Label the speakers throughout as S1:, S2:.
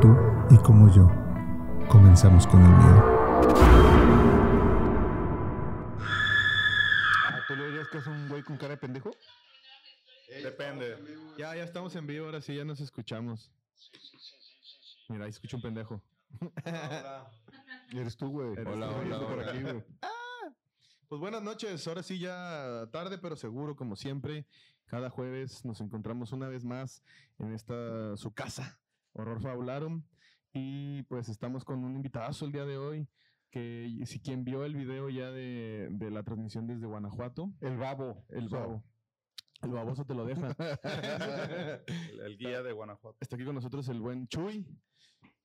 S1: tú y como yo, comenzamos con el miedo.
S2: Ah, ¿Tú le dirías que es un güey con cara de pendejo?
S3: Depende.
S2: Ya, ya estamos en vivo, ahora sí, ya nos escuchamos. Mira, ahí escucho un pendejo. Eres tú, güey.
S3: Hola,
S2: Eres tú,
S3: hola,
S2: eres tú por
S3: hola.
S2: aquí, güey. Ah, Pues buenas noches, ahora sí ya tarde, pero seguro, como siempre. Cada jueves nos encontramos una vez más en esta su casa, Horror Fabularum. Y pues estamos con un invitadazo el día de hoy, que y si quien vio el video ya de, de la transmisión desde Guanajuato,
S3: El babo.
S2: el babo. El baboso te lo deja.
S3: El, el guía de Guanajuato.
S2: Está aquí con nosotros el buen Chuy.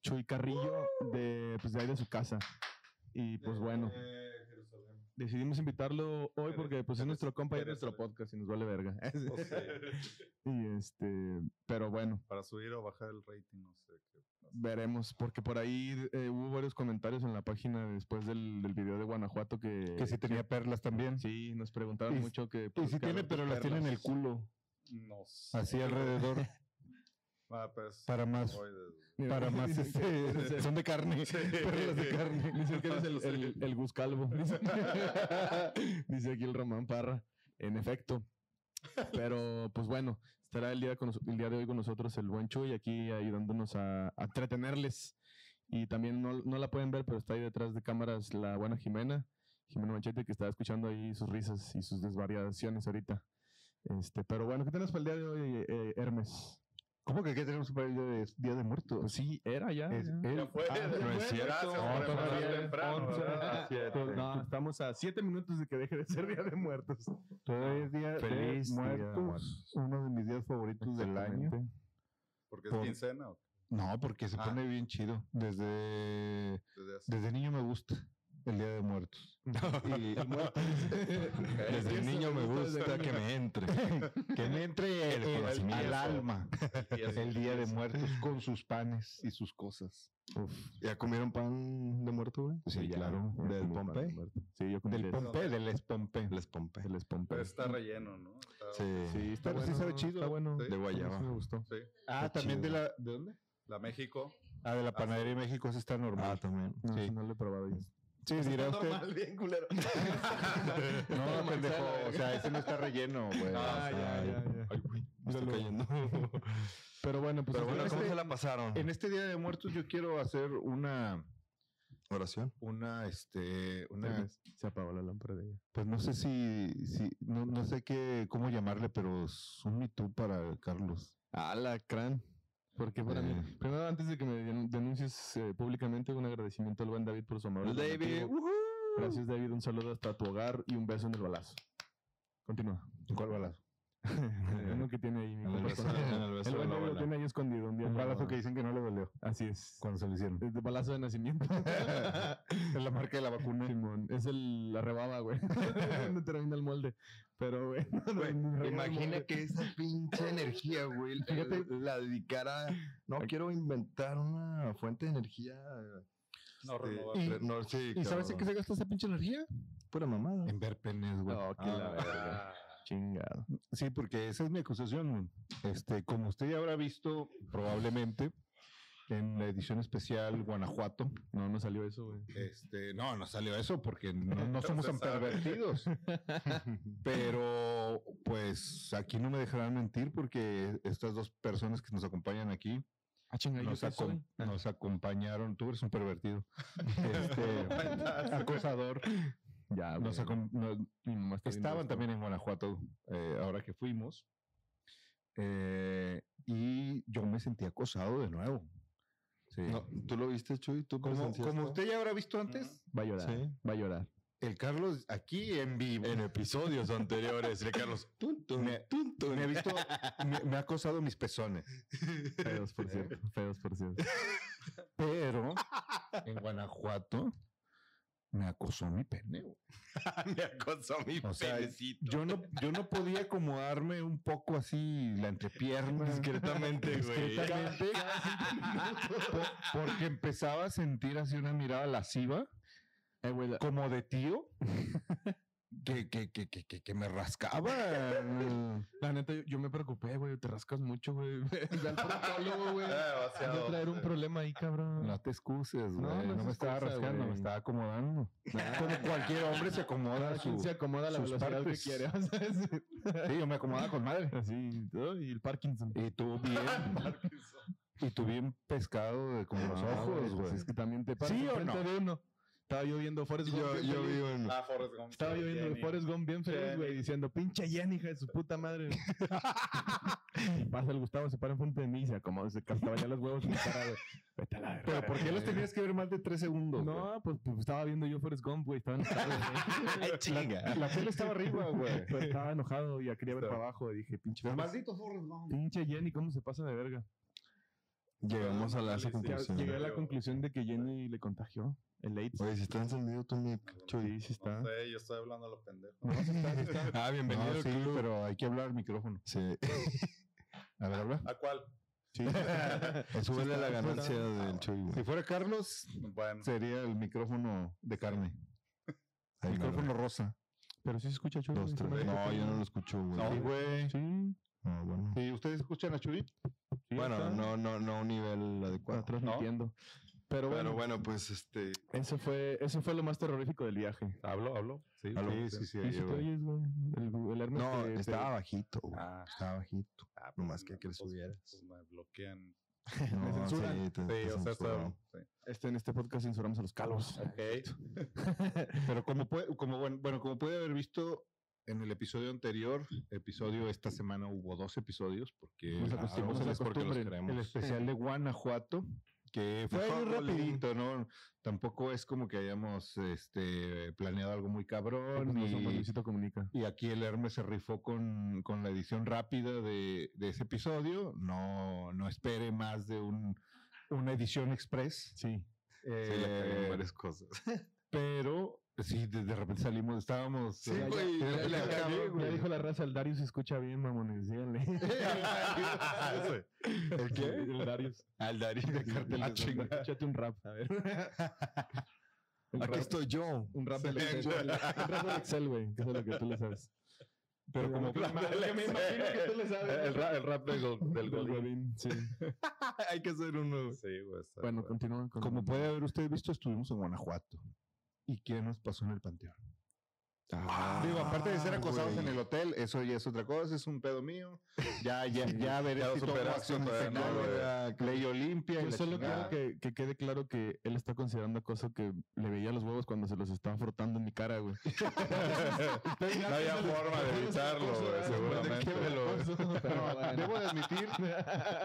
S2: Chuy Carrillo, de, pues, de ahí de su casa. Y pues bueno,
S3: Eh,
S2: decidimos invitarlo hoy
S3: Eres-
S2: porque pues es
S3: eres-
S2: nuestro compa y es
S3: eres-
S2: nuestro podcast y nos vale verga. y este, pero bueno,
S3: Para subir o bajar el rating, no sé qué.
S2: veremos. Porque por ahí eh, hubo varios comentarios en la página después del, del video de Guanajuato que...
S1: Que si tenía perlas también.
S2: Sí, nos preguntaron
S1: Y si-
S2: mucho que...
S1: Y
S2: pues,
S1: si
S2: que
S1: tiene,
S2: hablan tus
S1: pero las tiene en el
S2: perlas.
S1: culo,
S3: No sé.
S1: así alrededor,
S3: Ah, pues,
S1: para más,
S3: oides.
S2: Mira,
S1: para más,
S2: dicen que-
S1: este, son de carne, perlas de carne.
S2: Dice que eres el, el, el Gus Calvo. Dice, Dice aquí el Román Parra. En efecto. Pero pues bueno, estará el día, con nos- el día de hoy con nosotros el buen Chuy aquí ayudándonos a, a entretenerles. Y también no, no la pueden ver, pero está ahí detrás de cámaras la buena Jimena, Jimena Manchete, que está escuchando ahí sus risas y sus desvariaciones ahorita. Este, pero bueno, ¿qué tenemos para el día de hoy, eh, Hermes?
S1: ¿Cómo que qué tenemos para el día de, día de muertos?
S2: Pues sí, era ya.
S1: Es-
S2: ya.
S1: era-
S3: fue,
S1: ah,
S3: ya
S1: no es
S3: fue.
S1: cierto.
S3: Gracias
S1: No,
S3: por
S1: todavía
S3: empezar
S1: es
S3: temprano,
S2: once.
S3: ¿verdad?
S2: Pues no, estamos a siete minutos de que deje de ser Día de Muertos.
S1: Todavía es día
S2: Feliz
S1: de
S2: Día de
S1: muertos,
S2: Muertos.
S1: uno de mis días favoritos del año.
S2: Exactamente.
S3: Porque es
S1: Por-
S3: quincena. ¿o qué?
S1: No, porque se
S3: Ah.
S1: pone bien chido. Desde,
S3: Desde hace-
S1: desde niño me gusta el día de muertos. Y-
S3: Desde
S1: niño me gusta que me entre. que me entre el, el- al
S3: conocimiento.
S1: alma.
S3: Y es
S1: El día de
S3: quincena.
S1: muertos con sus panes y sus cosas.
S4: ¿Ya comieron pan de muerto, güey?
S1: Sí, claro.
S2: ya
S1: Del
S2: comí pan de
S1: Pompey.
S2: muerto. Sí, yo comí
S1: Del
S2: de-
S1: Pompey, del Les Pompey.
S4: Les pompe.
S2: del Pompey.
S3: Pero está relleno, ¿no? Está-
S4: Sí.
S2: Sí, está
S1: Pero sí
S2: bueno,
S1: sabe chido.
S2: Está bueno.
S3: Sí.
S4: De
S2: A mí sí me
S4: guayaba.
S2: gustó.
S3: Sí.
S1: Ah,
S4: Qué
S1: también de
S4: chido.
S1: la. ¿De dónde?
S3: La México.
S1: Ah, de la panadería de México, esa está normal.
S4: Ah, también.
S2: No,
S1: Sí.
S2: sí, no lo he probado yo.
S1: Sí, dirá usted.
S3: bien culero.
S1: No, pendejo.
S2: manzana,
S1: O sea, ese no está relleno, güey.
S3: Ah,
S4: ya, ya,
S2: Ay,
S4: güey. Me
S2: Salud.
S4: está cayendo.
S1: Pues
S2: Pero bueno, pues
S4: Pero
S2: así
S4: bueno,
S2: es.
S4: ¿cómo se la pasaron?
S1: En este Día de Muertos yo quiero hacer una,
S4: ¿Oración?
S1: una, este, una,
S2: Hermes, se apagó la lámpara de ella.
S1: pues no sé si, si no, no sé qué, cómo llamarle, pero es un Me Too para Carlos.
S2: Alacrán. Porque para mí,
S1: Eh.
S2: primero antes de que me den- denuncies eh, públicamente, un agradecimiento al buen David por su amable donativo. Gracias, David. Un saludo hasta tu hogar y un beso en el balazo. Continúa.
S1: ¿Cuál balazo?
S2: Uno que tiene ahí. mi
S4: En el
S2: compa
S4: beso-
S2: escondido.
S4: en el beso
S2: El
S4: de
S2: buen
S4: la
S2: David lo
S4: abuela.
S2: tiene ahí escondido. Un día
S1: Un
S2: lo-
S1: balazo que dicen que no le dolió
S2: Así es.
S1: cuando se lo hicieron.
S2: Es de balazo de nacimiento.
S1: Es la marca de la vacuna.
S2: Simón, es el, la rebaba, güey. no termina el molde. Pero, güey. no
S4: Güey,
S2: termina el molde.
S4: Imagina que esa pinche energía, güey, la-
S2: Fíjate.
S4: la dedicara. No quiero inventar una fuente de energía.
S3: No,
S4: este,
S3: renovable.
S4: re- no, sí,
S2: ¿Y sabes en qué
S4: cabrón.
S2: se gasta esa pinche energía?
S4: Pura mamada.
S1: En ver penes, güey. Ah,
S2: No, que la verga. Chingado.
S1: Sí, porque esa es mi acusación. Este, como usted ya habrá visto, probablemente, en la edición especial Guanajuato.
S2: No, no salió eso, güey.
S1: Este, no, no salió eso porque no, no
S3: Pero
S1: somos
S3: se
S1: tan
S3: sabe.
S1: pervertidos. Pero, pues, aquí no me dejarán mentir porque estas dos personas que nos acompañan aquí
S2: Ah, chinga,
S1: nos, acom- nos acompañaron. Tú eres un pervertido. Este, acosador.
S2: Ya,
S1: Nos
S2: güey.
S1: acom- nos-
S2: Mi mamá está viendo
S1: Estaban
S2: esto.
S1: también en Guanajuato eh, ahora que fuimos. eh, y yo me sentí acosado de nuevo. Sí.
S4: No, ¿Tú lo viste, Chuy? ¿Tú
S1: como,
S4: presenciaste?
S1: como usted ya habrá visto antes,
S2: Va a llorar.
S4: Sí.
S2: Va a llorar.
S1: el Carlos aquí en vivo
S4: En episodios anteriores, de Carlos. Tun, tun,
S1: Me-
S4: tun, tun.
S1: me ha visto, me, me ha acosado mis pezones.
S2: Feos, por cierto. Feos, por cierto.
S1: Pero en Guanajuato me acosó mi pene. güey.
S3: Ah,
S4: me acosó mi
S1: O sea,
S4: penecito.
S1: Yo no, yo no podía acomodarme un poco así la entrepierna.
S4: Discretamente, güey.
S1: discretamente, po- porque empezaba a sentir así una mirada lasciva,
S2: Eh, güey, la-
S1: como de tío, que, que, que, que, que, que me rascaban.
S2: La neta, yo, yo me preocupé, güey. Te rascas mucho, güey. Ve al proctólogo, güey. Vas a
S3: Ah, Demasiado.
S2: traer un problema ahí, cabrón.
S1: No te excuses,
S2: No,
S1: güey.
S2: no
S1: No,
S2: es
S1: me estaba
S2: excusa,
S1: rascando,
S2: güey.
S1: me estaba acomodando. Como cualquier hombre se acomoda
S2: Cada
S1: a
S2: quien se
S1: su...
S2: acomoda a la
S1: sus
S2: velocidad
S1: partes.
S2: que quiere. o sea, es-
S1: Sí, yo me acomodaba con madre.
S2: Así, ¿no? y el Parkinson.
S1: Y tú bien,
S3: Parkinson.
S1: y tú bien pescado de, con los
S2: No,
S1: ojos,
S2: pues
S1: güey.
S2: Es que también te paras
S1: ¿Sí o
S2: enfrente
S1: no?
S2: de uno. Estaba yo viendo Forrest Gump. bien feliz.
S1: en...
S3: Ah, Forrest Gump.
S2: Estaba yo viendo
S3: Jenny.
S2: Forrest Gump bien feliz, güey,
S3: Jenny.
S2: diciendo, pinche Jenny, hija de su puta madre. Y Pasa el Gustavo, se para enfrente de mí y se acomoda, se cascaba ya los huevos en mi cara, güey. Vete a la verga.
S1: Pero ¿por qué los tenías que ver más de tres segundos? güey?
S2: No, pues, pues, estaba viendo yo Forrest Gump, güey, estaba enojado. güey.
S1: La, la tele estaba arriba, güey.
S2: Pero estaba enojado y ya quería ver
S3: Está.
S2: para abajo. y Dije, pinche,
S1: Pero
S2: Forrest-
S1: Maldito Forrest Gump.
S2: pinche Jenny, ¿cómo se pasa de verga?
S4: Llegamos a la esa
S3: Sí, sí,
S2: Ya
S4: conclusión.
S2: Llegué a
S3: Yo-
S2: la conclusión de que Jenny le contagió el AIDS.
S4: Oye, si está encendido tú mi
S2: Sí, sí está.
S3: No sé, yo estoy hablando a los pendejos.
S4: Ah, bienvenido
S1: No,
S4: al
S1: sí,
S4: club.
S1: pero hay que hablar al micrófono.
S4: Sí.
S1: A ver, habla.
S3: ¿A cuál?
S4: Sí. Súbele la ganancia del Chuy, güey.
S1: Si fuera Carlos,
S3: Bueno.
S1: sería el micrófono de carne. El
S4: Ahí me
S1: micrófono rosa.
S2: Pero sí se escucha chulo.
S4: Dos,
S2: ¿sí?
S4: tres. No, yo no lo escucho, güey.
S1: Sí, güey.
S2: Sí.
S4: Ah, bueno.
S1: ¿Y ustedes escuchan a Chuy?
S2: sí
S4: Bueno,
S2: está.
S4: no, no, no a un nivel adecuado.
S2: Está transmitiendo. Pero bueno,
S4: Pero bueno, pues este.
S2: Eso, fue, eso fue lo más terrorífico del viaje.
S3: ¿Habló? ¿Habló? Sí,
S1: Aló.
S3: sí,
S1: Sí, sí, sí,
S2: ¿Y
S1: ahí,
S2: si te
S1: güey.
S2: oyes, güey? El, el Hermes
S4: No,
S2: te- te-
S4: estaba bajito, güey.
S3: Ah,
S4: Estaba bajito.
S3: ah, pues,
S4: Nomás que- que le
S3: pues,
S4: subieras.
S3: pues, me bloquean.
S4: No,
S2: censuran.
S4: Sí, te- te
S3: Sí, o sea,
S4: censuraron.
S3: esto- sí.
S2: este, en este podcast censuramos a los calvos.
S3: Ok.
S1: Pero como puede, como bueno, bueno, como puede haber visto en el episodio anterior, episodio esta semana hubo dos episodios porque
S2: Nos
S1: Ah,
S2: acostumbramos
S1: no
S2: a la
S1: sé por qué los
S2: costumbre.
S1: queremos. el especial de Guanajuato que fue
S4: De
S1: muy
S4: Halloween.
S1: rapidito, no, tampoco es como que hayamos este planeado algo muy cabrón
S2: Nos vamos,
S1: y,
S2: Luisito comunica.
S1: y aquí el Hermes se rifó con, con la edición rápida de, de ese episodio, no no espere más de un una edición express.
S2: Sí.
S4: Sí, la cagué
S1: Eh,
S4: en varias cosas.
S1: pero sí, de, de repente salimos, estábamos.
S4: Sí,
S1: eh,
S4: güey,
S1: ya-
S4: ya-
S1: ya-
S4: ya-
S1: cabrón,
S4: ya-
S1: güey.
S2: Ya dijo la raza, el Darius se escucha bien, mamones, díganle.
S4: Ese. ¿El qué?
S2: El Darius.
S4: Al Darío de cartel.
S1: Ah,
S4: de
S1: chinga.
S4: Santa.
S2: Escúchate un rap, a ver. Un
S4: Aquí
S2: rap-
S4: estoy yo.
S2: Un rap del
S4: Sí,
S2: Excel.
S4: güey.
S2: Un rap del Excel, güey, que es lo que tú le sabes.
S1: Pero como
S2: que me imagino que tú le sabes.
S3: El rap, el rap del, gol- del
S2: Del
S3: Godín.
S2: Godín, sí.
S4: Hay que hacer uno, güey.
S3: Sí, güey. está
S2: Bueno,
S3: bueno.
S2: continúa. con-
S1: Como puede haber usted visto, estuvimos en Guanajuato. ¿Y qué nos pasó en el panteón?
S4: Ah,
S1: Digo, aparte de ser acosados
S4: güey.
S1: en el hotel, eso ya es otra cosa, es un pedo mío. Ya, ya, ya veré
S3: Ya lo
S1: si tomo
S3: superaste,
S1: acción
S3: todavía no,
S1: psicóloga, ley Olimpia. y
S2: Yo
S1: la
S2: solo
S1: chingada.
S2: quiero que, que quede claro que él está considerando acoso que le veía los huevos cuando se los estaba frotando en mi cara, güey.
S3: No había forma de evitarlo, güey, seguramente.
S1: Pero debo de admitir,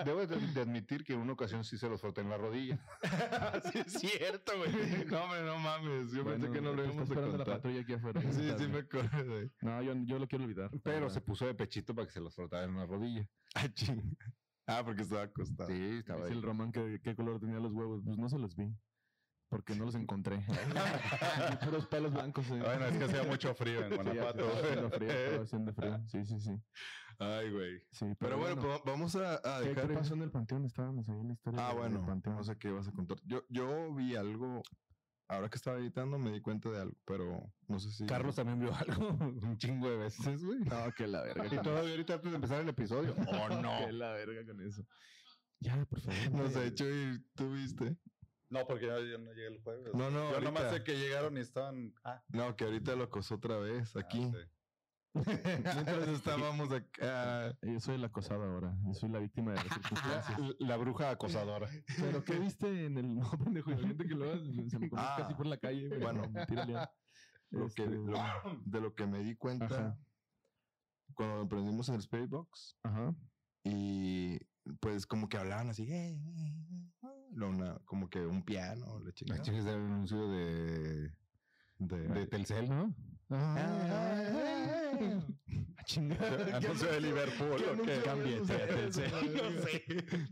S1: debo de, de admitir que en una ocasión sí se los froté en la rodilla.
S4: Sí, es cierto, güey. No, hombre, no mames. Yo pensé que no lo
S2: Estamos
S4: íbamos a
S2: esperando la
S4: contar.
S2: patrulla aquí afuera.
S4: Sí, sí me acordé. güey.
S2: No, yo, yo lo quiero olvidar. la
S1: Pero
S2: verdad.
S1: se puso de pechito para que se los frotara en la rodilla.
S4: Ah, ching. Ah, porque estaba acostado.
S1: Sí, estaba
S2: Dice
S1: ahí.
S2: el Román que qué color tenía los huevos. Pues no se los vi. Porque no los encontré. Puros pelos blancos. eh.
S3: Bueno, es que hacía mucho frío en
S2: Sí, ya
S3: Guanajuato.
S2: estaba haciendo
S3: güey.
S2: frío, estaba haciendo frío. Sí, sí, sí.
S4: Ay, güey.
S2: sí
S4: Pero bueno, pues vamos a, a
S2: ¿Qué,
S4: dejar.
S2: ¿Qué
S4: en-
S2: pasó en el panteón? Estábamos ahí en la historia.
S4: Ah,
S2: del- del
S4: bueno,
S2: panteón.
S4: no sé qué vas a contar. Yo, yo vi algo. Ahora que estaba editando me di cuenta de algo, pero no sé si.
S1: Carlos también vio algo un chingo de veces, güey.
S2: No, que la verga.
S1: Y todavía ahorita antes de empezar el episodio. ¡Oh, no!
S2: Que la verga con eso. Ya, por favor.
S4: No sé,
S2: hombre.
S4: Chuy, ¿tú viste?
S3: No, porque yo, yo no llegué el jueves.
S4: No, no,
S3: yo nomás
S4: ahorita.
S3: sé que llegaron y estaban. Ah,
S4: No, que ahorita lo acosó otra vez
S3: ah,
S4: aquí.
S3: sí.
S4: Mientras estábamos acá.
S2: Yo Eh, soy el acosado ahora. Yo soy la víctima de las circunstancias.
S1: La, la bruja acosadora.
S2: ¿Pero qué viste en el... No, pendejo. La gente que luego se- se me conoce
S4: Ah,
S2: casi por la calle. güey.
S4: bueno.
S2: No, tírale a-
S4: Lo que,
S2: Este,
S4: lo- de lo que me di cuenta
S2: Ajá.
S4: cuando aprendimos en el Spirit Box.
S2: Ajá.
S4: Y pues como que hablaban así, "Eh, eh, eh", no, una- como que un piano, la
S1: La
S4: chingada.
S1: chica es el anuncio de, de Telcel, ¿no?
S4: Ah,
S3: Anuncio de Liverpool.
S4: ¿Qué
S3: ¿o qué?
S4: anuncio
S2: Cambie,
S4: es ese?
S2: Telcel.
S4: No sé.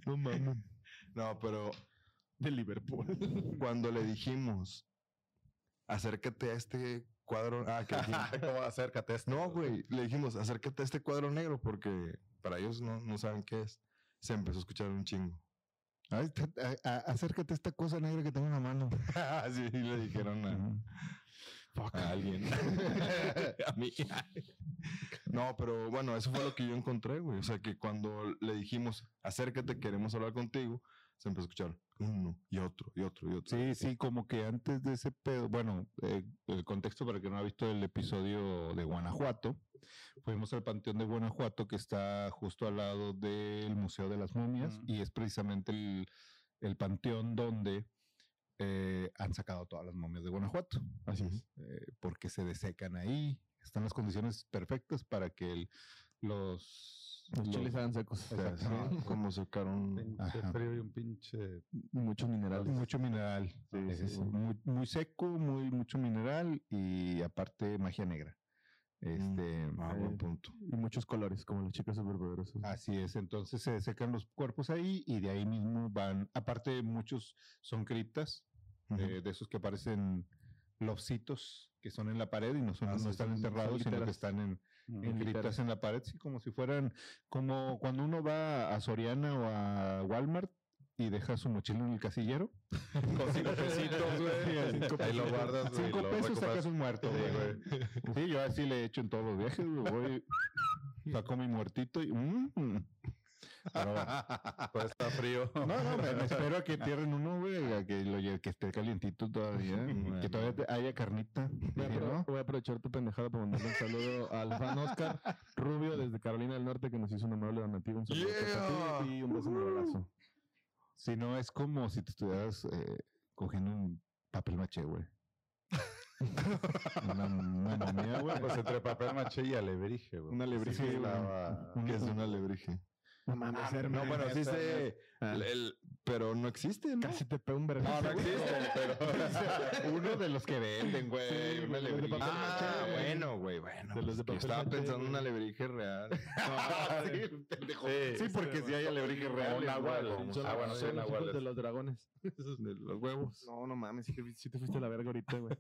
S2: No mames.
S4: No, pero
S2: De Liverpool.
S4: cuando le dijimos, acércate a este cuadro. Ah, que dijimos,
S3: ¿Cómo acércate? a este, esto,
S4: no, güey, le dijimos, acércate a este cuadro negro porque para ellos no, no saben qué es. Se empezó a escuchar un chingo.
S1: Ay, te- a- a- acércate a esta cosa negra que tengo en la mano.
S4: Así le dijeron a,
S1: a alguien.
S4: a mí. No, pero bueno, eso fue lo que yo encontré, güey. O sea, que cuando le dijimos, acércate, queremos hablar contigo, se empezó a escuchar uno y otro y otro y otro. Eh,
S1: Sí, sí, como que antes de ese pedo, bueno, eh, el contexto para el que no ha visto el episodio de Guanajuato, fuimos al Panteón de Guanajuato que está justo al lado del Museo de las Momias
S3: Ujú.
S1: y es precisamente el, el panteón donde eh, han sacado todas las momias de Guanajuato.
S2: Así es.
S1: eh, porque se desecan ahí, están las condiciones perfectas para que el- los...
S2: Los
S1: los-
S2: chiles eran secos.
S1: Exacto.
S2: Sí,
S1: Ah,
S4: Como
S3: Un
S4: sacaron.
S3: pinche
S1: Ajá.
S3: frío y un pinche.
S2: Muchos minerales.
S1: Mucho mineral.
S2: Sí,
S1: Ese
S2: sí,
S1: es Muy, muy seco, muy, mucho mineral y aparte magia negra. Este,
S4: Ah, buen punto.
S2: Y muchos colores, como las chicas superpoderosas.
S4: Ah,
S1: Así es, entonces se secan los cuerpos ahí y de ahí mismo van, aparte muchos son criptas, eh, de esos que aparecen lobcitos que son en la pared y no, son,
S4: Ah,
S1: no
S4: sí,
S1: están
S4: son- son
S1: enterrados, sino que
S2: literas.
S1: están en, en
S2: Literal.
S1: criptas en la pared, sí, como si fueran, como cuando uno va a Soriana o a Walmart y deja su mochila en el casillero.
S3: Con cinco pesitos,
S1: Sí,
S3: güey.
S1: así, cinco
S3: Ahí lo
S1: pesitos.
S3: guardas, güey.
S1: Cinco
S3: lo
S1: pesos
S3: recuperas.
S1: sacas un
S2: Oh,
S1: muerto,
S3: Sí,
S1: güey.
S3: güey.
S1: Sí, yo así le he hecho en todos los viajes, güey. Voy, saco mi muertito y... mm. Pero bueno.
S3: Pues está frío.
S1: No, no, me, me espero a que entierren uno, güey, a que, lo, lle- que esté calientito todavía, que todavía te- haya carnita.
S2: Voy a,
S1: Sí,
S2: apro-
S1: ¿no?
S2: voy a aprovechar tu pendejada para mandarle un saludo al fan Oscar Rubio desde Carolina del Norte que nos hizo un amable donativo. Un saludo
S3: Yeah.
S2: y un beso en el abrazo.
S1: Uh-huh. Si no, es como si te estuvieras eh, cogiendo un papel maché, güey. una, una momia, güey.
S3: Pues entre papel maché y alebrije, güey.
S2: Una
S3: Sí,
S2: alebrije, güey.
S3: estaba-
S4: Que es un alebrije.
S2: Ah, No mames, hermano.
S4: No, bueno, sí sé.
S2: Ah,
S4: el- el- pero no existe, ¿no?
S2: Casi te pego un verbo.
S3: No, no existe, pero.
S1: Uno de los que venden, güey.
S2: Sí,
S1: una
S2: los de papel
S1: alebrije.
S2: maché,
S4: Ah,
S2: güey.
S4: bueno, güey, bueno.
S2: De los de
S4: Yo
S2: papel
S4: estaba
S2: maché,
S4: pensando en un
S2: güey. Ah,
S4: alebrije real.
S3: Ah,
S1: sí, pendejo. Sí, porque si hay alebrijes reales.
S3: nahual,
S1: güey.
S3: como- Ah, bueno, sí,
S2: son los hijos
S3: nahuales.
S2: de los dragones.
S4: De los huevos.
S2: No, no mames, si te, sí te fuiste a la verga ahorita, güey.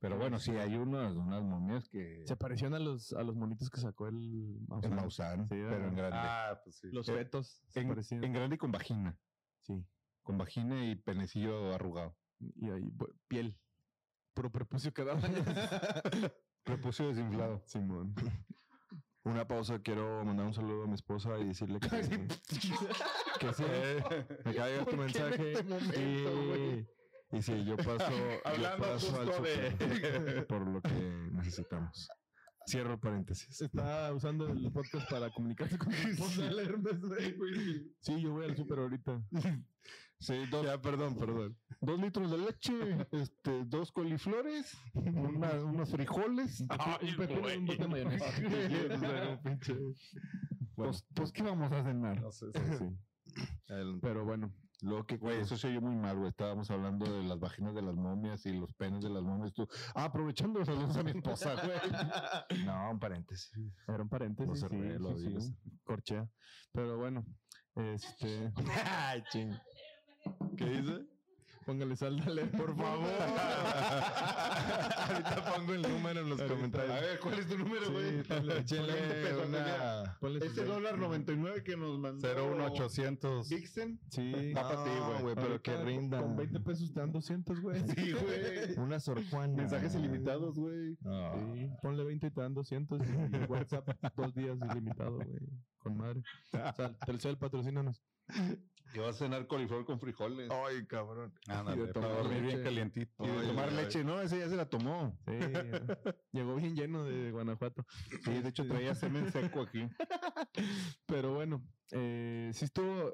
S1: Pero bueno, sí, hay unas, unas momias que...
S2: Se parecían a los, a los monitos que sacó el
S1: El
S2: Maussan.
S1: Maussan,
S2: Sí,
S1: pero en grande.
S3: Ah, pues sí.
S2: Los
S1: Eh,
S2: fetos se
S1: en,
S2: parecían.
S1: en grande y con vagina.
S2: sí.
S1: Con vagina y penecillo arrugado.
S2: Y ahí, bu- piel. Puro prepucio quedaba.
S1: Prepucio desinflado.
S2: Simón.
S4: Una pausa, quiero mandar un saludo a mi esposa y decirle que, que sí, me acaba de llegar tu mensaje. y, y sí, yo paso, yo
S3: Hablando
S4: paso al
S3: justo
S4: súper
S3: de-
S4: por lo que necesitamos. Cierro el paréntesis.
S2: Está usando el podcast para comunicarse con su esposa, el Hermes, güey. Sí, yo voy al súper ahorita.
S1: Sí, dos,
S4: Ya, perdón, perdón.
S1: dos litros de leche, este, dos coliflores, una- unos frijoles.
S2: Un pepino y un bote de mayonesa.
S1: pues, pues, ¿qué vamos a cenar?
S3: No sé, sí.
S2: Pues
S4: Adelante.
S2: Pero bueno,
S4: Luego que
S1: Güey, eso se oyó muy mal, güey. Estábamos hablando de las vaginas de las momias y los penes de las momias. Tú, ah, aprovechando los saludos a mi esposa, güey.
S4: No, un paréntesis.
S2: era un paréntesis.
S4: Lo
S2: sí,
S4: cerré,
S2: sí,
S4: lo
S2: sí,
S4: digo,
S2: Corchea. Pero bueno, este,
S4: Ay, ching. ¿Qué dice?
S2: póngale sal, dale.
S4: Por favor. Ahorita pongo el número en los comentarios.
S1: ver, ¿cuál es tu número,
S2: Sí, ponle-
S4: Échenle
S1: ponle un peso,
S4: una.
S2: ponle su
S1: Ese
S2: sal.
S1: dólar 99 que nos mandó
S3: 01800.
S1: Vixen.
S2: Sí.
S4: No, para ti, güey. güey, pero
S2: Ahorita
S4: que rinda.
S2: Con 20 pesos te dan 200, güey.
S1: Sí, güey.
S4: Una Sor Juana.
S1: Mensajes ilimitados, güey.
S4: No.
S2: Sí, ponle 20 y te dan 200 y y WhatsApp dos días ilimitado, güey. Con madre. O sea, Telcel, patrocínanos.
S1: Que va a cenar coliflor con frijoles.
S4: Ay, cabrón.
S1: Ah,
S3: Ándale,
S2: de
S3: para
S2: tomar
S3: dormir bien
S2: leche.
S3: calientito.
S1: Y de
S3: Ay,
S1: tomar
S3: ay, ay.
S1: leche, no, ese ya se la tomó.
S2: Sí, llegó bien lleno de Guanajuato.
S1: Sí, de hecho traía semen seco aquí.
S2: Pero bueno, eh, sí estuvo...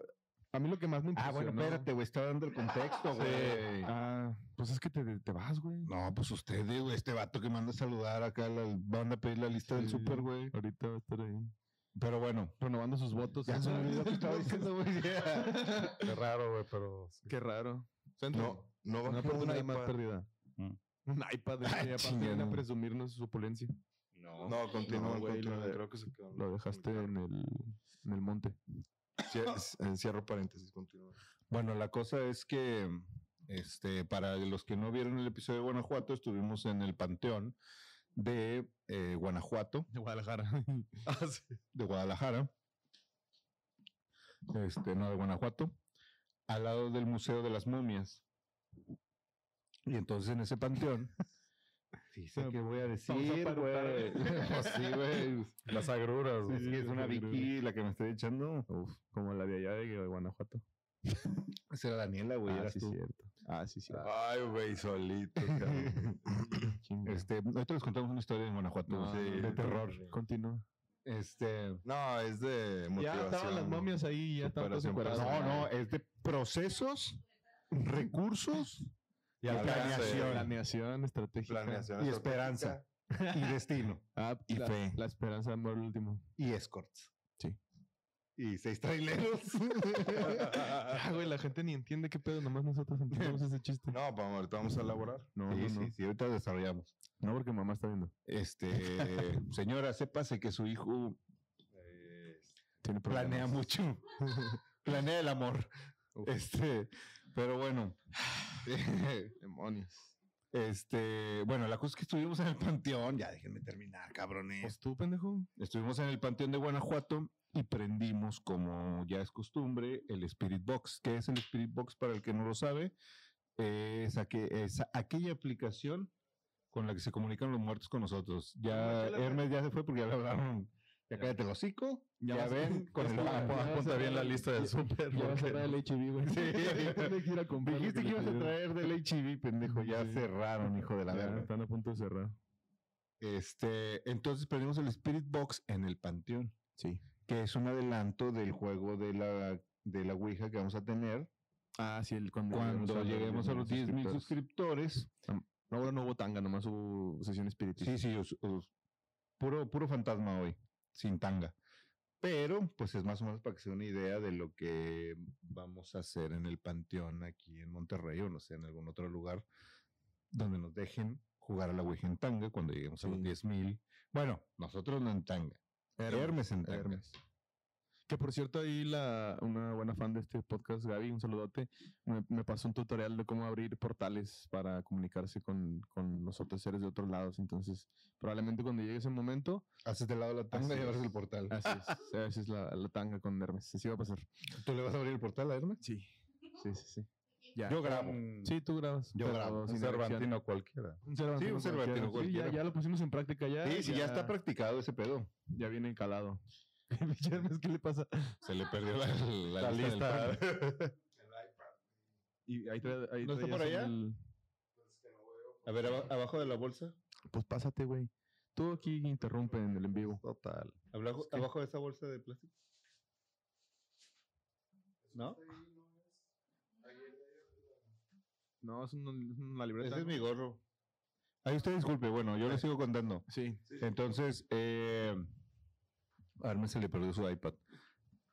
S2: A mí lo que más me
S1: Ah,
S2: impresionó...
S1: bueno, espérate, güey, está dando el contexto, güey.
S2: Ah, pues es que te, te vas, güey.
S1: No, pues usted, güey, este vato que manda a saludar acá, la- van a pedir la lista del
S2: Sí.
S1: súper, güey.
S2: Ahorita va a estar ahí
S1: Pero bueno,
S2: renovando sus votos.
S1: ya se me olvidó que estaba diciendo, güey.
S3: Qué raro, güey, pero. sí.
S2: Qué raro.
S4: No, no
S2: Una
S4: bajé un
S2: oportunidad más
S4: iPad. Ah,
S2: perdida.
S3: Mm.
S2: Un iPad. y aparte viene a
S1: chingada.
S2: presumirnos su opulencia.
S4: No, continúa,
S2: No, güey,
S4: continúa.
S2: lo de-
S4: Creo que se quedó.
S2: Lo dejaste en el, en el monte.
S4: Cier- eh, Cierro paréntesis, continúa.
S1: Bueno, la cosa es que, este, para los que no vieron el episodio de Guanajuato, estuvimos en el panteón de eh, Guanajuato.
S2: De Guadalajara.
S3: Ah, sí.
S1: de Guadalajara, este, no, de Guanajuato, al lado del Museo de las Momias. Y entonces en ese panteón Sí, sé qué voy a decir,
S2: para
S1: güey. No, sí, güey.
S3: Las agruras, güey.
S1: Es que es una
S2: sí, creo.
S1: Vicky la que me estoy echando.
S2: Uf, como la de allá
S4: Ah,
S2: de Guanajuato.
S1: Esa era Daniela, güey,
S2: ah,
S1: eras
S2: sí,
S1: tú.
S2: cierto. Ah, sí, cierto.
S3: Ay, güey, solito. cabrón.
S2: Chinga.
S1: Este, ahorita les contamos una historia en Guanajuato
S2: No,
S1: güey,
S2: no,
S1: de
S2: no,
S1: terror.
S2: Continúa.
S1: Este,
S4: No, es de
S2: Ya
S4: motivación.
S2: estaban las momias ahí, ya estaban todas
S4: superación
S2: encueradas.
S1: no,
S4: personal.
S1: no, es de procesos, recursos
S4: Y
S1: la
S4: alcance,
S1: planeación.
S2: Planeación estratégica.
S4: planeación
S1: y
S4: estratégica.
S1: esperanza y destino
S2: Ah,
S4: Y
S2: la,
S4: fe.
S2: la esperanza muere el último.
S1: y escorts.
S2: Sí.
S1: Y seis traileros.
S2: Ah, güey, la gente ni entiende qué pedo, nomás nosotros entendemos ese chiste.
S4: No, vamos, ahorita vamos a elaborar.
S2: No,
S1: sí,
S2: no,
S1: sí,
S2: no.
S1: sí, ahorita desarrollamos.
S2: No, porque mamá está viendo.
S1: Este, señora, sépase que su hijo Este,
S2: Tiene problemas.
S1: planea mucho. planea el amor.
S2: Uf.
S1: Este, pero bueno.
S2: Demonios.
S1: Este, bueno, la cosa es que estuvimos en el panteón, ya déjenme terminar, cabrones.
S2: Pues tú, pendejo.
S1: Estuvimos en el panteón de Guanajuato y prendimos, como ya es costumbre, el Spirit Box. ¿Qué es el Spirit Box para el que no lo sabe? Es, aque- es aquella aplicación con la que se comunican los muertos con nosotros. Ya
S2: Guácala, güey.
S1: Hermes ya se fue porque ya le hablaron. Ya cállate el hocico. Ya,
S2: vas-
S1: ven, con el
S2: vas a- ya
S1: mapa.
S2: vas
S3: Apunta
S2: a-
S3: bien la lista del súper.
S2: Ya va a
S3: porque-
S2: cerrar el HB, güey.
S1: Sí.
S2: Tiene que ir a comprar lo
S1: Dijiste
S2: le
S1: que ibas a
S2: pidieron.
S1: traer del HIV, pendejo. Ya
S2: Sí.
S1: cerraron, hijo de la
S2: Ya,
S1: verga.
S2: Están a punto de cerrar.
S1: Este, entonces prendimos el Spirit Box en el Panteón.
S2: Sí.
S1: Que es un adelanto del juego de la, de la Ouija que vamos a tener
S2: Ah, sí, el, cuando,
S1: cuando lleguemos a los 10 mil
S2: suscriptores.
S1: suscriptores.
S2: No, ahora no hubo tanga, nomás hubo sesión espiritista.
S1: Sí, sí, os- os- puro, puro fantasma hoy, sin tanga. Pero, pues es más o menos para que sea una idea de lo que vamos a hacer en el Panteón aquí en Monterrey o no sé, en algún otro lugar donde nos dejen jugar a la Ouija en tanga cuando lleguemos a los
S2: Sí.
S1: 10 mil. Bueno, nosotros no en tanga. Hermes, en tanga.
S2: Hermes. Que por cierto, ahí la, una buena fan de este podcast, Gaby, un saludote, me, me pasó un tutorial de cómo abrir portales para comunicarse con, con los otros seres de otros lados. Entonces, probablemente cuando llegue ese momento,
S1: Haces de lado la tanga
S2: Así
S1: y
S2: es.
S1: abres el portal.
S2: así es, así es la, la tanga con Hermes. Así va a pasar.
S1: ¿Tú le vas a abrir el portal a Hermes?
S2: Sí, sí, sí. sí. Ya.
S1: Yo grabo.
S2: Sí, tú grabas.
S1: Yo
S2: pero
S1: grabo,
S2: sin
S3: Un
S2: dirección.
S3: Cervantino cualquiera.
S2: Un Cervantino.
S1: Sí, un
S2: cualquiera.
S1: Cervantino
S2: Sí,
S1: cualquiera.
S2: ya, ya lo pusimos en práctica ya.
S1: Sí, sí, ya está practicado ese pedo.
S2: Ya viene encalado. Hermes, ¿qué le pasa?
S1: Se le perdió la, la
S3: La
S1: lista. del
S3: lista.
S1: pan.
S2: Y ahí trae- ahí
S1: ¿No está
S2: traías
S1: por allá?
S2: el-
S1: A ver, aba- abajo de la bolsa.
S2: Pues pásate, güey. Tú aquí interrumpe en el en vivo.
S3: Total.
S1: Abajo, abajo de esa bolsa de plástico. ¿No?
S2: No, es una, es una libreta.
S1: Ese es
S2: ¿no?
S1: mi gorro. Ah. Ahí usted disculpe, bueno, yo le sigo contando.
S2: Sí.
S1: Entonces, eh, a Armin se le perdió su iPad.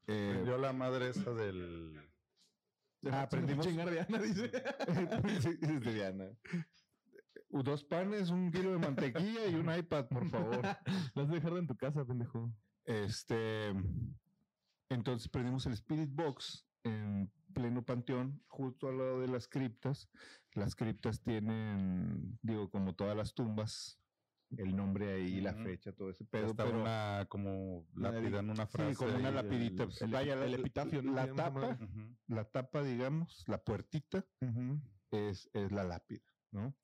S1: Eh,
S3: Yo la madre esa del.
S2: Ah,
S1: aprendimos-
S2: Chingar de Ana, dice.
S1: sí, es de Diana. U- Dos panes, un kilo de mantequilla y un iPad, por favor.
S2: Las dejaron en tu casa, pendejo.
S1: Este, entonces perdimos el Spirit Box en pleno panteón, justo al lado de las criptas. Las criptas tienen, digo, como todas las tumbas, el nombre ahí, la
S3: Ujú.
S1: fecha, todo ese pedo.
S3: Pero, está
S1: pero-
S3: una como
S1: Una
S3: lápida en una frase.
S1: sí, como una
S3: ahí,
S1: lapidita.
S3: el-
S1: pues, vaya, la,
S2: epitafio, ¿no? Se
S1: La
S2: llama esa
S1: tapa,
S2: madre.
S3: Ujú.
S1: la tapa, digamos, la puertita es, es la lápida, ¿no?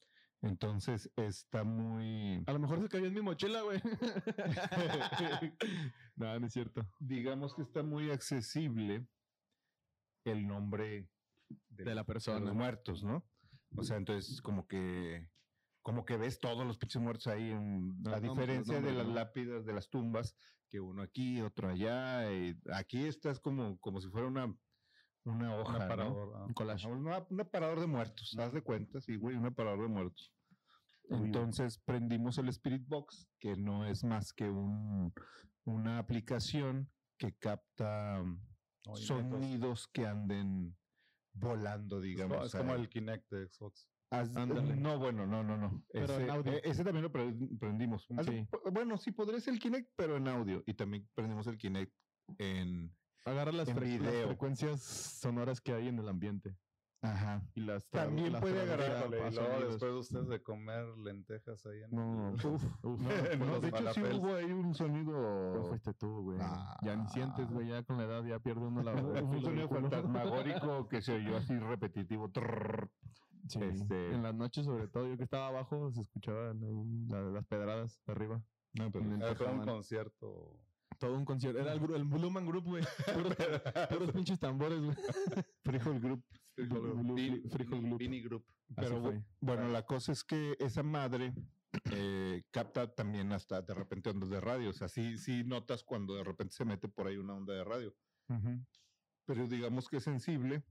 S1: Entonces está muy,
S2: A lo mejor se cayó en mi mochila, güey. no, no es cierto.
S1: digamos que está muy accesible el nombre del-
S2: De la
S1: de
S2: persona.
S1: los muertos, ¿no? O sea, entonces como que como que ves todos los pinches muertos ahí, en-
S2: No, no,
S1: a
S2: pues,
S1: diferencia
S2: no,
S1: de
S2: hombre,
S1: las
S2: no.
S1: lápidas de las tumbas, que uno aquí, otro allá, y aquí estás como, como si fuera una, una hoja,
S3: Una
S1: ¿no?
S3: paradora.
S2: Un collage.
S1: Ajá, una- un aparador de muertos, haz de cuenta, sí, güey, un aparador de muertos. Entonces prendimos el Spirit Box, que no es más que un, una aplicación que capta mm,
S3: Oye, entonces,
S1: sonidos que anden volando,
S3: es
S1: digamos.
S3: como- Es como
S1: ahí.
S3: el Kinect de Xbox.
S1: Haz-
S2: Ándale.
S1: No, bueno, no, no, no.
S2: Pero
S1: ese,
S2: en audio.
S1: e- ese también lo pre- prendimos. Haz-
S2: Sí.
S1: p- Bueno, sí, podría ser el Kinect, pero en audio. Y también prendimos el Kinect en...
S2: Agarra las,
S1: En
S2: fre- las
S1: video.
S2: frecuencias sonoras que hay en el ambiente.
S1: Ajá.
S2: Y las tra-
S1: También
S2: las
S1: puede
S2: traduce
S1: agarrar-
S2: a-
S3: Híjole,
S2: a
S3: y luego
S2: sonidos.
S3: después de ustedes de comer lentejas ahí en
S2: No, uf, uf.
S1: No, pues
S3: Los
S1: de hecho sí
S3: falafels.
S1: hubo ahí un
S2: No
S1: sonido...
S2: fuiste tú, güey.
S1: Ah.
S2: Ya ni sientes, güey. Ya con la edad ya pierde uno la
S1: un
S2: el filo del
S1: sonido
S2: culo.
S1: fantasmagórico que se oyó así repetitivo. Trrr.
S2: Sí,
S1: Este-
S2: En las noches, sobre todo, yo que estaba abajo, se escuchaban ahí la- las pedradas de arriba.
S1: No, pero
S2: En el
S3: Era todo un
S2: Tejabán.
S3: concierto.
S2: Todo un concierto. Era el, gru- el Blue Man Group, güey. Puros, puros pinches tambores, güey.
S1: Frijol Group.
S2: Blue-
S1: Vin-
S2: Frijol Group.
S3: Vini Group.
S1: Pero
S2: Así fue.
S1: bu- bueno, la cosa es que esa madre eh, capta también hasta de repente ondas de radio. O sea, sí, sí notas cuando de repente se mete por ahí una onda de radio. Pero digamos que es sensible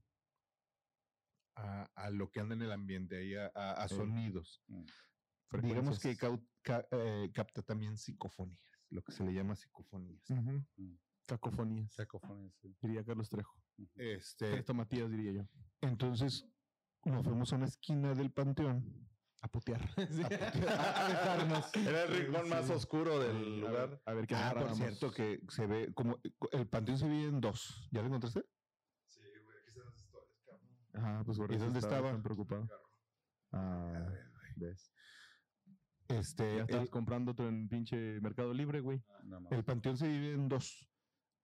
S1: a, a lo que anda en el ambiente, ahí a, a- a
S2: Sí.
S1: sonidos.
S3: Mm,
S1: Digamos que
S2: Frecuencias.
S1: cau- ca- eh, capta también psicofonías, lo que se le llama psicofonías.
S2: Ujú.
S3: Mm.
S2: Cacofonías,
S3: Sacofonia, sí.
S2: diría Carlos Trejo.
S1: Este,
S2: Esto Matías, diría yo.
S1: entonces nos fuimos a una esquina del panteón.
S2: A putear. Sí.
S1: a dejarnos.
S3: Era el rincón más oscuro del
S2: A ver,
S3: lugar.
S2: a ver qué
S1: Ah, por
S2: agarrábamos.
S1: cierto, que se ve como el panteón se divide en dos. ¿Ya lo encontraste?
S3: Sí, güey, aquí están las historias, cabrón.
S2: Ah, pues por
S1: ¿Y
S2: eso
S1: dónde estaba?
S2: tan preocupado. Ah, ves.
S1: Este,
S2: Ya
S1: el,
S2: estabas comprando tu en pinche Mercado Libre, güey.
S3: Ah, No mames.
S1: el panteón se divide en dos.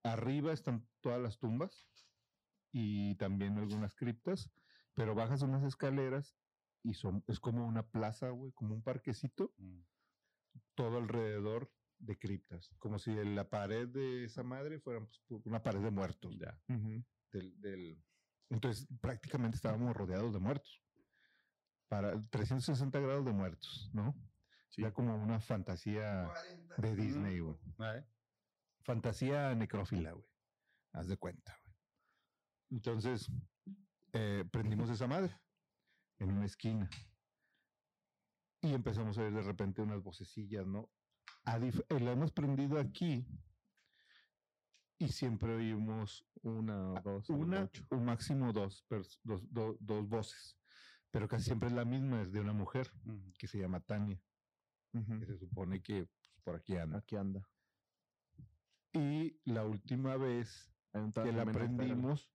S1: Arriba están todas las tumbas y también algunas criptas, pero bajas unas escaleras y son, es como una plaza, güey, como un parquecito,
S3: Mm.
S1: todo alrededor de criptas, como si en la pared de esa madre fuera pues, pu- una pared de muertos. del,
S3: ¿Eh?
S1: del- Entonces prácticamente estábamos rodeados de muertos. Para 360 grados de muertos, ¿no? Ya como una fantasía de Disney, güey.
S3: Ah, ¿eh?
S1: Fantasía necrófila, güey. Haz de cuenta, güey. Entonces, eh, prendimos esa madre en una esquina. Y empezamos a ver de repente unas vocecillas, ¿no? A dif- eh, la hemos prendido aquí y siempre oímos
S2: Una, dos,
S1: una
S2: ocho.
S1: o máximo dos, pers- dos, do- dos voces, pero casi siempre es la misma, es de una mujer
S3: Mm.
S1: que se llama Tania, que
S2: Ujú.
S1: se supone que pues, por aquí anda.
S2: Aquí anda.
S1: Y la última vez
S2: Ahí está
S1: que la
S2: Jimena Esther.
S1: prendimos,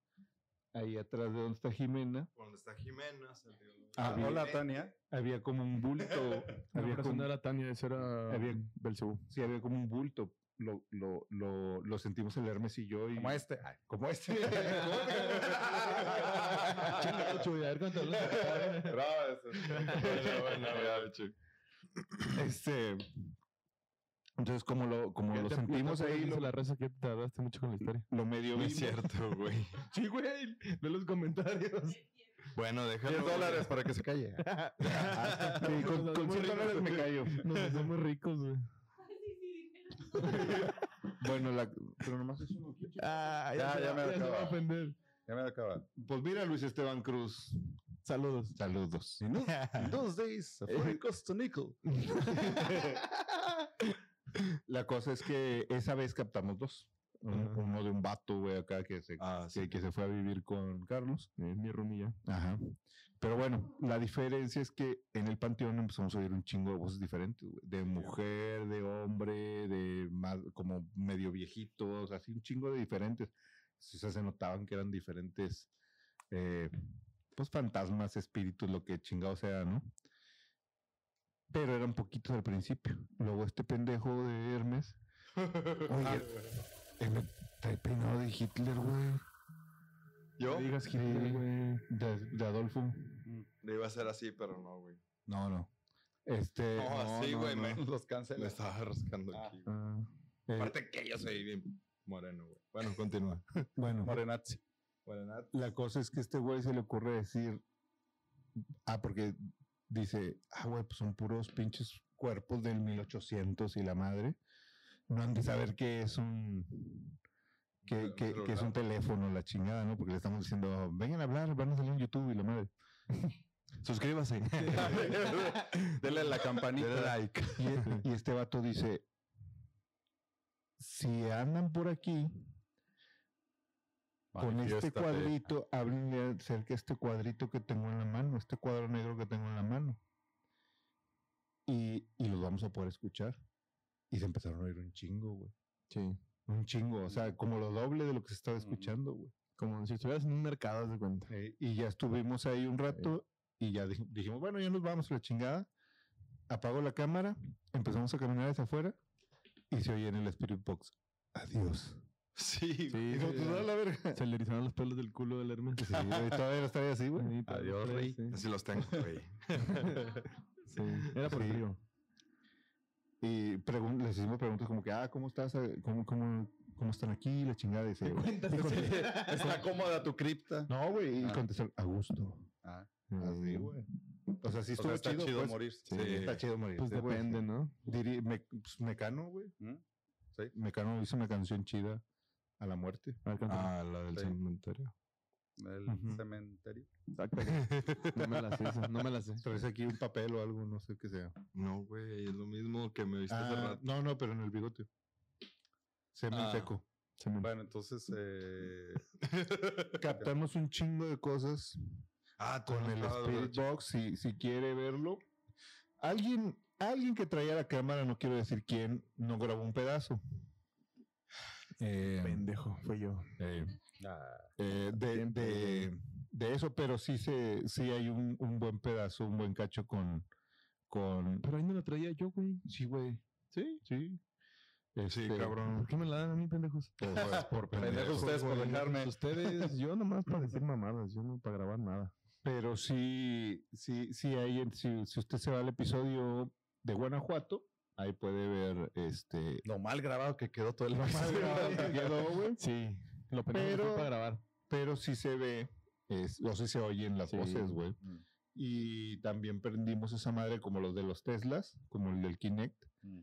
S1: ahí atrás de donde está Jimena,
S4: Cuando está Jimena, se dio-
S1: Ah,
S4: Jimena.
S3: hola, Tania.
S1: había como un bulto,
S2: No,
S1: había
S2: pero esa
S1: como,
S2: no era Tania, esa era
S1: había-
S2: Belcebú.
S1: sí, había como un bulto, lo, lo, lo, lo sentimos el Hermes y yo, y
S3: Como este. Ay,
S1: como este.
S2: Chinga, ocho, güey, a ver cuánto hablas.
S3: Bravo, eso. Bueno, bueno, ya, chico.
S1: este, entonces como lo, como
S2: Ya
S1: lo
S2: te- ya te
S1: sentimos
S2: acuerdas,
S1: ahí,
S2: dice
S1: lo,
S2: la raza que te tardaste mucho con la historia.
S1: lo medio
S4: No es
S1: vimos.
S4: cierto, güey.
S2: Sí, güey, ve los comentarios.
S4: Bueno, déjalo.
S3: 10 dólares para que se calle.
S1: Sí, con, con 100 dólares me callo.
S2: Nos hacemos ricos, güey.
S1: Bueno, la, pero nomás es uno.
S2: Ah,
S3: Ya,
S2: se
S3: ya
S2: va-
S3: me
S2: se va a
S3: acaba.
S2: ofender.
S3: Ya me acaba.
S1: Pues mira, Luis Esteban Cruz.
S2: Saludos.
S1: Saludos.
S4: Ah.
S3: Those days, for a cost a nickel.
S1: La cosa es que esa vez captamos dos. Un-
S2: Ajá.
S1: Uno de un vato, güey, acá que se,
S4: Ah, sí.
S1: que, que se fue a vivir con Carlos.
S2: Es mi rumilla.
S1: Ajá. Pero bueno, la diferencia es que en el panteón empezamos a oír un chingo de voces diferentes, güey, De mujer, de hombre, de más, como medio viejitos, así un chingo de diferentes. O sea, se notaban que eran diferentes, eh, pues fantasmas, espíritus, lo que chingado sea, ¿no? Pero eran poquitos al principio. Luego este pendejo de Hermes.
S4: ah,
S1: Oye, eh, me trae peinado de Hitler, güey.
S4: Yo
S2: Ah, No digas
S1: Sí.
S2: Hitler, güey.
S1: De, de Adolfo.
S4: le iba a hacer así, pero no, güey.
S1: No, no. Este.
S4: No, ah, así, güey. me,
S3: Los
S4: me
S3: cancela.
S4: estaba rascando
S3: Ah.
S4: aquí. güey.
S2: Ah,
S1: eh,
S4: Aparte que yo soy bien moreno, güey. Bueno, continúa.
S1: bueno,
S3: Morenazzi.
S4: Morenat.
S1: la cosa es que este güey se le ocurre decir. Ah, porque dice, ah, güey, pues son puros pinches cuerpos del 1800 y la madre. No han de saber que es un. Que,
S4: Un
S1: que- que es un
S4: celular.
S1: teléfono, la chingada, ¿no? Porque le estamos diciendo, vengan a hablar, van a salir en YouTube y la madre.
S4: Suscríbase.
S3: Dele a la campanita.
S4: Dele like.
S1: Y, e- y este vato dice, si andan por aquí, con este
S4: Manifiéstate.
S1: cuadrito, háblenle acerca de este cuadrito que tengo en la mano, este cuadro negro que tengo en la mano. Y, y los vamos a poder escuchar. Y se empezaron a oír un chingo, güey.
S2: sí.
S1: Un chingo, o sea, como lo doble de lo que se estaba
S3: Ujú.
S1: escuchando, güey.
S2: Como si estuvieras en un mercado, haz de cuenta.
S1: Eh, y ya estuvimos ahí un rato y ya dij- dijimos, bueno, ya nos vamos a la chingada. Apago la cámara, empezamos a caminar hacia afuera y se oye en el Spirit Box, adiós,
S4: Sí, güey.
S2: Sí,
S1: Dijo,
S2: sí,
S1: pues a la verga.
S2: Se le erizaron los pelos del culo del Hermes.
S1: Sí, güey, todavía no estaría así, güey.
S2: Sí, pero
S3: Adiós,
S2: pues,
S3: Rey.
S2: sí,
S4: Así los tengo, güey.
S2: sí. Era por
S1: Sí.
S2: el frío.
S1: Y pregun- les hicimos preguntas como que, ah, ¿cómo estás? Eh, ¿Cómo, cómo, cómo están aquí? La chingada. Y se- y contestó,
S3: Está cómoda tu cripta.
S1: no, güey. Y
S3: Ah.
S1: contestó, a gusto.
S3: Ah,
S1: Así,
S3: así,
S1: güey. O sea, sí
S3: O
S1: estuvo
S3: sea, está
S1: chido.
S3: chido,
S1: pues.
S3: morirse.
S1: Sí, está chido morir.
S2: Pues depende, ¿no?
S1: Diri- me, pues, Mecano, güey.
S3: ¿Mm? Sí.
S1: Mecano hizo una canción chida a la muerte.
S2: A ver, cántala.
S4: Ah, la del
S3: Sí.
S4: cementerio.
S3: El
S1: Ujú.
S3: cementerio.
S2: No me la sé, esa, no me la sé.
S1: Traes aquí un papel o algo, no sé qué sea.
S4: No, güey, es lo mismo que me viste hace
S1: Ah,
S4: rato.
S1: no, no, pero en el bigote. Semen
S3: Ah.
S1: seco.
S2: Se me-
S3: Bueno, entonces. Eh,
S1: Captamos un chingo de cosas
S4: Ah,
S1: con el Spirit Box, si, si quiere verlo. Alguien, alguien que traía la cámara, no quiero decir quién, no grabó un pedazo. Eh,
S2: Pendejo, fue yo.
S1: eh,
S3: ah,
S1: eh, de,
S2: Siempre,
S1: de-
S2: güey.
S1: de eso, pero sí se, sí hay un, un buen pedazo, un buen cacho con, con
S2: Pero ahí no la traía yo, güey.
S1: sí, güey.
S2: ¿Sí?
S1: Sí.
S4: Sí,
S1: Este,
S4: cabrón.
S2: ¿Por qué me la dan a mí, pendejos?
S1: Por, por
S3: Pendejos
S1: pendejos.
S3: ustedes por dejarme.
S2: Ustedes, yo nomás para decir mamadas, yo no para grabar nada.
S1: Pero sí, sí, sí hay, en- si, si usted se va al episodio de Guanajuato, ahí puede ver este
S3: Lo mal grabado que quedó todo el
S1: mal grabado que quedó, güey.
S2: Sí, lo pendejo que fue
S1: Pero-
S2: para grabar.
S1: Pero sí se ve, es, o sí se oyen las
S2: Sí.
S1: voces, güey.
S3: Mm.
S1: Y también prendimos esa madre como los de los Teslas, como el del Kinect.
S3: Mm.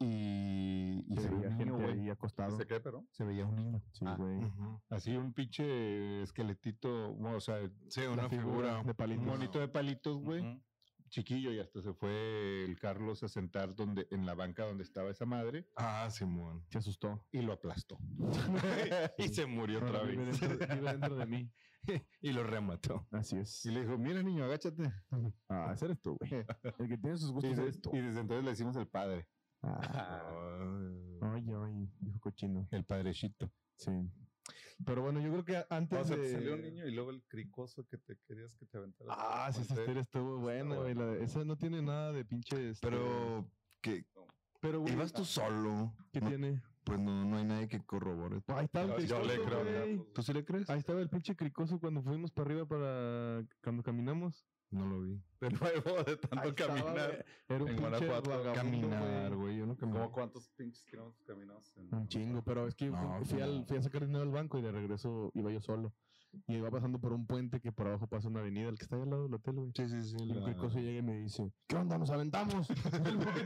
S1: Y, y
S2: Y
S1: se
S2: se
S1: veía un niño,
S2: gente
S1: güey.
S2: ahí acostado.
S3: ¿Dice qué, pero?
S1: Se veía un niño.
S2: Sí,
S3: Ah.
S2: güey.
S4: Ujú.
S1: Así un pinche esqueletito, bueno, o sea,
S4: Sí,
S2: La
S4: una figura.
S2: de
S1: un
S2: palitos.
S1: monito de palitos, güey.
S3: Ujú.
S1: Chiquillo, y hasta se fue el Carlos a sentar donde, en la banca donde estaba esa madre
S4: Ah, Simón.
S2: Se asustó.
S1: y lo aplastó.
S4: y se murió otra
S2: Vive
S4: vez.
S2: dentro, vive dentro de mí.
S4: y lo remató.
S2: Así es.
S1: Y le dijo, mira niño, agáchate.
S2: Ah, ese eres tú, güey. El que tiene sus
S1: Y,
S2: gustos
S1: de-
S2: eres tú.
S1: y desde entonces le decimos el padre,
S2: Ah, Ay, ay, dijo cochino.
S1: el padrecito.
S2: Sí. Pero bueno, yo creo que antes
S3: O sea, te
S2: de...
S3: salió un niño y luego el cricoso que te querías que te aventara.
S2: Ah, sí, esa historia estuvo buena, güey. la de- Esa no tiene nada de pinche... este,
S4: Pero que
S2: Pero, güey, ah,
S4: ibas tú solo.
S2: ¿qué
S4: No,
S2: tiene? Pues
S4: Pues no, no hay nadie que corrobore.
S2: Ahí estaba el
S3: Yo- yo le
S2: cricoso,
S3: creo,
S2: güey.
S3: Carlos.
S4: ¿Tú sí le crees?
S2: Ahí estaba el pinche cricoso cuando fuimos para arriba para... Cuando caminamos.
S4: No lo vi.
S3: De nuevo, de tanto
S2: Ahí estaba,
S3: caminar.
S2: güey. Era un
S3: en
S2: pinche
S3: Guanajuato.
S2: vagabundo,
S4: Caminar,
S2: güey.
S4: güey. Yo no caminé.
S3: ¿Cómo cuántos pinches kilómetros caminamos? en-
S2: Un chingo, pero es que
S4: Pues, No,
S2: fui, al-
S4: claro.
S2: fui a sacar dinero al banco y de regreso iba yo solo. Y iba pasando por un puente que por abajo pasa una avenida, el que está ahí al lado del hotel, güey.
S4: Sí, sí, sí.
S2: Y un
S4: la-
S2: cricoso llega y me dice, ¿qué onda? ¡Nos aventamos!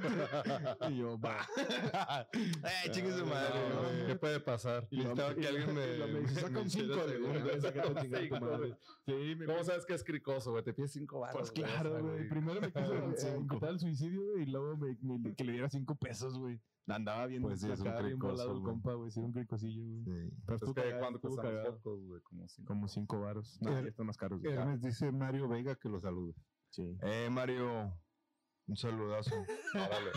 S2: y yo, va.
S4: ¡Eh, chingue su
S3: No,
S4: madre,
S2: no,
S4: güey.
S3: güey, ¿Qué puede pasar?
S2: Y luego
S4: Necesitaba
S2: me-
S4: que alguien
S2: y luego me dice,
S4: me...
S2: "Saca un cinco", le digo, "Ah, saca un cinco,
S3: Hijo
S2: madre".
S3: de-
S2: Sí, me
S3: ¿Cómo sabes que es cricoso, güey? Te pides cinco baros.
S2: Pues claro, güey. Primero me quiso
S3: Un
S2: eh,
S3: cinco.
S2: invitar al suicidio güey, y luego me, me- que le diera cinco pesos, güey. Andaba bien,
S4: Pues sí, es un
S2: acá, bien
S4: cricoso,
S2: volado el
S4: güey.
S2: compa, güey. Sí, un cricosillo, güey.
S4: Sí.
S2: Pero
S3: Es
S2: estuvo
S3: que
S2: cagado,
S3: cuando
S2: estuvo
S3: cuestan los
S2: cagado.
S3: focos, güey, como cinco.
S2: Como cinco varos. No,
S1: Her-
S2: ya están más caros.
S3: Ah,
S2: güey.
S1: Hermes dice Mario Vega que lo salude.
S2: Sí.
S4: Eh, Mario. Un saludazo.
S3: Órale,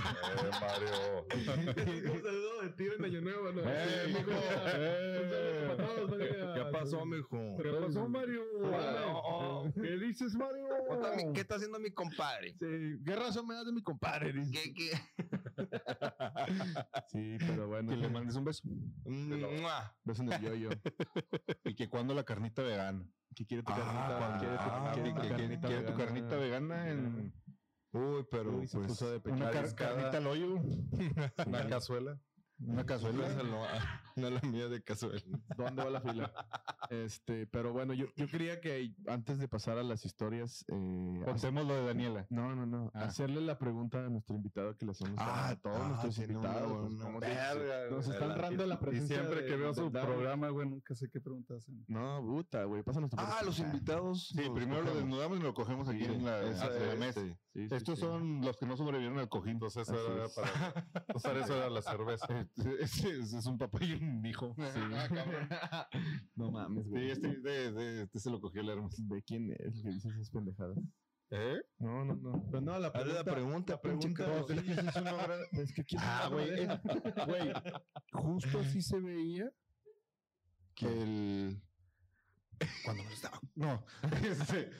S3: eh, Mario.
S2: Un saludo de tiro en Año Nuevo, ¿no?
S4: ¡Eh, mijo!
S2: saludo para todos, no digas.
S4: ¿Qué pasó, mijo?
S2: ¿Qué pasó, Mario?
S4: Oh, oh.
S2: ¿Qué dices, Mario?
S4: Cuéntame, ¿Qué está haciendo mi compadre?
S2: Sí, ¿Qué razón me das de mi compadre? Dice.
S4: ¿Qué, qué?
S2: Sí, pero bueno.
S1: Que le mandes un beso.
S4: ¡Mua!
S2: Beso en el yo-yo.
S1: Y que cuando la carnita vegana.
S2: Que quiere tu
S4: Ah,
S2: carnita.
S4: cuando-
S2: Quiere tu,
S4: ah,
S2: quiere
S4: que-
S2: tu
S4: que-
S2: carnita.
S1: Quiere tu
S2: vegana.
S1: carnita vegana en
S4: Uy, pero
S2: Uy, se
S4: pues...
S2: puso de
S1: una
S2: pechada.
S1: car-
S3: discada.
S1: carnita al hoyo,
S3: Una cazuela.
S1: una
S4: Esa
S1: cazuela.
S4: no, ah, no la mía de casual.
S2: ¿Dónde va la fila? Este, pero bueno, yo, yo quería que antes de pasar a las historias, eh,
S1: Contemos lo de Daniela.
S2: No, no, no.
S1: Ah.
S2: Hacerle la pregunta a nuestro invitado que le hacemos a- a todos
S4: ah,
S2: nuestros
S4: tiene una
S2: invitados.
S4: buena-
S2: ¿cómo se-
S3: Verga,
S2: nos
S3: güey,
S2: están
S3: la-
S2: rando la
S3: Y
S2: presencia.
S3: siempre
S2: de-
S3: que veo su
S2: del Dani.
S3: programa, güey, nunca sé qué preguntas hacen.
S2: No, puta, güey. Pásanos tu
S4: Ah,
S2: pregunta.
S4: los invitados.
S1: Sí, primero lo desnudamos y lo cogemos aquí en la,
S4: Esa
S1: en la
S4: es,
S1: mesa.
S4: sí.
S2: Sí, sí,
S1: Estos
S2: sí.
S1: son los que no sobrevivieron al cojín.
S3: Entonces, eso
S2: Así
S3: era
S2: es.
S3: para. Usar eso era la cerveza.
S1: Es, es- es un papá y un hijo. Ah,
S2: Sí. Ah, no mames,
S1: Sí,
S2: güey.
S1: este, de- de- este se lo cogió el Hermes.
S2: ¿De quién es el que dice esas pendejadas?
S1: ¿Eh?
S2: No, no, no. Pero no, la
S4: Hazle
S2: pregunta.
S4: la pregunta, pinche cabrón.
S2: es una obra. Es que quién
S1: Ah, güey.
S2: es-
S1: es- Güey, justo así se veía que el. Cuando me lo estaba. No, este,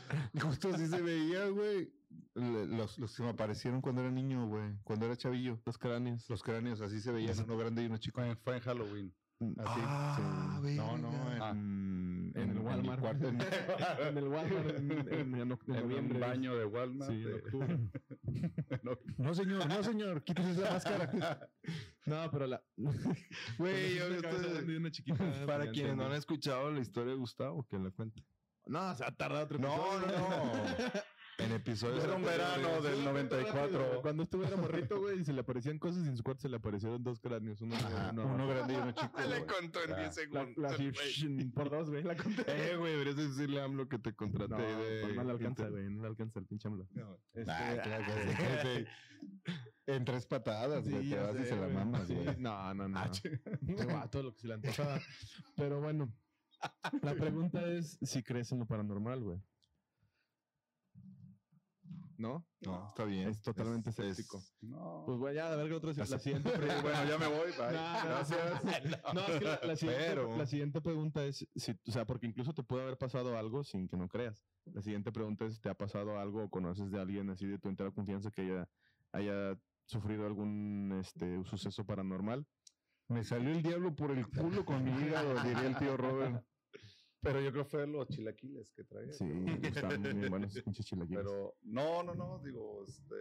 S1: justo así se veía, güey. le- Los, los que me aparecieron cuando era niño, güey. Cuando era chavillo.
S2: Los cráneos.
S1: Los cráneos, así se veían. Uno grande y uno chico.
S3: Fue en Halloween.
S2: Así.
S4: Ah,
S2: sí.
S1: No, no, en,
S4: verga.
S1: en,
S2: en el
S1: mi
S2: Walmart.
S1: cuarto, en-
S2: en el Walmart en, en- en oc- en
S3: Había un
S2: noviembre.
S3: baño de Walmart. eh.
S2: Sí, en
S3: de-
S2: octubre.
S1: No, señor, no, señor, quítese esa máscara.
S2: No, pero la.
S4: Güey, yo-
S2: Una cabeza
S4: entonces,
S2: grande y una chiquita,
S4: para
S2: ya
S4: quienes no han
S2: entendí.
S4: escuchado la historia de Gustavo, que la cuente.
S2: No, se ha tardado otro
S4: No, no,
S2: episodio.
S4: no. En episodios.
S3: Era un verano
S4: anteriores.
S3: del
S2: Yo me acuerdo
S3: 94.
S2: rápido, Cuando estuve era morrito, güey, y se le aparecían cosas y en su cuarto se le aparecieron dos cráneos. Uno,
S1: Ajá,
S2: uno
S1: uno
S2: abajo.
S1: grande y uno chico.
S4: Se
S1: güey.
S4: le contó en
S1: Ah.
S4: 10
S2: La-
S4: segundos.
S2: la así,
S4: güey.
S2: shin, por dos, güey, la conté.
S4: Eh, güey, deberías decirle a AMLO que te contraté
S2: No,
S4: de.
S2: pues no le alcanza, güey, no le alcanza el pinche AMLO.
S4: No.
S2: Este,
S1: Ah, claro que sí, sí. En tres patadas, güey,
S2: sí,
S1: te
S2: ya
S1: vas y
S2: sé,
S1: se la
S2: güey.
S1: mamas,
S2: Sí,
S1: güey.
S2: No, no, no.
S4: Ah, ch-
S2: Qué vato lo que se le antoja. Pero bueno, la pregunta es si crees en lo paranormal, güey. ¿No?
S4: No, está bien.
S2: Es totalmente
S4: Es- es-
S2: escéptico.
S3: No.
S2: Pues vaya, a ver otro es la siguiente
S3: Sí,
S2: pregunta.
S3: bueno, ya me voy.
S2: No,
S3: Bye.
S2: no, no, no, es que la, la siguiente,
S4: Ah, Pero-
S2: la siguiente pregunta es, si, o sea, porque incluso te puede haber pasado algo sin que no creas. La siguiente pregunta es, ¿te ha pasado algo o conoces de alguien así de tu entera confianza que haya, haya sufrido algún este, suceso paranormal?
S1: Me salió el diablo por el culo con mi hígado, diría el tío Robert.
S3: Pero yo creo que fue los chilaquiles que traía.
S2: Sí, están bien buenos esos pinches chilaquiles.
S3: Pero no, no, no, digo, este,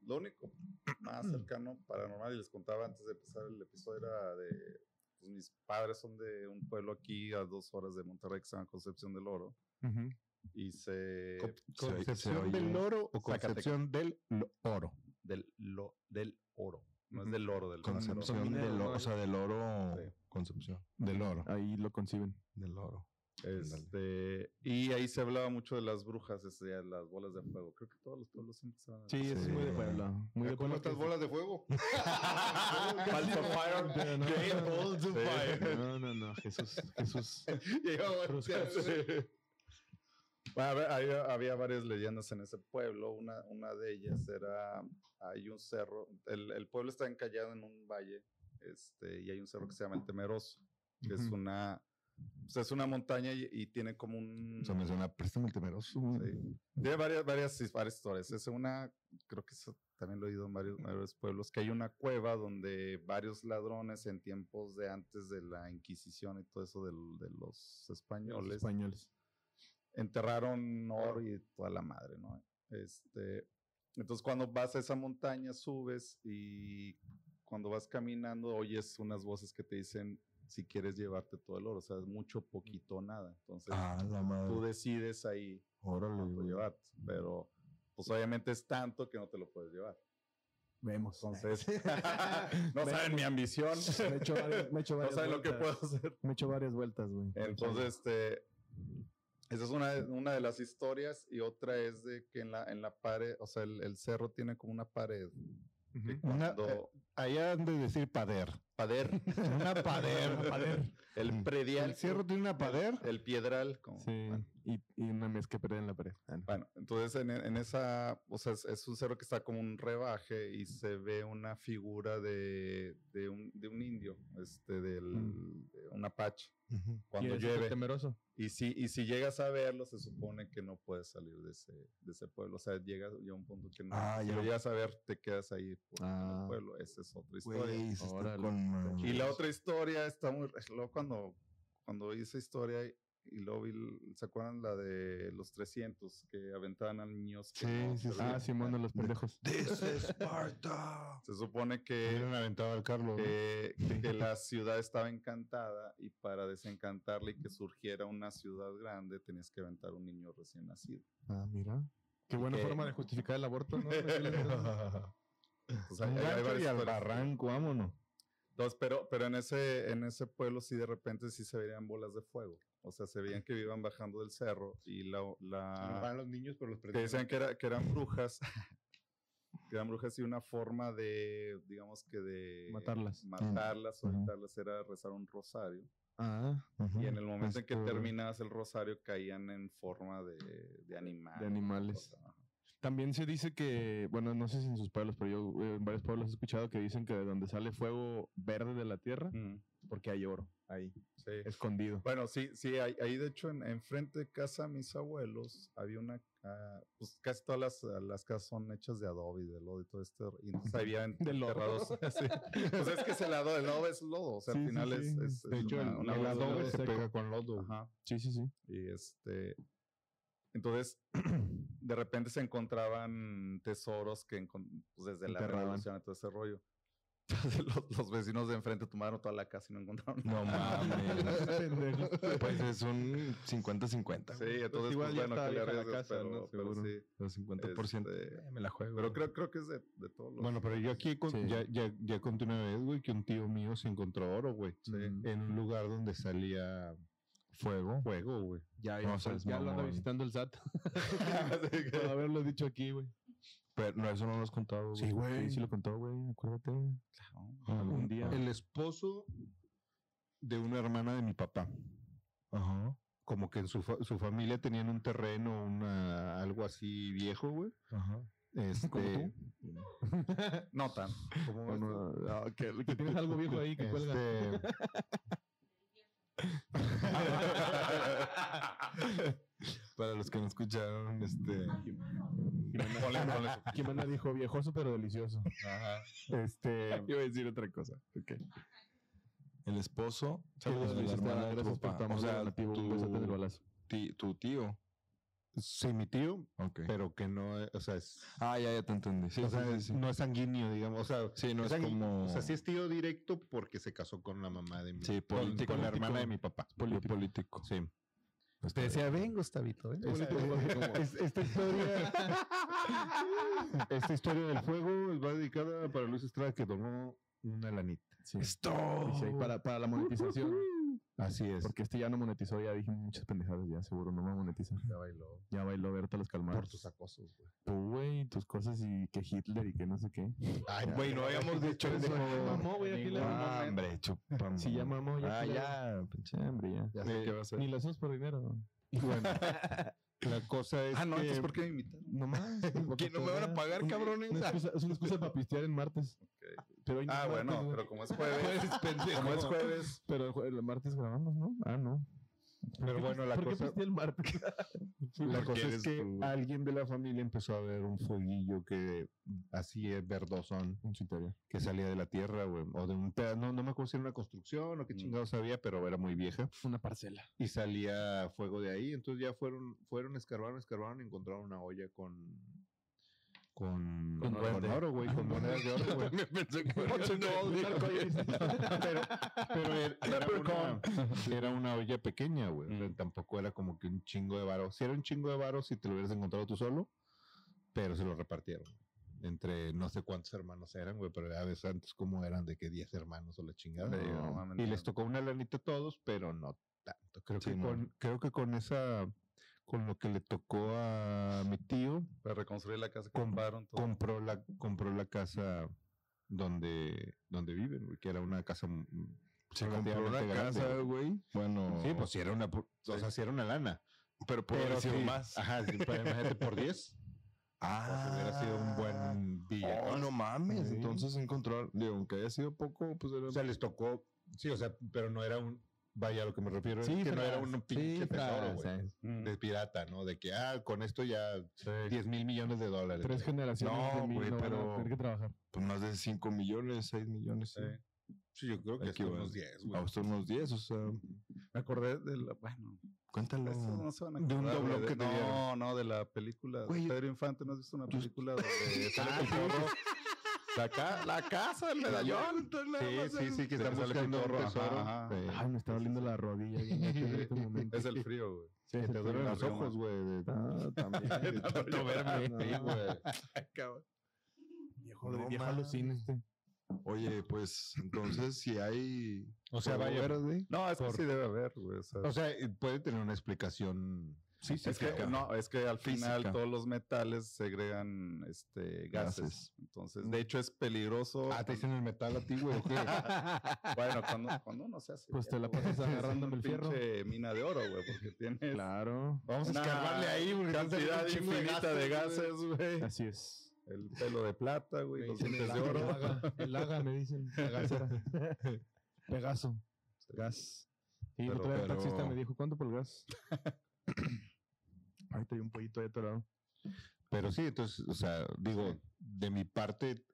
S3: lo único
S2: Mm.
S3: más cercano paranormal, y les contaba antes de empezar el episodio, era de, pues mis padres son de un pueblo aquí a dos horas de Monterrey que se llama Concepción del Oro,
S2: Ujú.
S3: y se...
S4: se oye-
S1: Concepción
S4: se oye.
S1: del oro o
S3: Zacatecas.
S1: concepción del lo- oro.
S3: del, lo, del oro, no es
S2: Ujú.
S3: del oro, del oro.
S4: Concepción
S2: mineros,
S4: del
S2: ¿no?
S4: oro. O sea, del oro.
S3: Sí.
S4: Concepción.
S1: Del oro.
S2: Ahí lo conciben.
S4: Del oro.
S3: Este, y ahí se hablaba mucho de las brujas, ese día, las bolas de fuego. Creo que todos los pueblos siempre se van a...
S2: Sí, es muy de
S4: Sí.
S2: Puebla. Muy de
S3: ¿Cómo
S2: Puebla
S3: estas
S2: que-
S3: bolas de fuego?
S4: Falso fire.
S2: No,
S4: Gale
S2: no, no.
S4: balls to
S2: Sí.
S4: fire.
S2: No, no, no, Jesús, Jesús.
S3: Llegaba
S2: Cruz,
S3: volteando.
S2: cruz.
S3: Bueno, a ver, había, había varias leyendas en ese pueblo. Una, una de ellas era, hay un cerro, el, el pueblo está encallado en un valle, este, y hay un cerro que se llama El Temeroso, que es
S2: Ujú.
S3: una, o sea, es una montaña y, y tiene como un...
S1: O sea, me suena, préstame el temeroso.
S3: Sí. Tiene varias, varias, his- varias historias. Es una, creo que eso también lo he oído en varios, varios pueblos, que hay una cueva donde varios ladrones en tiempos de antes de la Inquisición y todo eso del- de, los
S2: Los
S3: españoles
S2: españoles.
S3: enterraron oro y toda la madre, ¿no? Este, entonces cuando vas a esa montaña, subes y cuando vas caminando oyes unas voces que te dicen si quieres llevarte todo el oro, o sea, es mucho, poquito, nada. Entonces
S4: Ah, la
S3: tú
S4: madre.
S3: decides ahí
S4: Órale,
S3: cuánto
S4: güey.
S3: llevarte, pero pues obviamente es tanto que no te lo puedes llevar.
S2: Vemos.
S3: Entonces, no saben mi ambición,
S2: Me echo varias, me echo
S3: no
S2: varias
S3: saben lo que puedo
S2: vueltas.
S3: hacer.
S2: Me echo varias vueltas, güey.
S3: Entonces, este, esa es una, de- una de las historias y otra es de que en la, en la pared, o sea, el, el cerro tiene como una pared. que
S2: Ujú.
S1: Una-
S3: cuando-
S1: Allá han de decir pader.
S3: pader,
S1: Una pader.
S3: el predial,
S1: El cierro tiene una pader.
S3: el piedral. Como,
S2: Sí.
S3: Ah, bueno.
S2: Y, y una mezcla que perdí en la pared. Ah, no.
S3: Bueno, entonces en, en esa, o sea, es, es un cerro que está como un rebaje y se ve una figura de, de, un, de un indio, este, del,
S2: Mm.
S3: de un apache,
S4: Ujú.
S3: cuando
S2: Y ese es el
S3: llueve.
S2: temeroso.
S3: Y si, y si llegas a verlo, se supone que no puedes salir de ese, de ese pueblo. O sea, llegas ya a un punto que no.
S4: Ah,
S3: si
S4: ya.
S3: lo llegas a ver, te quedas ahí por en
S2: Ah.
S3: el pueblo. Esa es otra historia.
S4: Güey, se está
S2: Órale.
S4: con madre.
S3: Y la otra historia está muy. Luego, cuando, cuando vi esa historia y, y luego vi. l- ¿Se acuerdan la de los 300 que aventaban a niños? que no
S4: sí, sí.
S3: servían?
S2: Ah, Simón de los pendejos.
S4: This is Sparta.
S3: Se supone que.
S1: Hubieran aventado al Carlos. ¿no?
S3: que, que la ciudad estaba encantada y para desencantarla y que surgiera una ciudad grande tenías que aventar un niño recién nacido.
S2: Ah, mira. Qué buena
S3: que-
S2: forma de justificar el aborto, ¿no?
S3: Pues hay-
S1: Un
S3: hay- hay
S1: gancho
S3: varias
S1: y al
S3: historias.
S1: barranco, vámonos.
S3: Entonces, pero, pero en ese, en ese pueblo sí de repente sí se veían bolas de fuego. O sea, se veían que iban bajando del cerro y la, la
S1: los niños, pero los
S3: que decían que, era, que eran brujas. que eran brujas y una forma de, digamos que de
S2: Eh, Matarlas.
S3: matarlas o
S1: Ujú.
S3: evitarlas era rezar un rosario.
S2: Ah, Este,
S3: Y en el momento en que
S2: Esto-
S3: terminabas el rosario caían en forma de, de animal.
S2: de animales.
S3: o sea, ajá.
S2: También se dice que, bueno, no sé si en sus pueblos, pero yo eh, en varios pueblos he escuchado que dicen que de donde sale fuego verde de la tierra,
S3: Mm,
S2: porque hay oro ahí,
S3: sí.
S2: escondido.
S3: Bueno, sí, sí, ahí, ahí de hecho en- enfrente de casa de mis abuelos había una, ca- pues casi todas las, ah, las casas son hechas de adobe y de lodo y todo esto, y entonces había en-
S2: De lodo.
S3: enterrados, sí. Pues es que es el adobe, el lodo es lodo, o sea,
S2: Sí,
S3: al
S2: sí,
S3: final es,
S2: sí.
S3: es-
S1: De
S3: es
S1: hecho, el,
S3: una- una
S1: el
S3: bolsa de
S1: adobe
S3: lodo
S1: se
S3: seco.
S1: pega con lodo.
S3: Ajá.
S2: Sí, sí, sí.
S3: Y este, entonces, de repente se encontraban tesoros que encon- pues, desde la
S2: Enterraban.
S3: revolución y todo ese rollo. Entonces los, los vecinos de enfrente tomaron toda la casa y no encontraron nada.
S4: No mames.
S2: Pendejo.
S4: Pues es un 50-50.
S3: Sí,
S4: güey.
S3: entonces, pues,
S2: igual ya
S3: bueno,
S2: está vieja
S3: que le
S2: la
S3: arriesgas,
S2: casa,
S3: pero,
S2: ¿no?
S3: pero
S2: Seguro.
S3: sí.
S4: Los 50%.
S3: Este,
S4: eh, me la juego.
S3: Pero
S4: güey.
S3: creo, creo que es de, de todos los.
S1: Bueno, pero yo aquí con-
S2: Sí.
S1: ya, ya, ya conté una vez, güey, que un tío mío se encontró oro, güey.
S3: Sí.
S1: En un lugar donde salía fuego. Fuego, güey.
S2: Ya,
S4: No
S2: ya,
S4: seas
S2: ya lo anda
S4: mamón.
S2: visitando el SAT.
S1: pues,
S3: Así
S2: Por
S3: que-
S2: haberlo dicho aquí, güey.
S4: Pero no, eso no lo has contado. güey.
S1: güey.
S2: Sí, sí lo contó, güey. Acuérdate.
S1: Un-
S2: Algún día.
S1: El esposo de una hermana de mi papá.
S4: Ajá.
S1: Como que en su, fa- su familia tenían un terreno, una, algo así viejo, güey.
S4: Ajá.
S1: Este,
S3: no tan.
S1: ¿cómo
S2: No,
S1: es?
S2: no, no, que, que tienes algo viejo ahí que cuelga.
S1: Este,
S4: Para los que no escucharon, este.
S3: Ponle, ponle su-
S2: Jimena dijo viejoso pero delicioso.
S4: Ajá.
S1: este,
S4: Iba a decir otra cosa. Ok. El esposo.
S2: Saludos,
S4: de la
S2: Luis Estrada,
S4: hermana de tu
S2: Gracias por
S4: papá.
S2: tu amor
S4: O sea,
S2: donativo. Un
S4: tu-
S2: besote en el balazo.
S4: ti- tu tío.
S1: sí, mi tío,
S4: Ok.
S1: pero que no, eh, o sea, es,
S4: Ah, ya, ya te entendí. Sí,
S1: o sea,
S4: sí, sí,
S1: es-
S4: sí.
S1: no es sanguíneo, digamos. O sea,
S4: Sí, no es
S1: sanguí-
S4: como.
S1: O sea, sí es tío directo porque se casó con la mamá de mi
S4: Sí,
S1: con-
S4: político,
S1: con la hermana
S4: político.
S1: de mi papá.
S4: político. político.
S1: Sí.
S4: Está bien.
S1: ven, Gustavito. ¿eh?". Esta,
S2: Político.
S1: es- esta historia. esta historia del fuego va dedicada para Luis Estrada que donó una lanita.
S2: Sí.
S4: Esto.
S2: Dice ahí, para, para la monetización.
S1: Así es.
S2: Porque este ya no monetizó, ya dije muchas pendejadas, ya seguro no va a monetizar.
S3: Ya bailó.
S2: Ya bailó Berta los calmados.
S1: Por tus acosos, güey.
S2: Tú, güey, tus cosas y que Hitler y que no sé qué.
S1: Ay,
S4: Güey, no habíamos dicho eso.
S2: mamó, güey, aquí le
S4: Ah, hombre, chupamos.
S2: Sí, ya mamó, ya.
S4: Ah,
S2: que la-
S4: ya, pinche hambre, ya.
S1: Ya sé
S4: Eh,
S1: qué va a ser.
S2: Ni lo hacemos por dinero.
S1: Bueno, la cosa es
S4: Ah, no,
S1: que
S4: entonces,
S3: ¿Por qué me invitaron?
S2: No más.
S4: Que no me van a pagar, cabrones.
S2: Una excusa- es una excusa para pistear en martes. Pero hoy no
S3: Ah,
S2: es martes,
S3: bueno,
S1: pues,
S2: güey.
S3: pero como es jueves. como es jueves.
S2: Pero el jue- el martes grabamos, ¿no? Ah, no. ¿Por
S1: Pero
S2: qué
S1: bueno,
S2: pis-
S1: la
S2: ¿por
S1: cosa-
S2: qué pisteé el martes?
S1: La
S4: Porque
S1: cosa es
S4: eres
S1: que
S4: tú.
S1: alguien de la familia empezó a ver un fueguillo que así es verdosón
S2: En su interior.
S1: que salía de la tierra, güey, o de un pedazo, no, no me acuerdo si era una construcción o qué
S3: Mm.
S1: chingados había, pero era muy vieja
S2: pues, Una parcela.
S1: y salía fuego de ahí, entonces ya fueron, fueron, escarbaron, escarbaron y encontraron una olla con con,
S2: Con
S1: con
S2: duende.
S1: oro, güey, con monedas de oro, güey.
S4: También pensé que era un
S2: Un
S4: audio.
S2: arcoíris.
S1: pero, pero era, era una, era una olla pequeña, güey. o sea,
S4: Mm.
S1: Tampoco era como que un chingo de varo. Si era un chingo de varo, si te lo hubieras encontrado tú solo, pero se lo repartieron. Entre no sé cuántos hermanos eran, güey, pero a veces antes como eran de que 10 hermanos o la chingada.
S3: Le digo,
S1: No.
S3: no mames,
S1: y
S3: no.
S1: les tocó una lanita a todos, pero no tanto. Creo,
S4: Sí,
S1: que
S4: no.
S1: con, creo que con esa, con lo que le tocó a mi tío,
S3: Para reconstruir la casa que
S1: Com-
S3: compraron todo.
S1: compró la, compró la casa donde, donde viven, güey, que era una casa mm,
S4: Se compró una
S1: relativamente grande,
S4: casa,
S1: Ah, güey.
S4: güey. Bueno.
S1: Sí, pues si era una, pu- o
S3: Sí.
S1: sea, si era una lana.
S4: Pero pudo haber
S1: Pero
S4: sido
S1: sí,
S4: más.
S1: Ajá, sí, pero imagínate por 10.
S4: Ah,
S1: pues, hubiera sido un buen día.
S4: Oh, no mames.
S1: Sí.
S4: Entonces encontrar, digo, aunque haya sido poco, pues era.
S1: O sea, les tocó, sí, o sea, pero no era un, vaya, a lo que me refiero
S2: Sí,
S1: es que no
S2: fras,
S1: era un pinche
S2: sí,
S1: tesoro,
S2: fras,
S1: güey,
S3: Mm.
S1: de pirata, ¿no? De que, ah, con esto ya 10 mil millones de dólares.
S2: Tres
S1: Este, güey.
S2: generaciones de
S4: No,
S2: mí
S4: güey,
S2: no van a
S4: pero-
S2: tener que trabajar.
S4: pues más de 5 millones, 6 millones.
S3: Sí.
S4: Sí.
S1: Sí, yo creo que hasta
S4: Equivalente.
S1: unos 10,
S4: A
S1: güey.
S4: usted unos 10, o sea.
S3: Me acordé de la. Bueno,
S4: Cuéntalo.
S3: estos no se van a
S1: De un
S3: acordar, güey,
S1: doblón
S3: de-
S1: que te
S3: No,
S1: dieron.
S3: no, de la película.
S4: Güey,
S3: de Pedro Infante, ¿no has visto una
S4: tus-
S3: película donde sale
S1: Ah,
S3: Piporro? La, ca- la casa, el medallón.
S1: Sí, sí, sí, que
S3: De
S1: están
S3: que sale
S1: buscando un
S3: Piporro, ajá,
S1: tesoro.
S3: ajá.
S1: Sí.
S2: Ay, me está doliendo la rodilla. ya me estoy en este momento.
S3: Es el frío, güey.
S2: Sí,
S1: Que
S2: es
S1: te
S2: el
S1: duelen
S2: frío.
S1: los
S3: Roma.
S1: ojos, güey. de-
S2: Ah, también.
S1: tanto verme.
S2: No,
S1: Sí, güey.
S2: Viejo,
S4: No
S2: viejo alucina este.
S4: Oye, pues entonces si hay.
S1: O sea,
S4: polvo
S1: vaya.
S4: verde,
S3: No, es que
S1: Por-
S3: sí debe haber, güey. o sea,
S1: O sea, eh, puede tener una explicación Sí, sí,
S3: es que
S1: claro.
S3: no, es que al final
S4: Física.
S3: todos los metales segregan este, gases.
S4: Gases.
S3: Entonces, de hecho es peligroso.
S1: Ah, te dicen el metal a ti, güey. ¿o qué?
S3: Bueno, cuando, cuando uno se hace.
S2: Pues te la
S3: viejo,
S2: pasas
S3: güey, es
S2: agarrando
S3: una
S2: el fierro.
S3: pinche mina de oro, güey, porque tienes
S2: Claro.
S1: Vamos a
S3: Una
S1: escarbarle ahí, porque te han salido
S3: cantidad
S1: un chingo
S3: infinita de gases, güey.
S2: Así es.
S3: El pelo de plata, güey,
S2: Me
S3: los
S2: dicen
S3: dientes de
S2: el
S3: oro.
S2: Aga, el Aga, me dicen. Agacera. Pegaso. Gas. Sí,
S4: Pero-
S2: el otro día el
S4: pero-
S2: taxista me dijo, ¿cuánto por el gas? Ahí te dio un pollito ahí atorado.
S1: Pero sí, entonces, o sea, digo, de mi parte,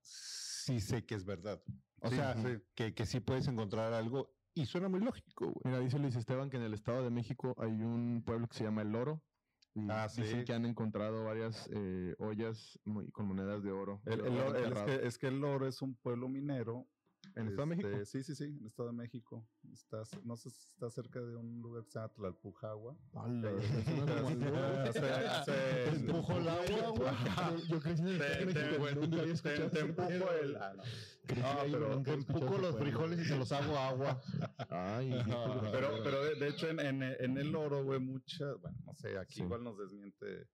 S1: sí sé que es verdad. O
S4: Sí,
S1: sea,
S4: sí.
S1: Que, que sí puedes encontrar algo y suena muy lógico, güey.
S2: Mira, dice Luis Esteban que en el Estado de México hay un pueblo que se llama El Oro. Y
S3: Ah,
S2: Dicen
S3: sí.
S2: que han encontrado varias eh, ollas muy- con monedas de oro.
S3: El-
S2: de oro
S3: el oro- el- es,
S2: enterrado.
S3: que, es que el oro es un pueblo minero.
S2: ¿En el Estado de México?
S3: Este, Sí, sí, sí, en el Estado de México. Estás, no sé si está cerca de un lugar que se llama Tlalpujagua.
S2: Hola,
S3: Ahí-
S2: güey, suena como al-
S3: Hace- hace-
S1: Te empujo el agua, güey. Yo- Yo crecí en el
S3: Te-
S1: Estado de
S3: te-
S1: México, güey, nunca había escuchado
S3: te- te
S1: ese
S3: empujo
S1: pedo.
S3: el- ah, no.
S1: Crecí
S3: No,
S1: ahí,
S3: pero
S1: güey, nunca
S2: nunca he
S1: te empujo
S2: escuchado
S1: los
S2: ese pueblo.
S1: frijoles y se los hago agua.
S2: Ay,
S3: Pero, pero de, de hecho en, en- en el oro, güey, muchas, bueno, no sé, aquí
S2: Sí.
S3: igual nos desmiente.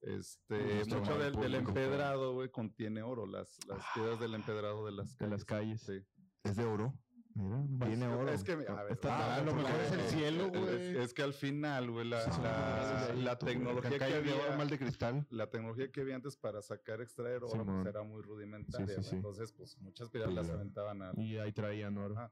S3: Este,
S4: Nuestro
S3: mucho
S4: mal
S3: del, del
S4: público, güey.
S3: empedrado, güey, contiene oro, las, las piedras del empedrado de las
S2: De las calles.
S3: Sí.
S4: ¿Es de oro?
S2: Mira,
S4: Tiene
S3: Es que-
S4: oro.
S3: Es que, a ver,
S2: Está
S3: ah,
S1: raro,
S3: lo
S1: porque
S3: mejor es el
S1: es-
S3: cielo,
S1: es-
S3: güey. Es, que al final, güey, la,
S4: Sí, son
S3: la-
S4: monedas de
S3: la
S4: ladito, güey.
S3: tecnología que
S1: Acá hay
S3: había,
S1: mal de cristal.
S3: la tecnología que había antes para sacar, extraer oro, pues
S2: Simón.
S3: era muy rudimentaria.
S2: sí,
S3: güey.
S2: sí.
S3: Entonces, pues muchas piedras las
S4: Claro.
S3: aventaban al,
S2: Y ahí traían oro.
S3: Ah,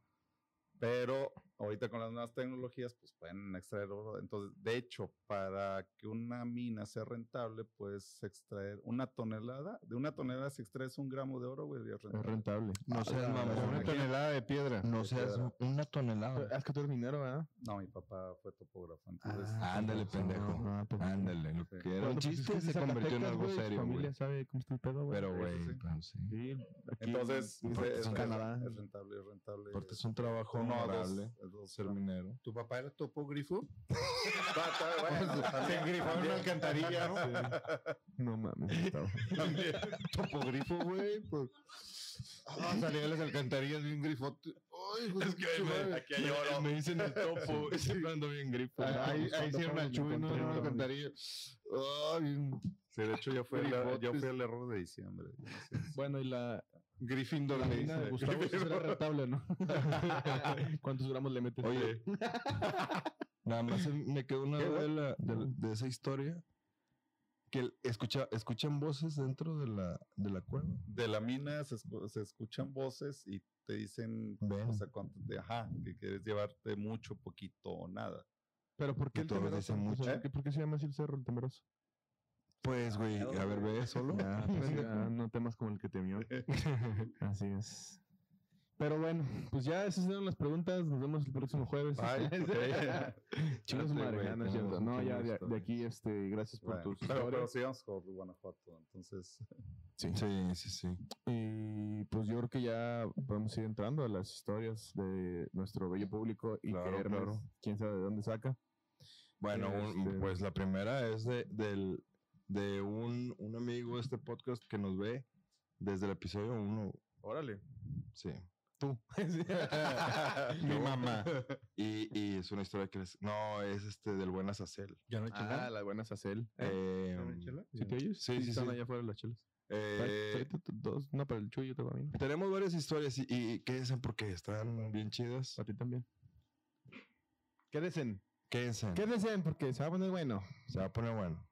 S3: pero ahorita con las nuevas tecnologías, pues pueden extraer oro. Entonces, de hecho, para que una mina sea rentable, puedes extraer una tonelada. De una tonelada, si extraes un gramo de oro, güey, ya es
S2: es
S3: rentable.
S2: rentable.
S4: No
S3: Ah,
S4: seas
S3: la- la-
S4: mamón.
S1: Una tonelada de piedra.
S4: No
S3: de
S4: seas
S3: piedra.
S4: una tonelada.
S2: Es que tú eres minero, ¿verdad?
S3: No, mi papá fue topógrafo. Entonces,
S4: Ándale, pendejo.
S2: Ah, pues,
S4: Ándale, lo
S3: Sí.
S4: que era un
S2: Bueno, pues, es
S4: chiste
S2: que
S4: se
S2: Zacatecas,
S4: convirtió en algo
S2: güey, su
S4: serio, güey.
S2: familia sabe cómo está el pedo, güey.
S4: Pero,
S3: Sí,
S4: güey,
S3: sí, sí.
S4: pues, sí.
S2: Sí, aquí
S3: entonces,
S2: en-
S3: es,
S2: en
S3: es- es-
S2: Canadá.
S3: es rentable, es rentable.
S4: Aparte es un trabajo
S3: Uno a dos-
S4: honorable
S3: a dos
S4: ser
S3: gramos.
S4: minero.
S1: ¿Tu papá era topógrafo?
S3: Ah, está bueno,
S1: Se
S3: también,
S1: engrifó en una
S3: también.
S1: alcantarilla, ¿no?
S2: No mames, Gustavo.
S1: Topogrifo, güey. Pues. Ah, salía de las alcantarillas bien grifote. Ay, güey,
S4: Es que ahí
S1: su madre.
S4: me, me- me dicen el topo, güey, siempre ando bien grifo.
S1: Ahí-
S2: Ah,
S1: Ahí, ahí
S2: buscando
S1: hicieron la
S2: formas de
S1: chuva y no era una
S2: encontrarlo.
S1: alcantarilla. Ay, bien-
S3: Sí, de hecho, yo fui, el, er, yo
S1: Grifotes.
S3: fui el error de diciembre. yo no sé.
S2: Bueno, y la,
S1: Gryffindor
S2: la
S1: le
S2: mina de
S1: dice.
S2: Gustavo sí será rentable, ¿no? ¿Cuántos gramos le metes?
S4: Oye, nada más se- me quedó una duda de, la- de la- de esa historia. Que el- escucha, escuchan voces dentro de la, de la cueva.
S3: de la mina se, escu- se escuchan voces y te dicen,
S4: Ven.
S3: o sea, cuánto te- ajá, que quieres llevarte mucho, poquito o nada.
S2: pero ¿por qué
S4: Y
S2: el
S4: todos
S2: temeroso?
S4: dicen
S2: O sea,
S4: mucho,
S2: ¿por qué- ¿Por qué se llama así el cerro, el temeroso?
S4: Pues, güey,
S1: Ah,
S4: a ver, ve solo.
S2: Ya, pues, ya, no temas como el que temió. Así es. Pero bueno, pues ya esas eran las preguntas. Nos vemos el próximo jueves.
S3: Ay, ok.
S2: Chinga su
S3: Espérate,
S2: madre,
S3: güey,
S2: ya, no es
S3: no,
S2: cierto. No,
S3: qué
S2: ya de,
S3: gusto,
S2: de
S3: güey.
S2: aquí, este, gracias por
S3: Bueno,
S2: tus
S3: pero, pero
S2: historias.
S3: sigamos con Guanajuato, entonces.
S4: Sí, sí, sí. sí.
S2: Y pues yo creo que ya podemos ir entrando a las historias de nuestro bello público y
S4: Claro,
S2: que Hermes,
S4: claro.
S2: quién sabe de dónde saca.
S4: Bueno, un-
S2: Este-
S4: pues la primera es de, del, de un, un amigo de este podcast que nos ve desde el episodio 1.
S2: Órale.
S4: Sí.
S1: Mi mamá.
S4: Y, y es una historia que les... No, es este del buen Azazel.
S1: Ya no
S2: Ah, la buena Sacel.
S4: Eh,
S3: Mm.
S2: ¿Sí te oyes?
S4: Sí, sí,
S2: Están
S4: sí.
S2: allá afuera las chelas.
S4: eh,
S2: Ahorita t- dos, no, para el Chuy y otro para mí. ¿no?
S4: tenemos varias historias y, y quédense porque están bien chidas.
S2: Para ti también. Quédense.
S4: Quédense.
S2: Quédense porque se va a poner bueno.
S4: Se va a poner bueno.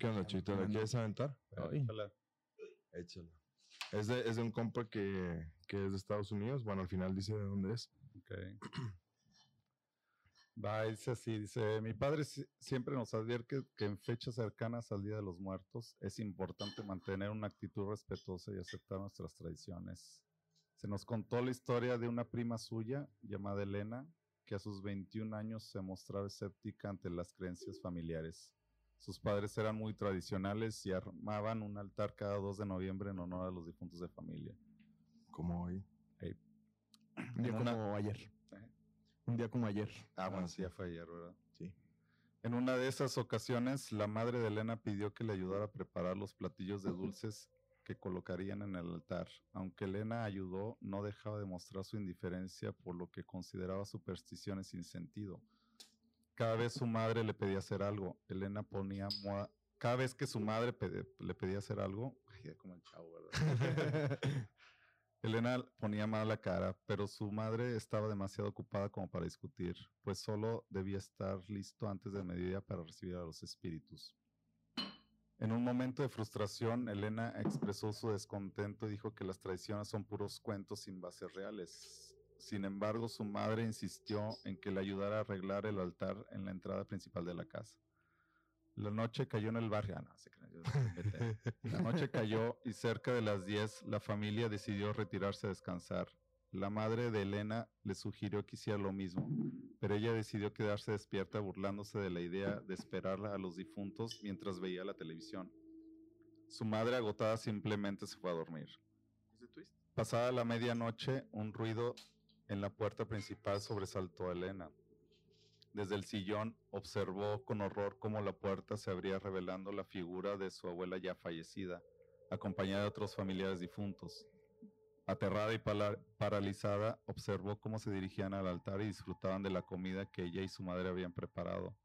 S4: ¿Qué onda, Chuito? ¿La
S2: bueno.
S4: quieres aventar?
S2: Ay.
S3: Hola.
S4: Échala. Es de, es de un compa que, que es de Estados Unidos. Bueno, al final dice de dónde es.
S3: Ok. Va, dice así, dice, mi padre si- siempre nos advierte que en fechas cercanas al Día de los Muertos es importante mantener una actitud respetuosa y aceptar nuestras tradiciones. Se nos contó la historia de una prima suya llamada Elena, que a sus 21 años se mostraba escéptica ante las creencias familiares. Sus padres eran muy tradicionales y armaban un altar cada 2 de noviembre en honor a los difuntos de familia.
S4: Como hoy.
S2: Un día
S3: En una-
S2: como ayer.
S3: ¿Eh?
S2: Un día como ayer.
S3: Ah,
S4: bueno,
S3: bueno,
S4: sí.
S3: sí, ya fue ayer, ¿verdad?
S2: Sí.
S3: En una de esas ocasiones, la madre de Elena pidió que le ayudara a preparar los platillos de dulces que colocarían en el altar. Aunque Elena ayudó, no dejaba de mostrar su indiferencia por lo que consideraba supersticiones sin sentido. cada vez su madre le pedía hacer algo. Elena ponía moda. Cada vez que su madre pedi- le pedía hacer algo, ay, ya como el chavo, ¿verdad? Elena ponía mala cara, pero su madre estaba demasiado ocupada como para discutir, pues solo debía estar listo antes de mediodía para recibir a los espíritus. En un momento de frustración, Elena expresó su descontento y dijo que las traiciones son puros cuentos sin bases reales. Sin embargo, su madre insistió en que le ayudara a arreglar el altar en la entrada principal de la casa. La noche cayó en el barrio. Ah, no, se crean, yo- vete. La noche cayó y cerca de las 10 la familia decidió retirarse a descansar. La madre de Elena le sugirió que hiciera lo mismo, pero ella decidió quedarse despierta burlándose de la idea de esperar a los difuntos mientras veía la televisión. Su madre agotada simplemente se fue a dormir. Pasada la medianoche, un ruido en la puerta principal sobresaltó a Elena. Desde el sillón observó con horror cómo la puerta se abría revelando la figura de su abuela ya fallecida, acompañada de otros familiares difuntos. Aterrada y pala- paralizada, observó cómo se dirigían al altar y disfrutaban de la comida que ella y su madre habían preparado.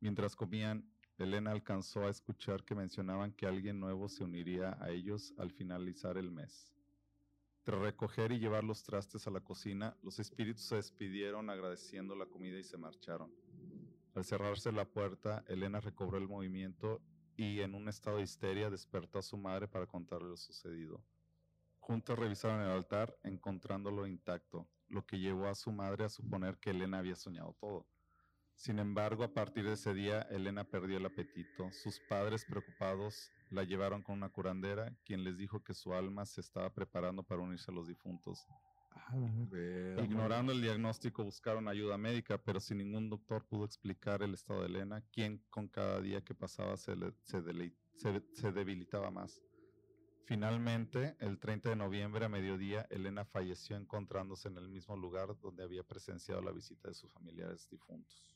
S3: Mientras comían, Elena alcanzó a escuchar que mencionaban que alguien nuevo se uniría a ellos al finalizar el mes. Tras recoger y llevar los trastes a la cocina, los espíritus se despidieron agradeciendo la comida y se marcharon. Al cerrarse la puerta, Elena recobró el movimiento y en un estado de histeria despertó a su madre para contarle lo sucedido. Juntos revisaron el altar encontrándolo intacto, lo que llevó a su madre a suponer que Elena había soñado todo. Sin embargo, a partir de ese día, Elena perdió el apetito. Sus padres, preocupados, la llevaron con una curandera, quien les dijo que su alma se estaba preparando para unirse a los difuntos. Ignorando el diagnóstico, buscaron ayuda médica, pero sin ningún doctor pudo explicar el estado de Elena, quien con cada día que pasaba se, le- se delei- se- se debilitaba más. Finalmente, el 30 de noviembre a mediodía, Elena falleció encontrándose en el mismo lugar donde había presenciado la visita de sus familiares difuntos.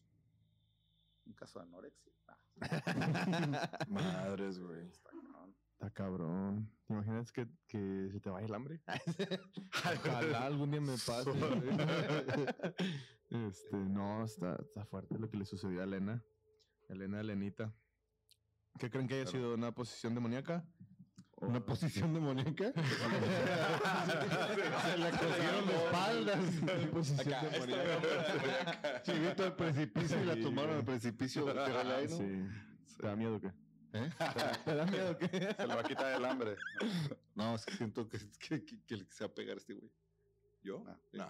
S3: Un caso de anorexia. Ah,
S4: Madres, güey.
S3: está cabrón.
S2: Está cabrón. ¿Te imaginas que, que se te vaya el hambre? Ojalá algún día me pase. güey. este, no, está, está fuerte lo que le sucedió a Elena. Elena, Elenita. ¿Qué creen que haya sido una posición demoníaca?
S1: ¿Una posición de muñeca? Se la cogieron de espaldas.
S2: Posición
S4: Acá, esta demoníaca.
S1: Chivito al precipicio y la
S2: Sí,
S1: tomaron
S2: güey.
S1: al precipicio. pero al aire, ¿no?
S2: Sí. ¿Te da miedo o qué?
S1: ¿Eh?
S2: ¿Te da miedo o qué?
S3: Se le va a quitar el hambre.
S1: No, es que siento que, que, que- que se va a pegar este güey.
S4: ¿Yo?
S1: Ah,
S4: Nah.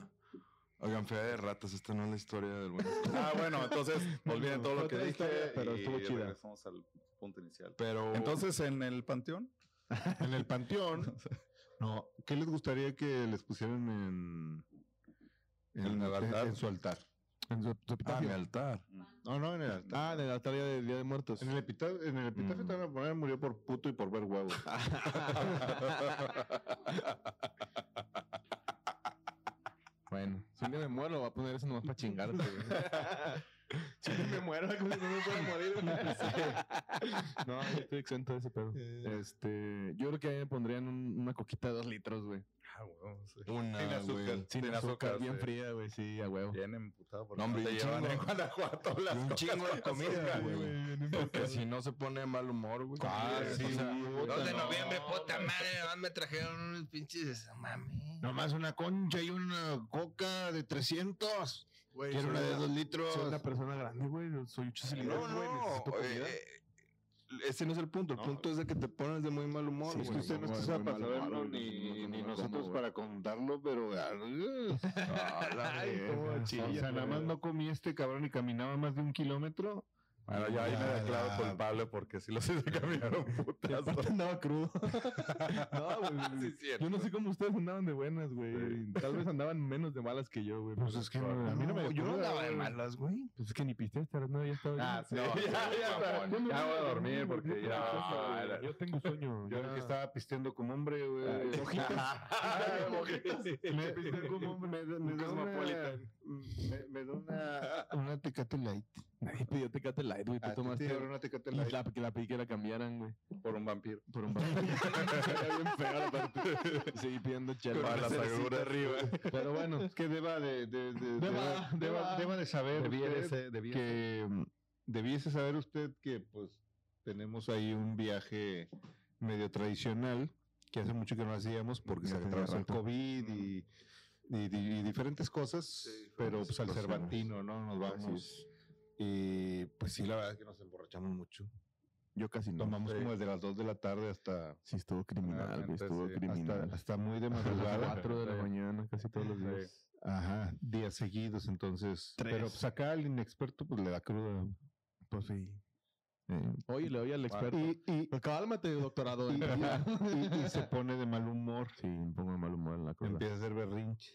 S4: Oigan, fea de ratas, esta no es la historia del buen.
S3: Ah, bueno, entonces olviden todo lo que
S2: Otra
S3: dije.
S2: historia, pero
S3: y
S2: estuvo chida.
S3: regresamos al punto inicial.
S4: Pero.
S3: Entonces, en el panteón.
S1: En el panteón. No, ¿qué les gustaría que les pusieran en, en,
S3: En el altar.
S1: en su altar?
S2: En su, su
S4: Ah, mi
S2: epitafio.
S4: altar.
S3: Mm.
S1: No, no, en el altar.
S2: Ah, en el altar del Día de Muertos.
S1: En el epitafio, en el
S4: Mm.
S1: epitafio te van a poner murió por puto y por ver huevos.
S2: Bueno, si un día me muero, va a poner eso nomás para chingarte. güey. si un día me muero, como si no me puedo morir. güey. No, yo estoy exento de ese pedo. Este, yo creo que ahí me pondrían un- una coquita de dos litros, güey.
S4: Una,
S3: Sin azúcar.
S4: güey.
S2: Sin
S3: Sin
S2: azúcar,
S3: azúcar,
S2: bien
S3: sí.
S2: fría, güey, sí, a huevo.
S3: Bien emputado porque
S4: No, hombre,
S3: no te
S4: y un
S3: llevan
S4: chingo.
S3: en Guanajuato las
S4: Y un
S3: cosas
S4: chingo de
S3: con
S4: comida,
S3: azúcar.
S4: güey. Porque si no se pone de mal humor, güey. Eh,
S1: Ah,
S4: O
S1: sí,
S4: sea,
S1: güey.
S5: Dos de
S1: No,
S5: noviembre, puta madre, nomás me trajeron unos pinches, no mames.
S1: Nomás una concha y una coca de 300.
S2: Güey,
S1: Quiero
S2: soy
S1: una de dos
S2: Soy
S1: litros.
S2: una persona grande, güey. Soy ocho cilindros,
S4: No,
S2: güey.
S4: no,
S2: necesito comida.
S4: eh, ese no es el punto. El
S1: No.
S4: punto es de que te pones de muy mal humor.
S1: Sí, es que
S4: güey.
S1: usted no
S2: muy
S1: está
S2: mal,
S1: para
S2: muy mal,
S1: saberlo
S2: güey, no,
S1: ni,
S2: no,
S1: ni
S2: no, no,
S1: nosotros
S2: güey.
S1: para contarlo, pero.
S4: Ah, la
S2: Ay,
S4: verga.
S2: cómo
S1: o
S2: chilla,
S1: sea, nada más
S2: güey.
S1: no comí este cabrón y caminaba más de un kilómetro.
S3: Bueno, yo ahí me declaro culpable porque si los hice caminar un
S2: Y aparte
S3: putazo.
S2: andaba crudo. no, güey. Yo no sé cómo ustedes andaban de buenas, güey. Tal vez andaban menos de malas que yo, güey.
S1: Pues
S2: pero-
S1: es que
S2: pero-
S1: no- a mí no me
S4: Yo no
S1: ocurre,
S4: andaba de
S1: güey.
S4: malas, güey.
S2: Pues es que ni pisteaste, ahora no, ya estaba.
S3: Ah, sí, ya, ya, ya,
S2: Yo me
S3: ya voy a dormir
S2: güey,
S3: porque
S2: yo
S3: ya-
S2: tengo sueño, güey,
S1: Yo
S2: ya-
S1: que estaba pisteando como hombre, güey.
S4: Ah.
S1: me pisteo como hombre, me, da- me da una,
S4: Cosmopolitan.
S1: me, me da una, una Tecate Light.
S2: Nadie pidió Tecate Light, güey. Tú
S1: A ti te
S2: tomaste.
S1: dieron una Tecate
S2: y
S1: Light
S2: la, que la pedí que la cambiaran, güey.
S3: por un vampiro.
S2: Por un vato. Era bien feo, la parte. Seguí pidiendo chela.
S4: Para las agruras arriba.
S2: Pero bueno,
S1: que deba de, de- de-
S2: Deba,
S1: deba, deba-
S2: deba.
S1: deba de saber
S3: Debiera
S1: usted
S3: ser- debiera ser.
S1: que mm, debiese saber usted que pues tenemos ahí un viaje medio tradicional que hace mucho que no hacíamos porque
S2: Ya
S1: se
S2: tenía
S1: atravesó el
S2: rato.
S1: COVID y, y di- y diferentes cosas,
S4: diferentes
S1: pero pues al
S4: situaciones.
S1: Cervantino, ¿no? Nos vamos. Y pues sí, la verdad es que nos emborrachamos mucho.
S2: yo casi no.
S1: Tomamos como desde las 2 de la tarde hasta,
S2: Sí, estuvo criminal, güey.
S3: Realmente
S2: Estuvo
S3: Ah, sí.
S1: hasta,
S2: criminal.
S1: hasta muy de madrugada.
S2: 4 de la
S3: Sí.
S2: mañana, casi todos los
S3: Sí.
S2: días.
S1: Ajá, días seguidos, entonces. Pero
S2: Tres.
S1: pues acá el inexperto pues le da cruda.
S2: Pues sí.
S1: eh,
S2: Oye, le oye al experto.
S1: y, y-
S2: Cálmate, doctorado.
S1: y- y- y se pone de mal humor.
S2: Sí, me pongo de mal humor en la cosa.
S1: Empieza a hacer berrinche.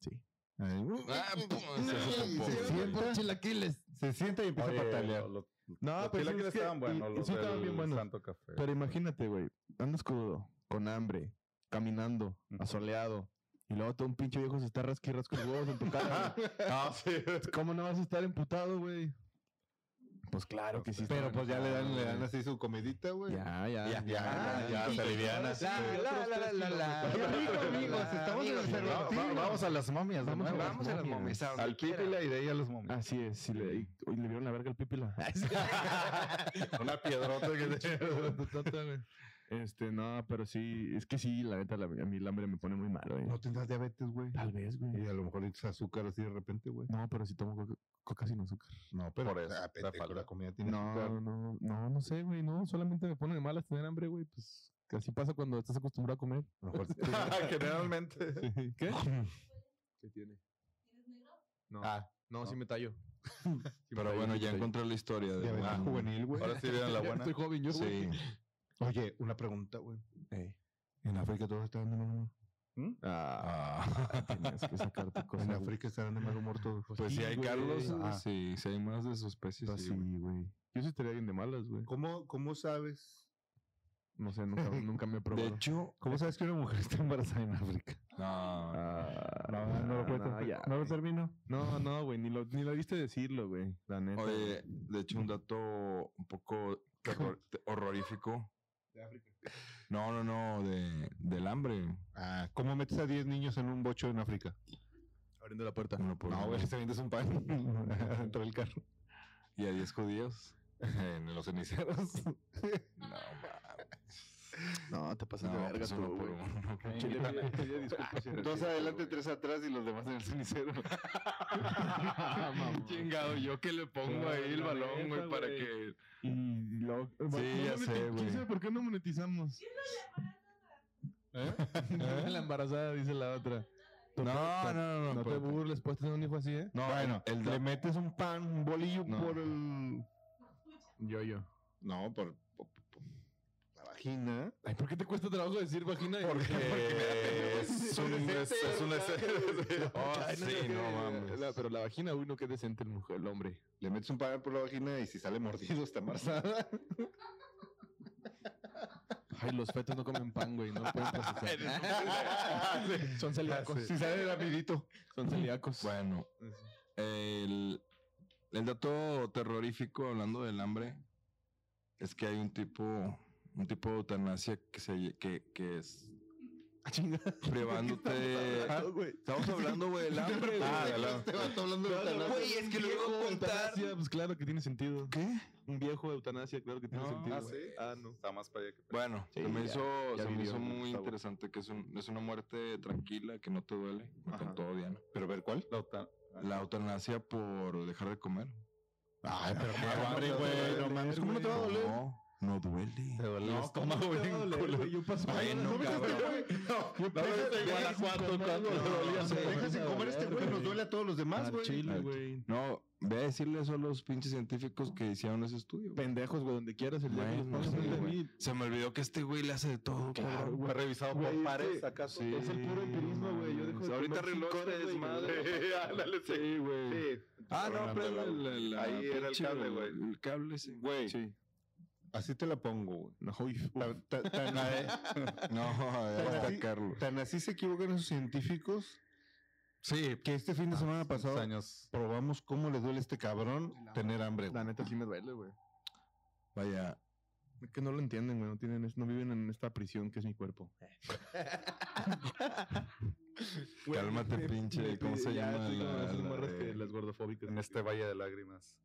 S2: Sí.
S1: Ahí, uh,
S5: Ah, pum,
S1: se hace popó,
S5: se-
S1: güey.
S5: por
S1: se sienta y empieza a patalear.
S3: los,
S2: No,
S3: los chilaquiles
S2: Ah, es que-
S3: estaban buenos,
S2: y-
S3: los
S2: sí, estaban
S3: del
S2: bien buenos.
S3: Santo Café.
S2: Pero imagínate, güey, andas crudo, con hambre, caminando,
S3: Ujú.
S2: asoleado, y luego todo un pinche viejo se está rasqui rasco los huevos en tu cara. güey.
S4: Ah, sí.
S2: ¿Cómo no vas a estar emputado, güey? Pues claro que sí. estaba
S1: Pero pues ya le dan, le dan
S2: emputado,
S1: así su comidita, güey.
S2: güey. Ya, ya,
S4: este- Ya,
S1: Ah,
S4: ya, ya, se aliviana.
S5: La, la, la, la, la.
S1: Ya, rico, amigos,
S5: La,
S1: estamos en el
S5: amigos,
S1: Cervantino.
S5: va- va-
S1: vamos
S4: a las momias,
S2: vamos a
S5: Vamos a las momias. a donde
S3: al Pipi
S5: quiera.
S3: le iré y a los momios.
S2: Así es, sí le, y- uy, le vieron la verga al pipila.
S4: Una piedrota que
S2: Este, no, pero sí, es que sí, la neta, la- a mí el hambre me pone muy mal, güey.
S1: No tendrás diabetes, güey.
S2: Tal vez, güey.
S1: Y a lo mejor echas azúcar así de repente, güey.
S2: No, pero si tomo coca, coca sin azúcar.
S1: No, pero
S4: Por eso,
S1: ah,
S4: la
S1: pendejo,
S4: falta.
S1: la comida tiene azúcar.
S2: No, no, no, no sé, güey, no, solamente me pone de malas tener hambre, güey, pues que así pasa cuando estás acostumbrado a comer. Ah,
S1: A lo mejor
S3: Generalmente.
S2: ¿Qué? ¿Qué tiene? No, no, sí me tallo.
S4: Pero bueno, ya encontré la historia. De
S1: diabetes
S4: Ah,
S1: juvenil, güey.
S4: Ahora sí vieron la
S2: Ya
S4: buena.
S2: Estoy joven, yo
S4: Sí.
S2: güey.
S1: Oye, una pregunta, güey.
S2: Ey.
S1: En África todos están de mal humor.
S2: Ah, tenías que sacarte cosas.
S1: En
S2: güey.
S1: África estarán de mal humor todos.
S4: Pues si hay
S2: güey.
S4: Carlos,
S2: Ah.
S4: sí, si hay más de su especie,
S2: Pues
S4: sí,
S2: sí,
S4: güey.
S2: güey. Yo sí estaría bien de malas, güey.
S1: ¿Cómo, cómo sabes?
S2: No sé, nunca, nunca me he
S4: De
S2: probado.
S4: hecho,
S1: ¿Cómo sabes que una mujer está embarazada en África?
S4: no,
S2: Ah,
S1: terminar.
S2: ya,
S1: no lo
S2: güey.
S1: termino.
S2: No, no, güey, ni lo, ni lo viste decirlo, güey. La neta. güey.
S4: Oye, de hecho, un dato un poco terror- te- horrorífico.
S1: De África.
S4: No, no, no, de, del hambre.
S1: Ah, ¿cómo metes a 10 niños en un bocho en África?
S2: Abriendo la puerta.
S4: Uno por
S1: No,
S4: uno.
S1: güey, te vendes un pan dentro del carro.
S4: Y a 10 judíos en los ceniceros. no,
S2: No, te pasas de
S4: no,
S2: verga
S4: pues
S2: tú,
S4: uno por
S2: güey.
S4: uno.
S2: Chile, pide- pide disculpas y
S1: Dos
S2: retírate,
S1: adelante,
S2: güey.
S1: tres atrás y los demás en el cenicero.
S2: Mamón.
S4: Chingado, yo que le pongo
S2: Sí,
S4: ahí el
S2: la
S4: balón,
S2: neta,
S4: güey, para
S2: güey.
S4: que.
S2: Y luego. Sí,
S4: ya sé, güey.
S2: ¿Por qué no monetizamos? ¿Eh? La embarazada, dice la otra.
S4: ¿Eh? No,
S2: No,
S4: no, no, no.
S2: te
S4: pero-
S2: burles, puedes tener un hijo así, ¿eh?
S4: no,
S1: Bueno,
S4: el, el
S1: le
S4: da-
S1: metes un pan, un bolillo
S2: No.
S1: por el...
S2: Yo, yo.
S1: No, por, por- por la vagina.
S2: Ay, ¿por qué te cuesta trabajo decir vagina?
S4: Porque es un es, es un Oh, sí, no mames.
S2: pero la vagina, uno que es decente el, mujer, el hombre.
S1: Le metes un pan por la vagina y si sale mordido está embarazada.
S2: Ay, los fetos no comen pan, güey. No pueden procesar. Son celíacos.
S1: Si sale rapidito.
S2: Son celíacos.
S4: Bueno, el, el dato terrorífico hablando del hambre es que hay un tipo, un tipo de eutanasia que se que, que es
S2: Ah, Chinga.
S4: privándote.
S2: Ah, güey.
S4: Estamos hablando, güey, del hambre, güey.
S1: Ah, Este vato hablando de eutanasia.
S5: Güey, es que lo iba a
S2: Viejo,
S5: contar.
S2: eutanasia, Pues claro que tiene sentido.
S4: ¿Qué?
S2: Un viejo de eutanasia, claro que tiene
S4: No,
S2: sentido.
S4: ah,
S2: güey.
S3: sí.
S2: Ah, no.
S3: Está más para allá que para acá.
S4: Bueno,
S2: Sí,
S4: se me
S2: ya-
S4: hizo,
S2: ya
S4: se me
S2: vivió,
S4: hizo
S2: ¿no?
S4: muy
S2: Está bueno.
S4: interesante que es, un- es una muerte tranquila, que no te duele. Me
S2: Ajá.
S4: encantó, Diana.
S1: Pero a ver, ¿cuál?
S3: La OTAN.
S4: La eutanasia por dejar de comer.
S1: Ay, pero qué
S3: no
S1: hambre,
S3: te va a
S1: güey. No
S2: doler,
S1: mames, ¿cómo no te va a
S2: güey.
S1: doler?
S4: No, no duele.
S1: Te duele el
S2: No, ¿cómo
S1: estómago,
S2: te va a
S1: güey.
S2: doler,
S1: culo.
S2: güey? Yo paso por
S4: Ay,
S2: horas,
S4: no,
S2: ¿no ves este
S4: cabrón.
S2: güey? Yo
S1: No,
S2: paso
S1: ves
S2: por
S1: este güey
S2: horas sin
S1: Guanajuato,
S2: comer,
S1: cuando
S2: güey.
S1: dolía.
S2: No,
S1: Se
S2: no,
S1: deja
S2: no,
S1: sin comer este güey, nos duele a todos los demás,
S2: Al chile,
S1: güey.
S2: güey.
S4: No, ve a decirle eso a los pinches científicos que hicieron ese estudio. güey.
S2: Pendejos, güey, donde quieras. El día que los
S4: Bueno,
S2: pongas
S4: sí,
S2: frente a
S4: güey.
S2: mí,
S4: Se me olvidó que este güey le hace de todo,
S2: Claro,
S4: cabrón.
S2: güey.
S3: Fue revisado
S2: Güey,
S3: por
S2: es
S3: pares,
S2: que-
S3: ¿acaso?
S4: sí.
S2: Es el puro empirismo, güey. Yo dejo de
S4: Ahorita
S2: comer cinco
S4: arregló
S2: horas,
S4: este
S2: güey,
S4: desmadre.
S2: güey.
S3: Ándale, sí.
S4: Sí, güey.
S3: Sí.
S4: Ah, no,
S3: Ahí
S4: pero el, el- la
S3: era el
S4: pinche-
S3: cable, güey.
S4: El cable, sí.
S1: Güey,
S4: Sí.
S1: Así te la pongo, güey.
S2: No, uy, uf.
S1: Tan- tan- tan
S4: eh.
S1: a-
S4: No, ya
S1: Pero
S4: va a
S1: sí-
S4: sacarlo.
S1: tan así se equivocan esos científicos. Sí. Que este
S4: Ah,
S1: fin de semana pasado
S3: años.
S1: probamos cómo le duele a este cabrón
S5: El hambre.
S1: tener hambre. güey.
S2: la neta sí me duele, güey.
S4: Vaya,
S2: Es que no lo entienden, güey. No, tienen, es- no viven en esta prisión que es mi cuerpo. Güey,
S4: Cálmate,
S2: me-
S4: pinche,
S2: me
S4: ¿cómo
S2: pide-
S4: se
S2: ya
S4: llama
S2: estoy como
S4: la-
S2: esas
S4: la
S2: morras
S4: de-
S2: que las gordofóbicas.
S3: En este valle de lágrimas.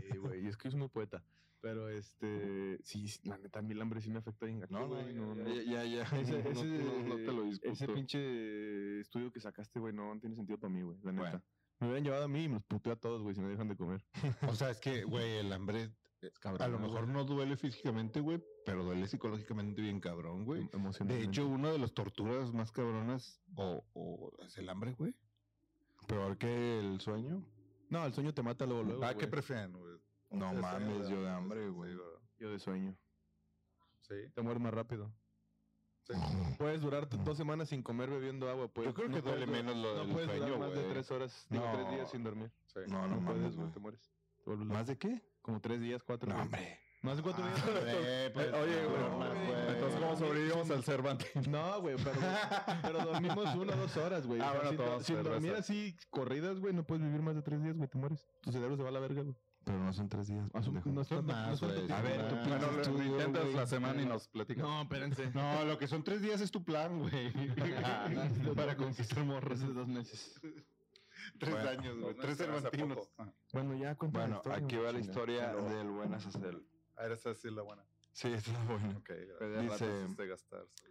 S2: Sí, güey. Y es que yo soy muy poeta. Pero este. Sí, sí, la neta, a mí el hambre sí me afecta bien. gacho,
S4: no,
S2: güey,
S4: no, ya, ya, ya.
S2: Ese,
S4: no,
S2: ese,
S4: no- no te lo discuto.
S2: ese pinche estudio que sacaste, güey, no, no tiene sentido para mí, güey, la neta.
S4: Bueno.
S2: Me hubieran llevado a mí y me los puteo a todos, güey, si me dejan de comer.
S1: O sea, es que, güey, el hambre
S2: Cabrón.
S1: a lo mejor no duele físicamente, güey, pero duele psicológicamente bien cabrón, güey. De
S2: em, Emocionalmente.
S1: hecho, una de las torturas más cabronas o, o es el hambre, güey.
S4: Peor que el sueño.
S2: No, el sueño te mata luego, luego,
S3: ah, ¿qué
S2: güey.
S3: prefieren, güey?
S4: No
S3: Ustedes
S4: mames,
S3: también,
S4: yo de
S3: ¿verdad?
S4: hambre,
S3: Sí,
S4: güey.
S3: ¿verdad?
S2: Yo de sueño.
S3: Sí.
S2: Te mueres más rápido.
S3: sí.
S2: Puedes durar t- dos semanas sin comer bebiendo agua, pues.
S1: Yo creo
S2: no
S1: que
S2: puedes
S1: duele
S2: durar-
S1: menos lo
S2: No
S1: del
S2: puedes
S1: sueño,
S2: durar más de
S1: güey.
S2: tres horas, digo, tres días
S4: No.
S2: sin dormir.
S3: sí.
S4: No,
S2: puedes,
S4: no, mames,
S2: güey,
S4: güey.
S2: te mueres. Te vuelves loco.
S4: ¿Más de qué?
S2: Como tres días, cuatro.
S4: No,
S2: güey.
S4: hombre. Ah,
S2: Más de cuatro días.
S1: Eh, pues,
S3: Oye,
S1: no,
S3: güey.
S1: no,
S2: mames,
S1: güey.
S3: Entonces, ¿cómo sobrevivimos al Cervantes?
S2: No, güey, pero, pero dormimos una o dos horas, güey.
S3: Ah,
S2: O sea,
S3: bueno,
S2: si, do-
S3: todos,
S2: si
S3: el resto.
S2: dormir así corridas, güey, no puedes vivir más de tres días, güey, te mueres. Tu cerebro se va a la verga, güey.
S4: Pero no son tres días.
S2: No es-
S4: pendejo.
S2: no es
S1: Son
S2: tanto- no
S1: más,
S2: es tanto
S1: güey,
S2: tiempo.
S1: son
S4: A ver,
S1: más.
S4: tú
S1: Bueno,
S4: pinches
S1: lo-
S4: estudio,
S3: Intentas
S4: güey.
S3: la semana y nos platicamos.
S2: No, espérense.
S1: No, lo que son tres días es tu plan, güey.
S2: Ah,
S1: Para conquistar morros.
S2: Hace dos meses.
S1: Tres
S3: Bueno,
S1: años, güey.
S3: no,
S1: Tres
S3: hace
S1: cervantinos.
S3: poco. Ah,
S2: Bueno, ya cuenta.
S4: Bueno, aquí va la historia
S3: Luego.
S4: del buen Azazel.
S3: ah, esa sí es la buena.
S4: Sí, esta es la buena.
S3: Ok, gracias.
S4: Dice-
S3: Ratos de gastarse.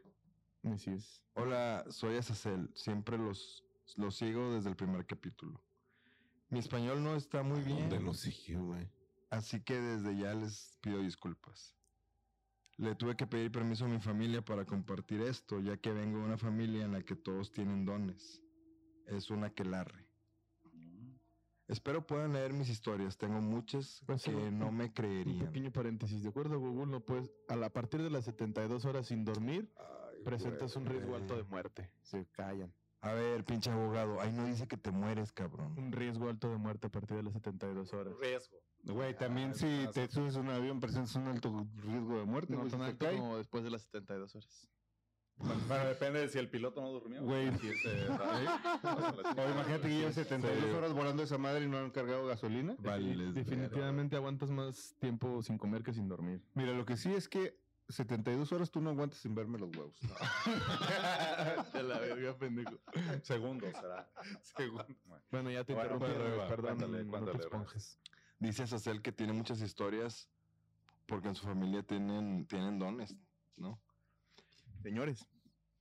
S2: Sí, es.
S4: Hola, soy Azazel. Siempre los, los sigo desde el primer capítulo. Mi español no está muy bien.
S1: siguió, güey?
S4: Así que desde ya les pido disculpas. Le tuve que pedir permiso a mi familia para compartir esto, ya que vengo de una familia en la que todos tienen dones. Es una aquelarre.
S3: Mm,
S4: Espero puedan leer mis historias. Tengo muchas
S2: Pues sí,
S4: que
S2: un-
S4: no me
S2: Un
S4: creerían.
S2: pequeño paréntesis. De acuerdo a Google, no puedes. A, la- a partir de las 72 horas sin dormir,
S4: Ay,
S2: presentas un riesgo
S4: güey.
S2: alto de muerte. Se callan.
S4: A ver, pinche abogado. Ahí no dice que te mueres, cabrón.
S2: Un riesgo alto de muerte a partir de las 72 horas.
S3: Riesgo.
S1: Güey, también
S3: pues, Ah,
S1: si
S3: estás-
S1: te subes a un avión presentas un alto riesgo de muerte,
S2: No
S1: güey. si
S2: tan
S1: te
S2: alto
S1: cae.
S2: como después de las 72 horas.
S3: Bueno, depende de si el piloto no durmió.
S1: Güey.
S3: Así es, eh,
S1: O imagínate que llevas 72
S4: Sí.
S1: horas volando esa madre y no han cargado gasolina.
S4: Vale, les-
S2: Definitivamente aguantas más tiempo sin comer que sin dormir.
S1: Mira, lo que sí es que 72 horas tú no aguantas sin verme los huevos.
S2: De la verga, pendejo.
S3: Segundo será. Segundo.
S2: Bueno, ya te
S3: Bueno,
S2: interrumpí.
S3: cuéntale,
S2: Rebe,
S3: va,
S2: perdón,
S3: cuéntale,
S2: no
S3: cuéntale,
S2: te
S3: Rebe.
S2: esponjes.
S4: Dice Azazel que tiene muchas historias porque en su familia tienen, tienen dones, ¿no?
S2: Señores,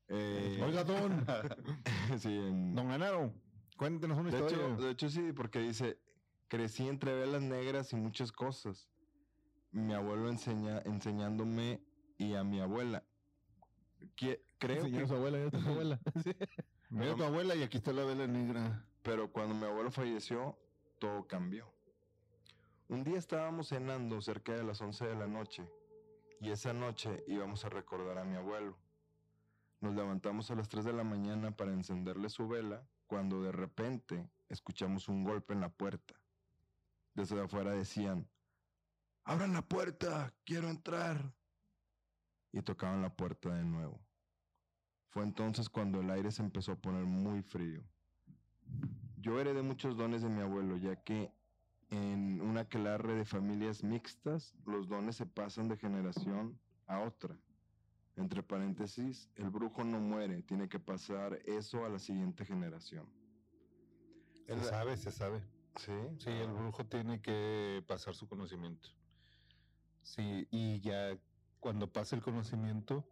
S4: Eh,
S1: Oiga, don,
S4: sí, en-
S1: don Ganaro, cuéntenos una
S4: De
S1: historia.
S4: hecho, de hecho, sí, porque dice, crecí entre velas negras y muchas cosas. Mi abuelo enseña, enseñándome y a mi abuela. Que- creo
S2: señor,
S4: que-
S2: su abuela, ya está su abuela.
S1: Mira tu abuela y aquí está la vela negra.
S4: pero cuando mi abuelo falleció, todo cambió. Un día estábamos cenando cerca de las 11 de la noche y esa noche íbamos a recordar a mi abuelo. Nos levantamos a las 3 de la mañana para encenderle su vela cuando de repente escuchamos un golpe en la puerta. Desde afuera decían, ¡Abran la puerta! ¡Quiero entrar! Y tocaban la puerta de nuevo. Fue entonces cuando el aire se empezó a poner muy frío. Yo heredé muchos dones de mi abuelo, ya que en una aquelarre de familias mixtas, los dones se pasan de generación a otra. Entre paréntesis, el brujo no muere, tiene que pasar eso a la siguiente generación.
S1: Se sabe, se sabe.
S4: Sí,
S1: Sí, el brujo tiene que pasar su conocimiento. Sí, y ya cuando pasa el conocimiento,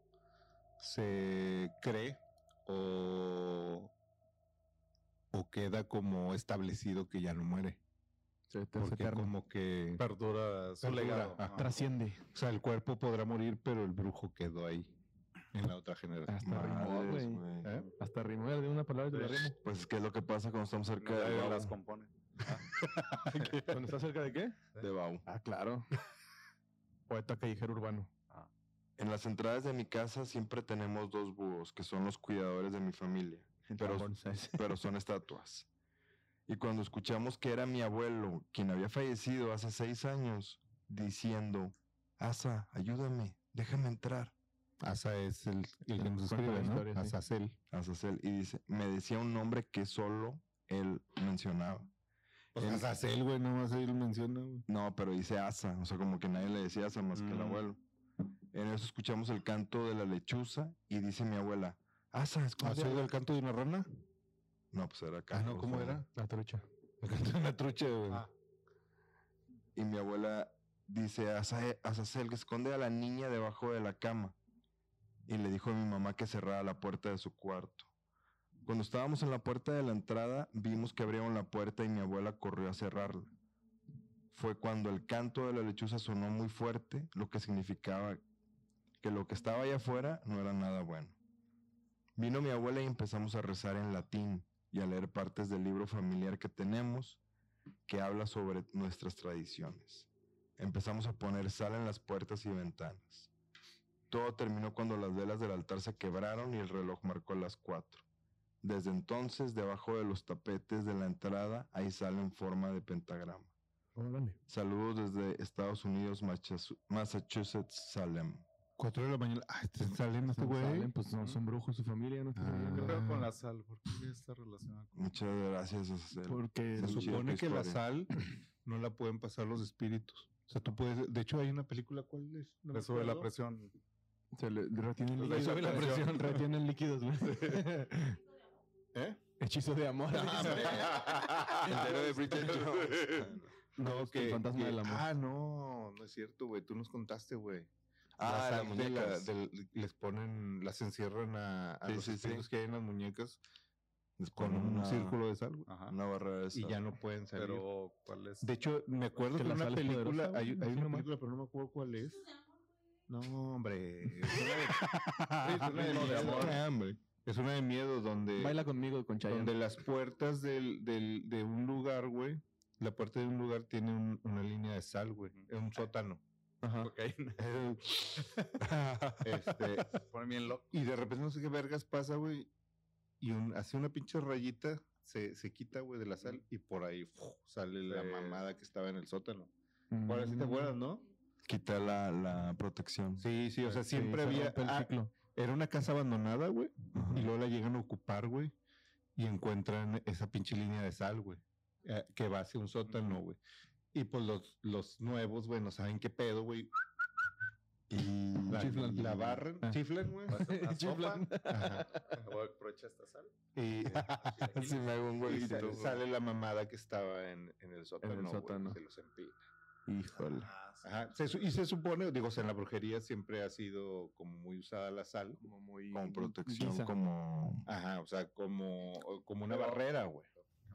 S1: se cree o, o queda como establecido que ya no muere.
S2: Se te hace
S1: Porque
S2: eterno.
S1: como que...
S3: Perdura su
S1: Perdura,
S3: legado. Ah,
S1: ajá.
S3: ¿no?
S2: Trasciende.
S1: O sea, el cuerpo podrá morir, pero el brujo quedó ahí, en la otra generación.
S2: Hasta rimó,
S4: Madres,
S2: güey.
S4: güey.
S1: ¿Eh?
S2: Hasta rimó, de una palabra y te la
S3: Sí.
S2: rimo.
S4: Pues que es lo que pasa cuando estamos cerca
S3: No,
S4: de
S3: eh,
S4: Bau.
S3: las compone.
S2: ¿Cuándo estás cerca de qué?
S4: de Bau.
S2: Ah, claro. Poeta callejero urbano.
S4: En las entradas de mi casa siempre tenemos dos búhos, que son los cuidadores de mi familia. Pero- pero son estatuas. Y cuando escuchamos que era mi abuelo, quien había fallecido hace seis años, diciendo, Asa, ayúdame, déjame entrar.
S1: Asa es el, el que nos
S2: Cuenta la
S1: escribe, ¿no?
S2: historia, sí.
S1: Azazel.
S4: Azazel. Y dice, me decía un nombre que solo él mencionaba.
S1: Pues
S4: Él-
S1: Azazel, güey, nomás ahí lo menciona, güey.
S4: No, pero dice Asa, o sea, como que nadie le decía Asa más que el
S2: Mm.
S4: abuelo. En eso escuchamos el canto de la lechuza y dice mi abuela, Asa,
S1: ¿Has
S4: esconde
S1: oído
S4: algo".
S1: ¿Ah, el canto de una rana?
S4: No, pues era
S1: Ah,
S4: canto.
S1: no, ¿cómo era?
S2: La trucha.
S1: El canto de una trucha, güey.
S4: Y mi abuela dice, "Azae- Azazel, que esconde a la niña debajo de la cama. Y le dijo a mi mamá que cerrara la puerta de su cuarto. Cuando estábamos en la puerta de la entrada, vimos que abrieron la puerta y mi abuela corrió a cerrarla. Fue cuando el canto de la lechuza sonó muy fuerte, lo que significaba que lo que estaba allá afuera no era nada bueno. Vino mi abuela y empezamos a rezar en latín y a leer partes del libro familiar que tenemos que habla sobre nuestras tradiciones. Empezamos a poner sal en las puertas y ventanas. Todo terminó cuando las velas del altar se quebraron y el reloj marcó las cuatro. Desde entonces, debajo de los tapetes de la entrada, hay sal en forma de pentagrama.
S2: Órale.
S4: Saludos desde Estados Unidos, Machasu- Massachusetts, Salem.
S1: Cuatro de la mañana. Ay, te salen este güey.
S2: Salen, pues no son brujos su familia, no te sabían,
S1: Ah.
S3: Yo
S2: ¿verdad?
S3: creo con la sal, porque ya está relacionada con...
S4: Muchas gracias, Azazel.
S2: Porque
S1: Se
S4: Está chida
S1: supone
S4: tu
S1: que la
S4: historia.
S1: sal no la pueden pasar los espíritus. O sea, tú puedes. De hecho, hay una película, ¿cuál es? No me
S3: Le sube la
S1: acuerdo.
S3: presión.
S2: se le retienen
S3: Le
S2: líquidos.
S3: sube la presión.
S2: retienen líquidos, güey.
S3: ¿Eh?
S2: Hechizo de amor.
S4: Entero de Bridget Jones.
S1: No, que.
S2: el fantasma
S1: que-
S2: del amor.
S1: Ah, no, no es cierto, güey. Tú nos contaste, güey.
S4: Ah,
S1: Las
S4: la
S1: sal de la-
S4: muñeca.
S1: del- les ponen, las encierran a, a
S4: Sí,
S1: los
S4: sí, sí.
S1: espíritus que hay en las muñecas
S4: Después
S1: con un
S4: una-
S1: círculo de sal, güey.
S3: Ajá.
S4: Una barrera de
S1: Y
S4: sal.
S1: ya no pueden salir.
S3: Pero, ¿cuál es?
S1: De hecho, me acuerdo
S2: que
S1: que
S2: la
S1: una
S2: sal es
S1: película,
S2: poderosa, güey,
S1: hay, hay
S2: así
S1: una
S2: nomás.
S1: película, pero no me acuerdo cuál es. No, hombre. Es una de, es una de
S3: No, de
S1: miedo.
S3: amor.
S1: Es una de miedo donde,
S2: Baila conmigo con Chayanne.
S1: donde las puertas del, del- de un lugar, güey, la puerta de un lugar tiene un- una línea de sal, güey. Es un sótano.
S2: Ajá.
S1: Este,
S3: Pone bien loco.
S1: y de repente no sé qué vergas pasa, güey. Y un, así una pinche rayita se, se quita, güey, de la
S3: ¿eh?
S1: sal y por ahí ¡fu! sale la
S3: Sí.
S1: mamada que estaba en el sótano. Ahora sí te acuerdas, ¿no?
S4: Quita la, la protección.
S1: Sí, sí, o sea,
S2: Sí,
S1: siempre
S2: Mm, se
S1: había.
S2: rompe el
S1: ah,
S2: ciclo.
S1: era una casa abandonada, güey.
S4: Ajá.
S1: Y luego la llegan a ocupar, güey. Y encuentran esa pinche línea de sal, güey. eh, que va hacia un sótano, güey. Y pues los, los nuevos, güey, no saben qué pedo, güey.
S4: Y
S1: La,
S2: Chiflan.
S1: la barren,
S2: Ah.
S1: chiflan, güey.
S3: Voy a hacer una
S2: Chiflan.
S3: sopa,
S1: Ajá.
S3: voy a aprovechar esta sal.
S1: Y,
S4: Si me hago un
S1: eh, y sa-
S4: huequito.
S1: sale la mamada que estaba en, en el sótano. güey,
S2: sótano.
S1: se los empina.
S4: Híjole.
S3: Ah, sí.
S1: Ajá. Se su- y se supone, digo, o sea, en la brujería siempre ha sido como muy usada la sal.
S2: Como muy.
S4: Como protección,
S2: guisa.
S4: como.
S1: Ajá, o sea, como, como una
S3: Pero-
S1: barrera, güey.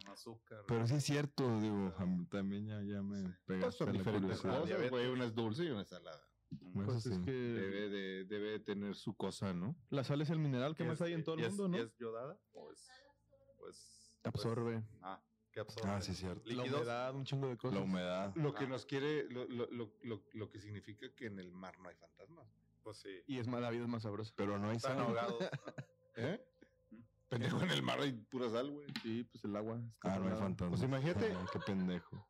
S3: Con azúcar.
S4: Pero sí es cierto, digo, a mí también ya, ya me
S1: Todas
S4: pegaste
S1: son
S4: la
S1: diferentes
S4: curiosidad.
S1: cosas, güey. Una es dulce y una es salada.
S4: Bueno,
S2: Pues
S4: eso
S2: es
S4: sí.
S2: que.
S1: Debe de, debe de tener su cosa, ¿no?
S2: La sal es el mineral que
S3: ¿Y
S2: más
S3: es-
S2: hay en todo
S3: y
S2: el
S3: es-
S2: mundo, ¿no?
S3: ¿Y es yodada? ¿O es, pues,
S2: Absorbe.
S3: pues, ah, ¿qué absorbe?
S4: Ah, sí es cierto.
S2: La
S3: Líquidos.
S2: humedad, un chingo de
S4: La
S2: cosas.
S4: humedad.
S1: Lo que
S3: Ah.
S1: nos quiere, lo, lo, lo, lo, lo que significa que en el mar no hay fantasmas.
S3: Pues sí.
S2: Y es más, la vida es más sabrosa.
S4: Pero no hay
S3: Están
S4: sal.
S3: ahogados.
S1: ¿Eh? Pendejo, en el mar hay pura sal, güey.
S2: Sí, pues el agua. está
S4: Ah, no hay
S2: salada.
S4: fantasma.
S1: Pues imagínate-
S4: Ah, qué pendejo.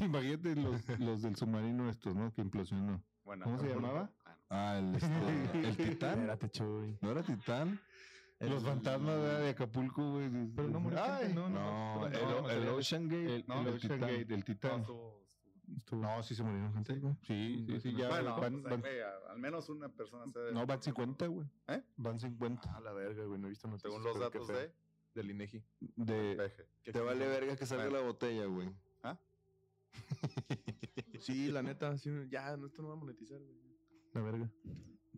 S1: Imagínate los, los del submarino estos, ¿no? Que implosionó.
S3: Bueno,
S1: ¿Cómo se
S3: Acapulco.
S1: llamaba?
S3: Ah, no.
S4: Ah, el, este, el titán.
S2: Espérate, chuy.
S4: ¿No era titán?
S1: Los fantasmas de, de Acapulco, güey.
S2: Pero no murió gente,
S1: Ay,
S2: no,
S4: No, el,
S2: no,
S4: el
S2: no,
S4: Ocean Gate.
S1: El,
S4: no,
S1: el
S4: el
S1: Ocean
S4: titán.
S1: Gate, el
S3: No,
S1: titán.
S3: estuvo-
S1: No, sí se murieron gente, güey. Sí, sí, sí. Ya
S3: bueno,
S1: van,
S3: pues, ahí
S1: van-
S3: me- al menos una persona se
S1: no, van 50, güey.
S3: ¿Eh?
S1: Van 50.
S2: A la verga, güey, no he visto noticias.
S3: Según los
S2: pero qué
S3: datos
S2: feo.
S3: de
S2: Del INEGI.
S1: De,
S3: Peje.
S4: Te vale verga que salga
S3: Bueno.
S4: la botella, güey.
S2: Sí, la neta, sí, ya, no, esto no va a monetizar, güey. La verga.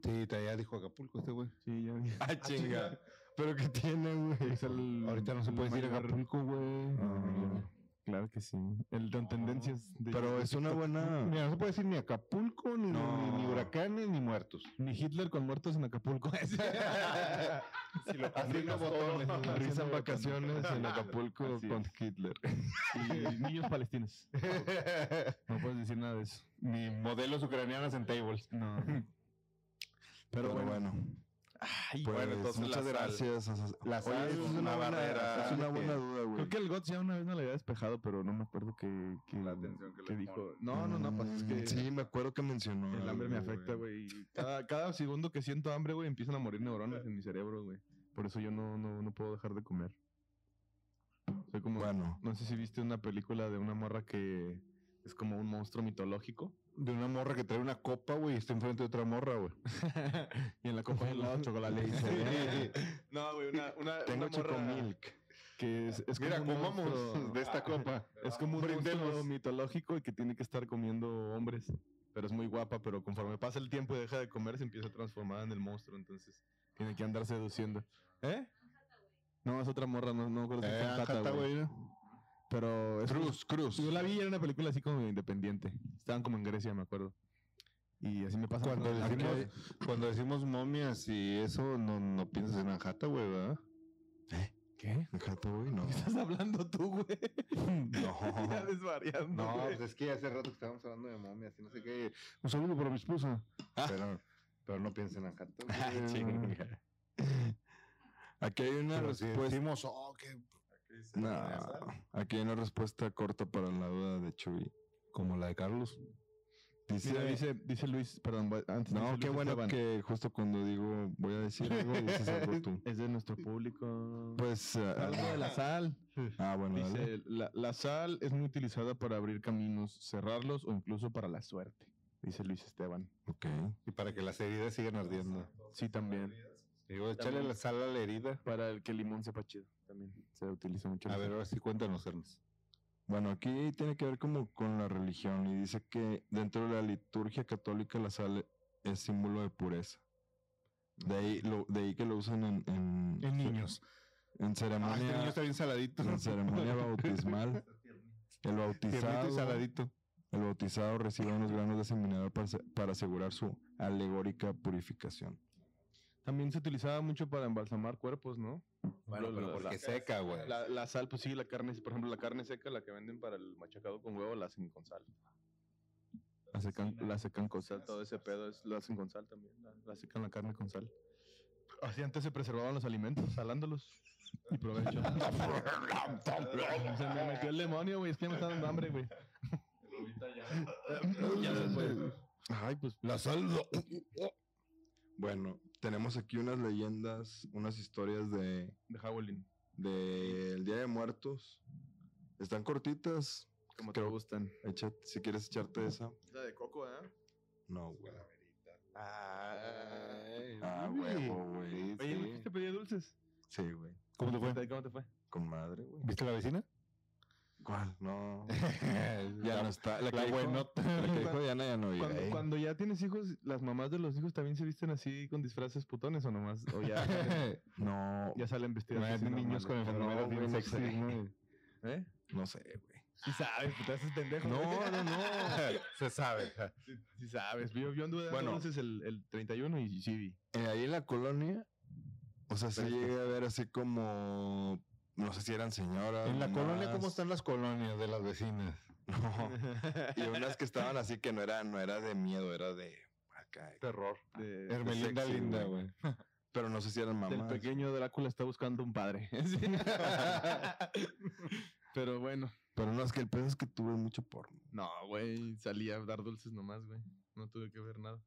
S1: Sí, ya dijo Acapulco este güey.
S2: Sí, ya.
S4: Ah, chinga. Pero que tiene, güey.
S2: Es el-
S1: Ahorita no se
S2: el
S1: puede decir
S2: mayor-
S1: Acapulco, güey.
S2: Ah, Claro que sí. El
S3: Ah.
S2: don tendencias. de-
S4: Pero
S2: de
S4: es una
S2: TikTok.
S4: buena.
S1: Mira, no se puede decir ni Acapulco, ni,
S4: No.
S1: ni, ni huracanes, ni muertos.
S2: Ni Hitler con muertos en Acapulco.
S3: Si lo
S1: Haciendo
S3: combinas todo,
S1: botones.
S4: Risa en
S2: Haciendo
S4: vacaciones en Acapulco
S2: Así
S4: con Hitler.
S2: y niños palestinos. No puedes decir nada de eso.
S1: ni modelos ucranianas en tables.
S2: No. Pero, bueno.
S4: Pues,
S3: bueno, entonces la
S4: muchas
S3: sal.
S4: gracias. Sas-
S3: La
S4: Oye,
S3: sal
S4: es
S3: con
S4: una
S3: una
S4: buena-
S3: barrera
S4: Es una
S3: de que-
S4: buena duda, güey.
S2: Creo que el GOTS ya una vez me lo había despejado, pero no me acuerdo que, que,
S3: La atención que le
S2: dijo.
S3: ponen.
S2: No, no, no, pues es
S4: Mm,
S2: que
S4: Sí, me acuerdo que mencionó.
S2: el hambre me
S4: algo,
S2: afecta, güey. y Cada, cada segundo que siento hambre, güey, empiezan a morir neuronas en mi cerebro, güey. Por eso yo no, no, no puedo dejar de comer. Soy como...
S4: Bueno,
S2: No sé si viste una película de una morra que es como un monstruo mitológico.
S1: De una morra que trae una copa, güey, y está enfrente de otra morra, güey.
S2: y en la copa de helado chocolate. No, güey, una, una, una
S4: tengo
S2: morra
S4: chocomilk.
S2: que es, es
S1: Mira,
S2: como un
S1: comamos
S2: monstruo-
S1: de esta copa.
S2: Es como un monstruo
S1: Brindemos.
S2: mitológico y que tiene que estar comiendo hombres. Pero es muy guapa, pero conforme pasa el tiempo y deja de comer, se empieza a transformar en el monstruo. Entonces tiene que andar seduciendo. ¿Eh? No, es otra morra, no, no me acuerdo si es
S1: Eh,
S2: Anne
S1: Anne
S2: Hathaway.
S1: Hathaway, ¿no?
S2: Pero es
S1: Cruz, Cruz.
S2: Yo la vi, era una película así como independiente. Estaban como en Grecia, me acuerdo. Y así me pasa.
S1: Cuando decimos, cuando decimos momias y eso, no, no piensas en Anjata, güey, ¿verdad?
S2: ¿Qué?
S4: Fíjate, güey, no.
S2: ¿Qué estás hablando tú, güey?
S4: No.
S2: ya desvariando.
S1: No,
S2: güey.
S1: pues es que hace rato que estábamos hablando de momias y no sé qué. Un saludo para mi esposa. Pero, pero no piensen en Anjata.
S4: Ay, chinga. Aquí hay una
S1: Pero si
S4: respuesta.
S1: decimos, oh, qué
S4: No, aquí hay una respuesta corta para la duda de Chuy.
S1: Como la de Carlos.
S4: Dice,
S2: Mira, dice, dice Luis, perdón, voy- antes dice
S4: no,
S2: Luis
S4: qué bueno
S2: Esteban.
S4: que justo cuando digo voy a decir algo, dices algo tú.
S2: Es de nuestro público.
S4: Pues, ah,
S2: Algo de la sal.
S4: ah, bueno, dale.
S2: Dice, la, la sal es muy utilizada para abrir caminos, cerrarlos o incluso para la suerte. Dice Luis Esteban.
S4: ok.
S1: Y para que las heridas sigan ardiendo.
S2: Sí, también.
S1: Digo, échale la sal a la herida.
S2: Para el que el limón sepa chido. También se utiliza mucho. la
S1: A ver,
S2: sal.
S1: ahora sí cuéntanos, Ernest.
S4: Bueno, aquí tiene que ver como con la religión y dice que dentro de la liturgia católica la sal es símbolo de pureza. De ahí, lo, de ahí que lo usan en, en,
S1: En niños.
S4: en
S1: Ah, este niño
S4: ceremonia,
S1: está bien saladito.
S4: en ceremonia bautismal. El
S1: Tiernito y
S4: bautizado,
S1: saladito.
S4: el bautizado recibe unos granos de seminador para, se- para asegurar su alegórica purificación.
S2: También se utilizaba mucho para embalsamar cuerpos, ¿no?
S1: Bueno,
S2: Lo-
S1: pero
S2: lo-
S1: porque
S2: la-
S1: seca, güey.
S2: La, la sal, pues sí, la carne, por ejemplo, la carne seca, la que venden para el machacado con huevo, la hacen con sal. La secan, la secan con sal, todo ese pedo, es, la hacen con sal también. La, la secan la carne con sal. Así antes se preservaban los alimentos, salándolos. Y provecho. se me metió el demonio, güey, es que ya me está dando hambre, güey. ya se fue.
S4: Ay, pues la sal. Bueno, tenemos aquí unas leyendas, unas historias de
S2: De Howling,
S4: del Día de Muertos. Están cortitas.
S2: como te
S4: Creo-
S2: gustan.
S4: Echa- si quieres echarte esa.
S2: La de coco, ¿eh?
S4: No, güey.
S1: Ah,
S4: Ah,
S1: güey.
S4: huevo, güey.
S2: Oye, ¿no te pedí dulces?
S4: Sí, güey.
S1: ¿Cómo te fue?
S2: ¿Cómo te fue?
S4: Con madre, güey.
S1: ¿Viste la vecina?
S4: ¿Cuál? No.
S1: ya
S4: Ya no está. La, que
S1: la
S4: dijo-
S1: buenota.
S4: La que dijo Diana ya no vive.
S2: Cuando,
S4: ahí.
S2: cuando ya tienes hijos, ¿las mamás de los hijos también se visten así con disfraces putones o nomás? O ya, salen-
S4: No,
S2: ya salen vestidas
S1: No,
S2: así
S1: hay
S2: normales?
S1: niños con enfermedades
S4: güey,
S1: bien
S4: no
S1: sexy,
S4: sé.
S1: ¿no?
S2: ¿Eh?
S4: no sé, güey.
S2: Sí sabes, te haces pendejo.
S1: No, no, no. Se sabe.
S2: Sí sabes. Yo, yo anduve dando
S4: Bueno.
S2: dulces el, el 31 y sí vi.
S4: Eh, ahí en la colonia, o sea, se llega a ver así como. No sé si eran señoras.
S2: Ah,
S1: ¿En la colonia cómo
S4: mamás,
S1: están las colonias de las vecinas?
S4: No. Y unas que estaban así que no era, no era de miedo, era de acá.
S1: Terror.
S2: De-
S1: Hermelinda
S4: sexy,
S1: linda,
S4: güey.
S1: güey.
S4: Pero no sé si eran
S2: del
S4: mamás.
S2: pequeño Drácula está buscando un padre. Sí. Pero bueno.
S4: Pero no, es que el pedo es que tuve mucho porno.
S2: No, güey. Salí a dar dulces nomás, güey. No tuve que ver nada.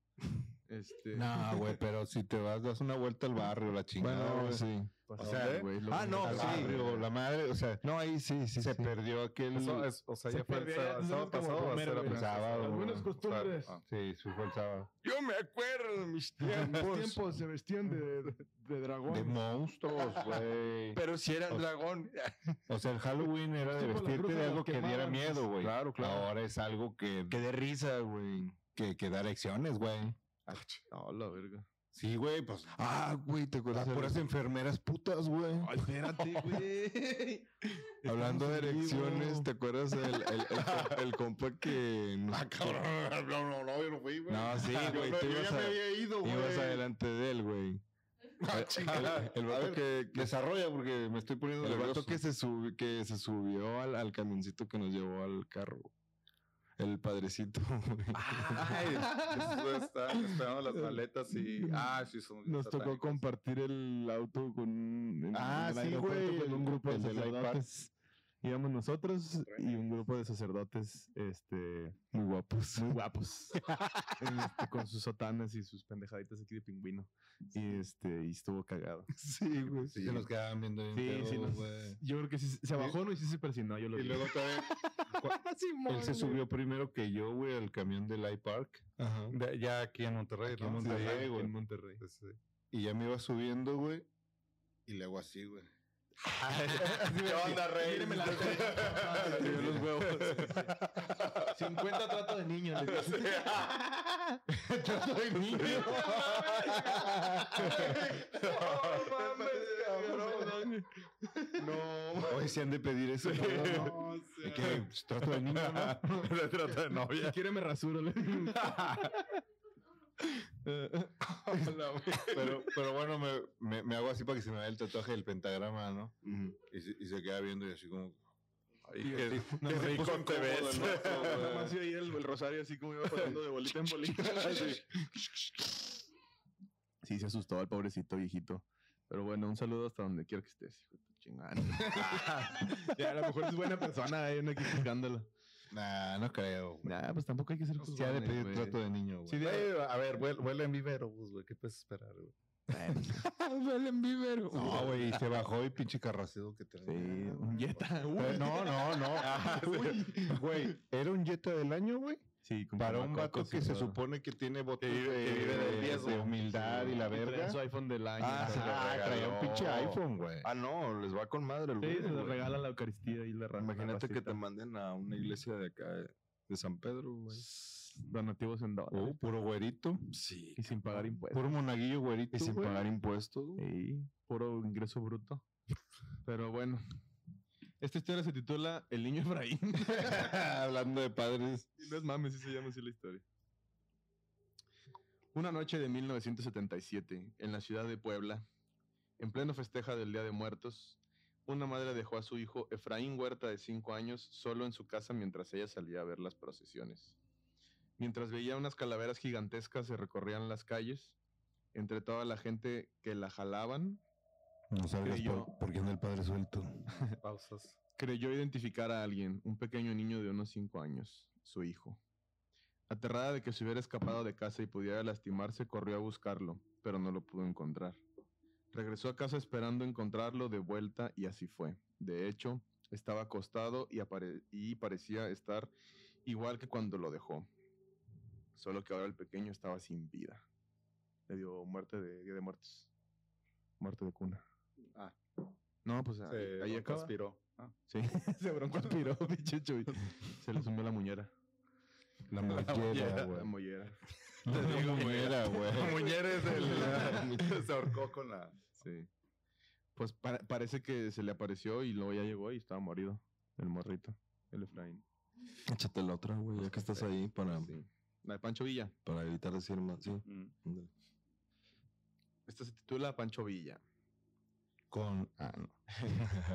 S2: Este.
S1: No, güey, pero si te vas, das una vuelta al barrio, la chingada.
S4: Bueno,
S1: güey.
S4: sí.
S2: pasó,
S1: o sea,
S2: pues, güey, lo
S1: Ah,
S2: mismo
S1: no,
S2: que
S1: sí.
S2: al barrio,
S1: la madre, o sea,
S4: No, ahí sí, sí.
S1: se
S4: sí.
S1: perdió aquel.
S3: Eso es, o sea,
S2: Se
S3: ya fue el
S2: perdió, ya
S3: sábado,
S2: nos
S3: sábado
S2: vamos como
S3: pasado, va a
S2: Romero,
S3: ser
S2: güey.
S3: el
S1: Sábado,
S2: Las
S1: güey.
S2: buenas costumbres.
S3: Ah,
S1: Sí, sí, fue el sábado.
S4: Yo me acuerdo de mis
S2: En mis
S4: tiempos.
S2: tiempos se vestían de, de dragón.
S1: De monstruos, güey.
S4: Pero si era
S1: O-
S4: dragón.
S1: O sea, el Halloween era de
S2: Tipo las
S1: vestirte
S2: brujas
S1: de
S2: las
S1: algo que diera
S2: quemaban, pues.
S1: miedo, güey. Oh,
S4: Claro, claro.
S1: Ahora es algo que,
S4: Que de risa, güey.
S1: que, que da lecciones, güey.
S2: No, la verga.
S1: Sí, güey, pues.
S4: Ah, güey, te acuerdas.
S1: Las
S4: de-
S1: puras enfermeras putas, güey.
S2: Ay, espérate, güey.
S4: Hablando de erecciones, ¿te acuerdas el, el, el, co- el compa que nos-
S1: No, no, no, yo no fui, güey.
S4: No, sí, güey, tú ibas a-
S1: ido,
S4: Ibas adelante de él, güey.
S1: Ah,
S4: El,
S1: chingada.
S4: el
S1: A
S4: vato
S1: ver,
S4: que, que-
S1: Desarrolla porque me estoy poniendo
S4: el vato
S1: nervioso.
S4: que se, subi- que se subió al, al camioncito que nos llevó al carro. el padrecito. güey.
S1: Ah.
S3: Ah, Ay, Jesús está esperando las maletas y. Ah, sí, son.
S2: Nos tocó
S3: satánicos.
S2: compartir el auto con un, en-
S1: Ah,
S2: en el
S1: sí,
S2: aeropuerto
S1: güey,
S2: con un grupo de
S1: el del iPad.
S2: sacerdotes. Íbamos nosotros y un grupo de sacerdotes este, muy guapos. Muy guapos. Este, con sus sotanas y sus pendejaditas aquí de pingüino. Y este y estuvo cagado.
S4: Sí, güey.
S1: Se nos quedaban viendo bien
S2: Sí, sí,
S1: pedos,
S2: nos-
S1: güey.
S2: yo creo que sí, se bajó no y sí se persinó. Yo lo
S1: Y
S2: vi.
S1: luego todavía él se subió primero que yo, güey, al camión del iPark.
S4: Ajá.
S1: De- Ya aquí en Monterrey,
S4: Aquí
S1: ¿no?
S4: en Monterrey,
S1: Monterrey, güey.
S2: en Monterrey.
S1: Pues, eh, Y ya me iba subiendo, güey. Y le hago así, güey.
S3: ¿Qué onda, rey?
S2: Míreme la Se vio los huevos. 50 trato de niño. le digo. trato de niño.
S1: Oye, se han de pedir eso. ¿no? De que pues, trato de niño, ¿no?
S4: Se trata de novia.
S2: Si quiere me rasuro. le digo.
S1: Pero, pero bueno, me, me- me hago así para que se me vea el tatuaje del pentagrama, ¿no? Y se, y se queda viendo y así como... Pues,
S3: Y
S1: que-
S3: que-
S2: No, me
S3: que se
S2: reí
S3: puso
S2: con
S3: incómodo el
S2: todo,
S3: vato,
S2: ¿no?
S3: güey.
S2: Nada más iba ahí el, el rosario así como iba pasando de bolita en bolita. así. Sí, se asustó el pobrecito viejito. Pero bueno, un saludo hasta donde quiera que estés, hijo de tu chingada. ya, a lo mejor es buena persona, hay uno aquí juzgándolo.
S1: Nah, no creo. güey.
S2: Nah, pues tampoco hay que ser
S1: Se ha de pedir trato de niño, güey.
S2: Sí, de-
S3: Güey, a ver, huele, huele en viveros, güey. ¿Qué puedes esperar, güey?
S1: No, güey, y se bajó y pinche carracedo que
S2: Sí,
S1: tenía.
S2: un Jetta.
S1: Pero No, no, no. Uy, Güey, era un Jetta del año, güey.
S2: Sí, con
S1: Para un
S2: chamacocos
S1: vato
S2: y
S1: que se
S2: todo.
S1: supone que tiene botes
S3: Que vive- que vive del
S1: de-
S3: riesgo.
S1: de humildad y la
S2: Y traía
S1: verga.
S2: su iPhone del año.
S4: Ah,
S2: y
S4: sí,
S2: todo.
S4: ah,
S1: Ah, traía un pinche
S4: regaló.
S1: iPhone, güey.
S4: Ah, no, les va con madre. el
S2: Sí,
S4: güey,
S2: se le
S4: güey.
S2: regala la Eucaristía y la ra- la
S4: Imagínate que
S2: racita.
S4: te manden a una iglesia de acá, de- de San Pedro, güey.
S2: Donativos en dólares.
S1: Oh, puro güerito.
S4: Sí.
S2: y sin pagar impuestos.
S1: Puro monaguillo güerito.
S4: Y sin
S1: güey.
S4: pagar impuestos, güey.
S2: Sí, puro ingreso bruto. Pero bueno. Esta historia se titula El niño Efraín.
S1: Hablando de padres.
S2: Y no es mames, sí se llama así la historia. Una noche de 1977, en la ciudad de Puebla, en pleno festeja del Día de Muertos, una madre dejó a su hijo Efraín Huerta de 5 años solo en su casa mientras ella salía a ver las procesiones. Mientras veía unas calaveras gigantescas se recorrían las calles, entre toda la gente que la jalaban,
S1: No sabes
S2: Creyó.
S1: por, por qué anda el padre suelto.
S3: Pausas.
S2: creyó identificar a alguien, un pequeño niño de unos 5 años, su hijo. Aterrada de que se hubiera escapado de casa y pudiera lastimarse, corrió a buscarlo, pero no lo pudo encontrar. Regresó a casa esperando encontrarlo de vuelta y así fue. De hecho, estaba acostado y, apare- y parecía estar igual que cuando lo dejó. Solo que ahora el pequeño estaba sin vida. Le dio muerte de, día de muertes. Muerte de cuna.
S3: Ah.
S2: No, pues ahí,
S3: Se
S2: ahí acaba.
S3: conspiró. Ah.
S2: Sí, se bronco aspiró, pinche Chuy. Se le sumó la muñera.
S1: La mollera,
S2: La
S1: güey.
S2: mollera.
S1: La mollera, güey.
S3: Muñeres
S2: Ah,
S3: del. se ahorcó con la.
S2: Sí. Pues pa- parece que se le apareció y luego ya llegó y estaba morido. El morrito, el Efraín.
S4: Échate la otra, güey, ya que estás ahí para,
S2: Sí. La de Pancho Villa.
S4: para evitar decir más. Sí.
S3: Mm.
S4: ándale.
S2: Esta se titula Pancho Villa.
S1: Con. Ah, no.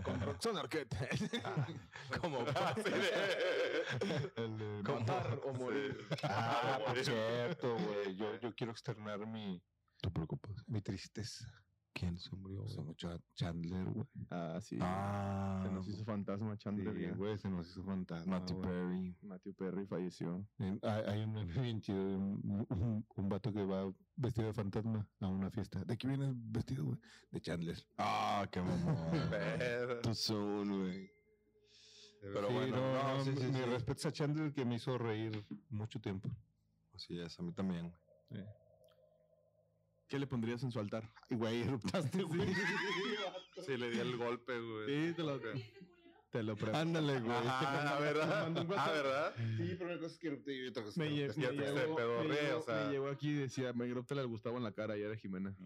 S2: Con Roxanne Arquette.
S4: Como
S3: Así Ah, de-
S1: El de-
S2: Matar o morir.
S1: Ah, por cierto, güey. Yo, yo quiero externar mi,
S4: Te preocupas.
S1: mi tristeza.
S4: ¿Quién se murió,
S1: Se
S4: güey?
S1: murió Cha- Chandler, güey.
S2: Ah, sí.
S4: Ah,
S2: Se nos hizo fantasma Chandler.
S1: Sí,
S2: ya.
S1: güey, se nos hizo fantasma.
S4: Matty
S1: güey.
S4: Perry.
S2: Matthew Perry falleció.
S1: En- Hay, hay un meme bien chido de un, un- un vato que va vestido de fantasma a una fiesta. ¿De qué vienes vestido, güey? De Chandler.
S4: Ah, qué mamón.
S3: Pero-
S4: Tú son, güey. Pero
S1: Sí,
S4: bueno,
S1: no,
S4: no,
S1: no,
S4: sí,
S1: mi-
S4: sí,
S1: mi
S4: sí.
S1: respeto a Chandler que me hizo reír mucho tiempo.
S4: Así es, Oh, a mí también. güey.
S2: ¿Qué le pondrías en su altar?
S1: Y güey, eruptaste, güey.
S3: Sí, le di el golpe, güey.
S2: Sí, te lo, te lo pregunto.
S4: Ándale, güey.
S3: Ah, ¿verdad?
S2: Mandó un
S3: Ah,
S2: WhatsApp.
S3: ¿verdad?
S1: Sí, pero una cosa es que erupté y otra cosa
S2: Me, lle-
S3: Ya
S2: me
S3: te- se
S2: llegó,
S3: pedorrea,
S2: me llegó-
S3: o sea.
S2: me llegó aquí y decía, me te la gustaba en la cara y era Jimena.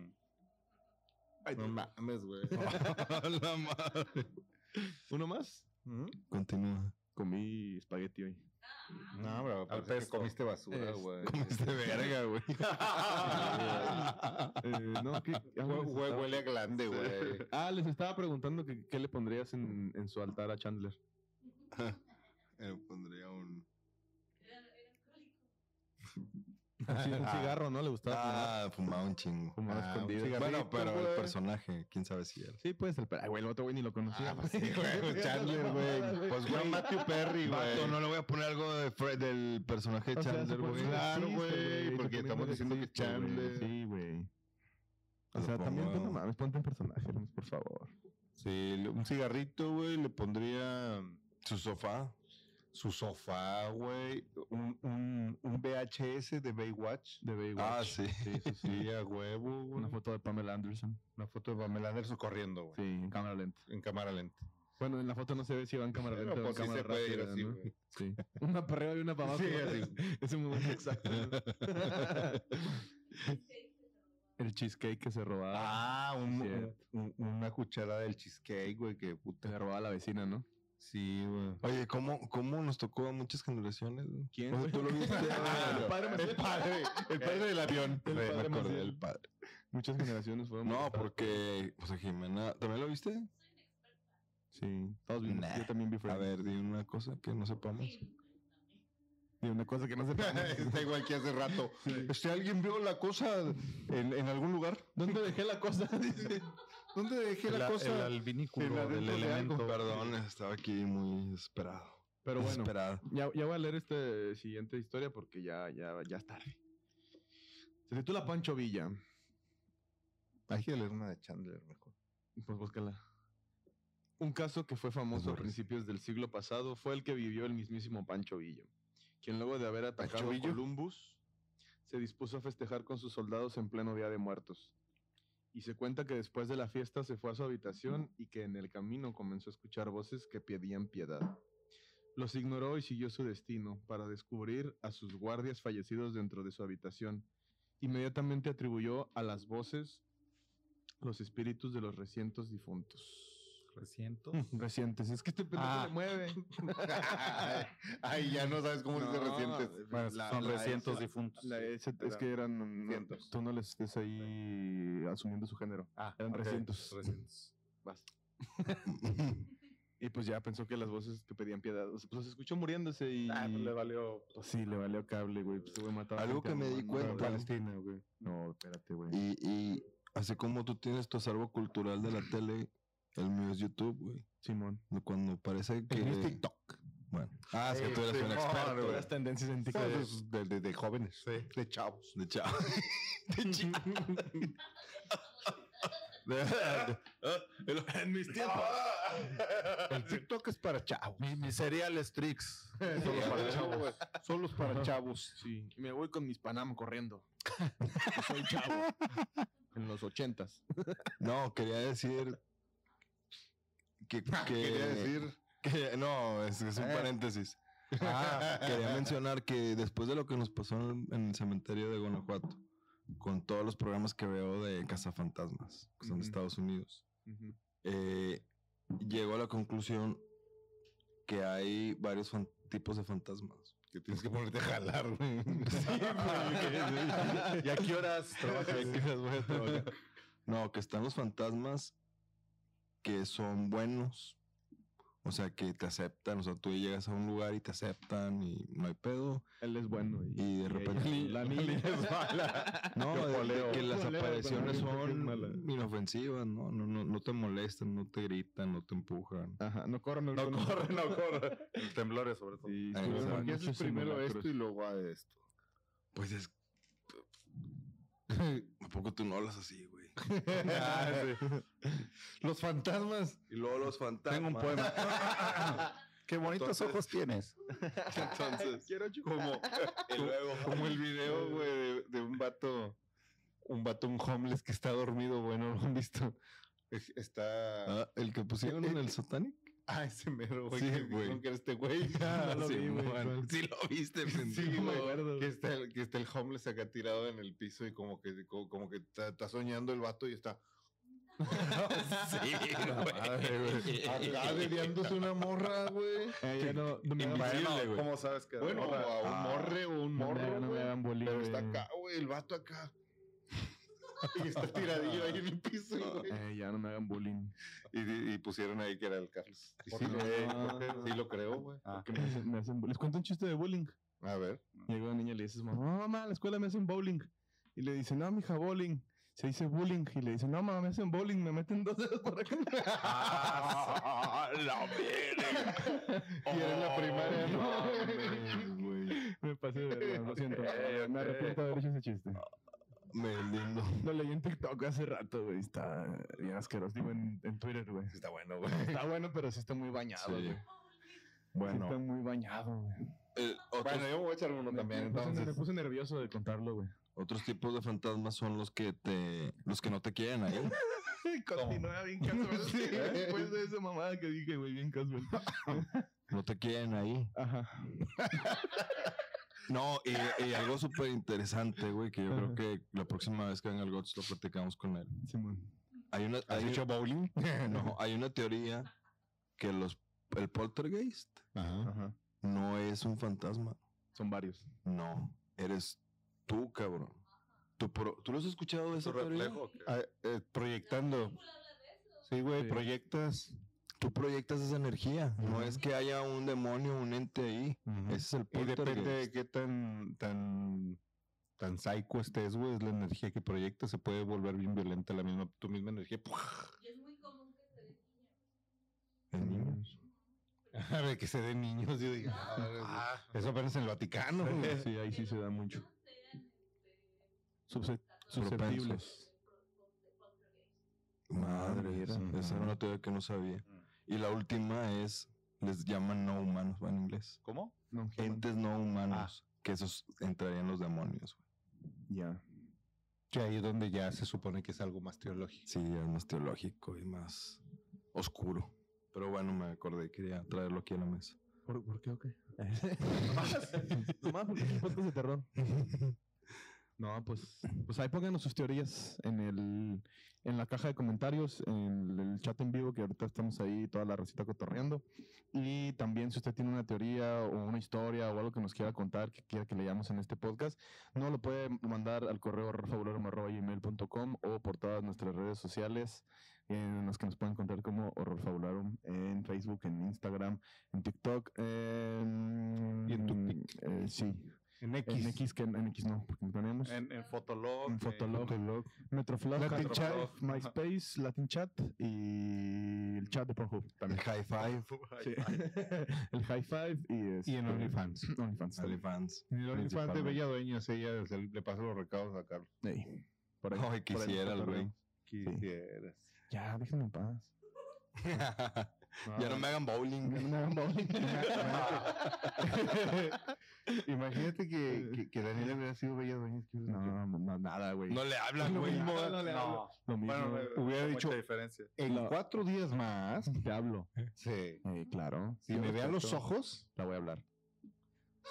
S1: No mames, güey.
S4: A la madre.
S2: ¿Uno más?
S4: Continúa.
S2: Comí espagueti hoy. Este,
S1: No, bro,
S3: Al
S1: parece que
S3: pesco.
S1: comiste
S4: Ah,
S1: basura,
S2: Es-
S1: güey.
S3: este
S4: Comiste verga, güey.
S2: Eh, no, ¿qué? Ah,
S1: Hue-
S2: les
S1: hue-
S2: estaba-
S1: Huele a glande, güey.
S2: Ah, les estaba preguntando que- qué le
S1: Eh,
S2: pondrías en, en su altar a Chandler.
S4: Le pondría un.
S2: Sí, un cigarro, ¿no? Le gustaba. fumar.
S4: Ah, fumaba un chingo.
S2: Fumaba
S4: Ah, un
S2: escondido.
S4: cigarrito, Bueno, pero el
S2: güey.
S4: personaje, quién sabe si era.
S2: Sí, pues, el, pe- ay, güey, el otro güey ni lo conocía.
S4: Ah, pues sí, güey, Chandler, güey. Pues güey,
S1: Matthew Perry,
S4: vato, no le voy a poner algo de Fre- del personaje de
S2: O sea,
S4: Chandler,
S2: supone-
S4: güey.
S2: supone-
S1: Claro,
S2: existe,
S1: güey,
S2: güey,
S1: porque
S2: suponiendo
S1: estamos
S2: que
S1: diciendo que
S2: existe, güey.
S1: Chandler.
S2: Sí, güey. O
S4: Lo
S2: sea, también,
S4: pongo-
S2: pues, no mames, ponte en personaje, Luis, por favor.
S1: Sí, le- un cigarrito, güey, le pondría
S4: Su sofá.
S1: su sofá, güey, un, un, un VHS de Baywatch.
S2: De Baywatch.
S4: Ah, sí.
S1: Sí, sí, sí, a huevo, güey.
S2: Una foto de Pamela Anderson.
S1: Una foto de Pamela Anderson corriendo, güey,
S2: Sí, en cámara lenta.
S1: en cámara lenta.
S2: Bueno, en la foto no se ve si va en cámara lenta o
S1: Pero,
S2: en
S1: pues, sí
S2: cámara
S1: se puede ir
S2: rápida,
S1: así,
S2: ¿no?
S1: güey.
S2: Sí. Una para arriba y una para abajo.
S1: Sí,
S2: Es un momento exacto. ¿no? El cheesecake que se robaba.
S1: Ah, un-
S2: sí, cierto.
S1: un- un- una cuchara del cheesecake, güey, que puta.
S2: se robaba la vecina, ¿no?
S1: Sí, güey.
S4: Oye, ¿cómo, ¿cómo nos tocó a muchas generaciones? güey?
S2: ¿Quién?
S4: O sea, tú lo viste.
S2: Ah, el
S4: güey.
S2: padre Maciel.
S1: El padre del avión.
S2: El
S1: Güey, me
S2: padre
S1: acordé
S2: Maciel.
S1: del padre.
S2: Muchas generaciones fueron.
S4: No,
S2: molestadas.
S4: porque, o sea, Jimena, ¿también lo viste?
S2: Sí, todos vimos.
S4: Nah.
S2: Yo también vi
S4: A
S2: Friends.
S4: ver, di una cosa que no sepamos.
S2: Y una cosa que no sepamos.
S1: Está igual que hace rato. Este, ¿Alguien vio la cosa en, en algún lugar?
S2: ¿Dónde dejé la cosa?
S1: ¿Dónde dejé la,
S3: La- el
S1: cosa?
S3: albínico
S1: el
S4: Del
S1: adentro de
S4: elemento,
S1: algo.
S4: perdón, estaba aquí muy esperado.
S2: Pero bueno,
S4: Desesperado.
S2: ya, ya voy a leer esta siguiente historia porque ya, ya, ya es tarde. Se titula Pancho Villa.
S1: Hay que leer una de Chandler mejor.
S2: Pues búscala. Un caso que fue famoso a
S4: Dolores.
S2: principios del siglo pasado fue el que vivió el mismísimo Pancho Villa, quien luego de haber atacado a
S1: Villo?
S2: Columbus, se dispuso a festejar con sus soldados en pleno Día de Muertos. Y se cuenta que después de la fiesta se fue a su habitación y que en el camino comenzó a escuchar voces que pedían piedad. Los ignoró y siguió su destino para descubrir a sus guardias fallecidos dentro de su habitación. Inmediatamente atribuyó a las voces los espíritus de los recientes difuntos.
S3: Reciento.
S2: Recientes, es que este pendejo
S1: Ah.
S2: le mueve.
S1: Ay, ya no sabes cómo dice
S2: No,
S1: recientes.
S2: Bueno, la- son la- recientos la-
S1: difuntos.
S2: La S es
S1: Eran
S2: que eran. no,
S1: cientos.
S2: tú no les estés ahí asumiendo su género.
S1: ah,
S2: eran
S1: ok.
S2: recientos.
S1: Recientos.
S2: Vas. y pues ya pensó que las voces que pedían piedad. o sea, pues los escuchó muriéndose y.
S3: Ah, pues le valió.
S2: Pues sí, le valió cable, güey. Pues güey mataba
S4: Algo
S2: gente a
S4: que me di
S2: mano,
S4: cuenta.
S2: güey.
S1: Palestina, güey.
S2: No, espérate, güey.
S4: Y, y así como tú tienes tu acervo cultural de la tele, el mío es YouTube, güey.
S2: Simón.
S4: Cuando parece que.
S1: En el TikTok.
S4: Bueno. Ah, es que
S1: Sí,
S4: tú eres un
S1: Simón,
S4: experto.
S1: güey.
S4: güey.
S2: Las tendencias en TikTok.
S1: Todos De, de- de jóvenes. De chavos.
S4: De chao. De chao.
S2: en mis tiempos.
S1: El TikTok es para chavos. Mi, cereales Trix. Solo
S4: Sí,
S1: para
S4: güey.
S1: chavos. Solo para chavos.
S2: Sí. Y me voy con mis Panam corriendo. Y soy chavo. En los ochentas.
S4: No, quería decir. Que, que-
S1: Ah, Quería decir.
S4: que- no, es, es un
S1: Eh.
S4: paréntesis. Ah, Quería mencionar que después de lo que nos pasó en el, en el cementerio de Guanajuato, con todos los programas que veo de Cazafantasmas, que son de
S2: Ujú.
S4: Estados Unidos, eh, llegó a la conclusión que hay varios fan- tipos de fantasmas.
S1: que tienes que ponerte a jalar, güey.
S4: ¿Y a qué horas trabajas? voy a trabajar? No, que están los fantasmas que son buenos. O sea, que te aceptan. O sea, tú llegas a un lugar y te aceptan y no hay pedo.
S2: Él es bueno.
S4: Y de repente-
S2: ella- la mía es mala.
S4: No, de- de
S2: poleo.
S4: que las
S2: Yo poleo, pero
S4: apariciones
S2: no creo que es
S4: son
S2: mala.
S4: inofensivas, ¿no? No, no, no te molestan, no te gritan, no te empujan.
S2: Ajá, no corre, no,
S3: No
S2: grito,
S3: corre, no corre. Temblores, sobre todo.
S2: Sí,
S4: Ahí
S2: sí,
S4: va.
S2: son
S4: Porque
S2: muchos simulacros.
S1: luego a esto.
S4: Pues es. ¿A poco tú no hablas así, güey?
S1: Los fantasmas.
S4: Y luego los fantasmas.
S1: Tengo un poema. Qué bonitos
S4: Entonces-
S1: ojos tienes.
S4: Entonces,
S2: Quiero chupar.
S1: Como, como el video, güey, de, de un vato, un vato, un homeless que está dormido, bueno, lo han visto. Es- Está.
S4: Ah, el que pusieron en el Satanic.
S1: Ah, ese mero, güey.
S4: Sí,
S1: que
S4: güey.
S1: dijeron que era este güey.
S2: No lo vi, güey,
S4: Simón.
S2: ¿cuál?
S4: Sí lo viste,
S1: Sí,
S4: pendejo.
S2: No me
S1: güey,
S2: acuerdo.
S1: Que está, el, que está el homeless acá tirado en el piso y como que como, como que está, está soñando el vato y está
S4: Sí, güey.
S1: acá dediándose una morra, güey.
S2: Eh, ya no, no me hagan-
S4: Invisible,
S3: Bueno,
S4: güey.
S3: ¿Cómo sabes que?
S1: Bueno,
S3: Ahora,
S1: a un
S4: ah,
S1: morre o un
S2: no me
S1: morro,
S2: hagan- no me
S1: güey.
S2: hagan bolillo.
S1: Pero está acá, güey, el vato acá. Y está tiradillo ahí en el piso, güey.
S2: Eh, ya no me hagan bullying.
S1: Y, di- y pusieron ahí que era el Carlos. Y sí,
S2: Porque-
S1: güey, sí lo creo, güey.
S2: Ah. Que me hacen- me hacen bu- Les cuento un chiste de bullying.
S4: A ver.
S2: Llega una niña y le dices, mamá, mamá, en la escuela me hacen bowling. Y le dice, no, mija, bowling. Se dice bullying. Y le dice, no, mamá, me hacen bowling, me meten dos dedos por acá. Ah.
S4: la verga!
S2: y era en la primaria, ¿no?
S4: mames, Oh, güey.
S2: me pasé de verdad, lo siento. Me arrepiento de haber hecho ese chiste.
S4: Me lindo.
S2: Lo leí en TikTok hace rato, güey. Está bien asqueroso. Digo, en, en Twitter, güey.
S4: Está bueno, güey.
S2: Está bueno, pero sí está muy bañado,
S4: Sí.
S2: güey. Sí está
S4: Bueno.
S2: muy bañado, güey.
S4: eh, otros,
S3: Bueno, yo me voy a echar uno
S2: Me-
S3: también,
S2: me puse-
S3: entonces.
S2: me puse nervioso de contarlo, güey.
S4: otros tipos de fantasmas son los que te... Los que no te quieren ahí.
S2: Continúa bien casual. Después de esa mamada que dije, güey, bien casual.
S4: No te quieren ahí.
S2: Ajá.
S4: No, y, y algo súper interesante, güey, que yo
S2: Ajá.
S4: creo que la próxima vez que venga el Gots lo platicamos con él.
S2: Simón.
S4: Hay una, hay,
S1: bowling?
S4: no, hay una teoría que los, el poltergeist
S1: Ajá.
S2: Ajá.
S4: no es un fantasma.
S2: Son varios.
S4: No, eres tú, cabrón. ¿Tú, pro- ¿tú lo has escuchado de esa
S3: ¿Tu
S4: teoría?
S3: reflejo? que-
S1: Ah, eh, proyectando. Sí, güey,
S2: Sí.
S1: proyectas.
S4: Tú proyectas esa energía. No es que haya un demonio, un ente ahí.
S1: Ujú.
S4: Ese es el
S1: Y depende
S4: poltergeist.
S1: de qué tan, tan, tan psycho estés, güey, es la energía que proyectas, se puede volver bien violenta la misma, tu misma energía.
S6: Y es muy común que se
S4: En
S6: den niños.
S4: niños.
S1: A ver, que se den niños, yo digo,
S3: Ah,
S1: eso apenas en el Vaticano, güey.
S2: Sí, ahí sí se da mucho.
S6: No sean
S2: Susce-
S4: Propensos.
S2: susceptibles.
S4: Madre, esa,
S1: Ujú.
S4: esa era una teoría que no sabía.
S2: Mm.
S4: Y la última es, les llaman no humanos va en inglés.
S3: ¿Cómo?
S2: No,
S4: Entes no humanos,
S2: Ah.
S4: que esos entrarían los demonios. güey.
S2: ya.
S1: Que ahí es donde ya se supone que es algo más teológico.
S4: Sí, es más teológico y más oscuro. Pero bueno, me acordé, quería traerlo aquí a la mesa.
S2: ¿Por, por qué o qué? Nomás- Nomás porque es un podcast de terror. No, pues, pues ahí pónganos sus teorías en el en la caja de comentarios, en el chat en vivo que ahorita estamos ahí toda la recita cotorreando. Y también si usted tiene una teoría o una historia o algo que nos quiera contar, que quiera que leamos en este podcast, no lo puede mandar al correo horrorfabularum.com o por todas nuestras redes sociales en las que nos pueden encontrar como horrorfabularum en Facebook, en Instagram, en TikTok, en,
S1: Y en
S2: eh, sí,
S1: En X.
S2: en X que en X no, porque no tenemos.
S3: En, en Fotolog.
S2: En
S3: eh,
S2: Fotolog, Metroflog,
S1: Latin
S2: Latin
S3: Chat.
S2: MySpace, Latin Chat y el chat de Pornhub
S4: El
S2: también.
S4: high five,
S2: Sí. el High Five y,
S1: Y en
S2: este,
S1: OnlyFans.
S2: OnlyFans. también.
S4: OnlyFans.
S1: En el OnlyFans de
S4: Principalmente.
S1: Bella Dueñas, ella se- le pasa los recados a Carlos.
S2: Ey, por ahí- por ahí
S4: Ay,
S2: nos
S4: quisiera el güey.
S2: cotorreamos.
S3: Quisieras.
S2: Ya, déjenme en paz.
S4: ya no me hagan
S2: No
S4: bowling.
S2: me hagan bowling.
S1: Imagínate que, que, que Daniela hubiera sido Bella Dueñas. ¿qué hubiera hecho?
S2: No, no, nada, güey.
S4: No le hablan,
S2: Lo
S4: güey.
S2: mismo,
S4: No,
S2: no le hablo. Lo mismo.
S3: Bueno,
S2: güey.
S3: eh,
S1: hubiera
S3: mucha
S1: dicho-
S3: diferencia.
S1: En
S2: No.
S1: cuatro días más,
S2: Te hablo.
S1: sí,
S2: Ey, claro.
S1: si
S2: Yo
S1: me vean los
S2: respeto,
S1: ojos,
S2: La voy a hablar.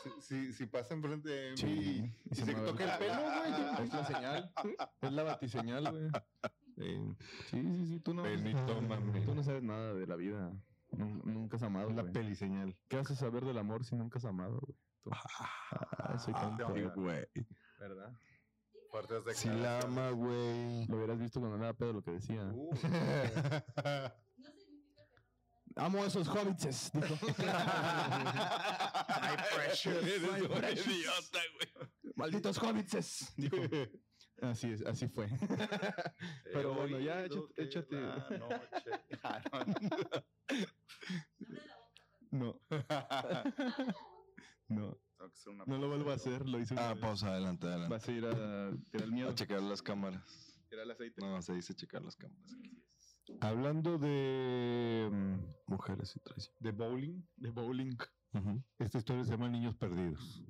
S1: Si, si, si pasa enfrente de mí
S2: Sí,
S1: y se,
S2: me va a
S1: toca
S2: ver.
S1: el pelo, güey.
S2: Es la señal. Es la batiseñal, güey. Sí, sí, sí, tú no.
S1: Benito, mami.
S2: Tú no sabes nada de la vida. Nun- Nunca has amado.
S1: La
S2: güey.
S1: peliseñal.
S2: ¿Qué haces saber del amor si nunca has amado, güey? Tú. Ah, soy tonto.
S3: onda.
S4: güey.
S2: ¿Verdad?
S3: Fuertes de
S4: Si la ama, güey.
S2: Lo hubieras visto cuando no era pedo lo que decía.
S3: Uh.
S6: No significa que
S2: Amo a esos hobbits. Dijo.
S4: My precious.
S2: My
S4: Eres un
S2: precious.
S4: idiota, güey.
S2: Malditos hobbits. Dijo. Así es, así fue. Pero
S3: Eh,
S2: bueno, ya échate- échate.
S3: Ah,
S6: no abre la boca.
S2: No, no. No lo vuelvo a hacer, lo hice una
S4: Ah,
S2: vez.
S4: pausa, adelante, adelante.
S2: Vas a ir a tirar el miedo.
S4: A checar las cámaras.
S2: Tirar el aceite.
S4: No, se dice checar las cámaras.
S1: Hablando de, mm,
S4: Mujeres y traición.
S1: de bowling,
S2: De bowling.
S1: esta historia se llama Niños Perdidos.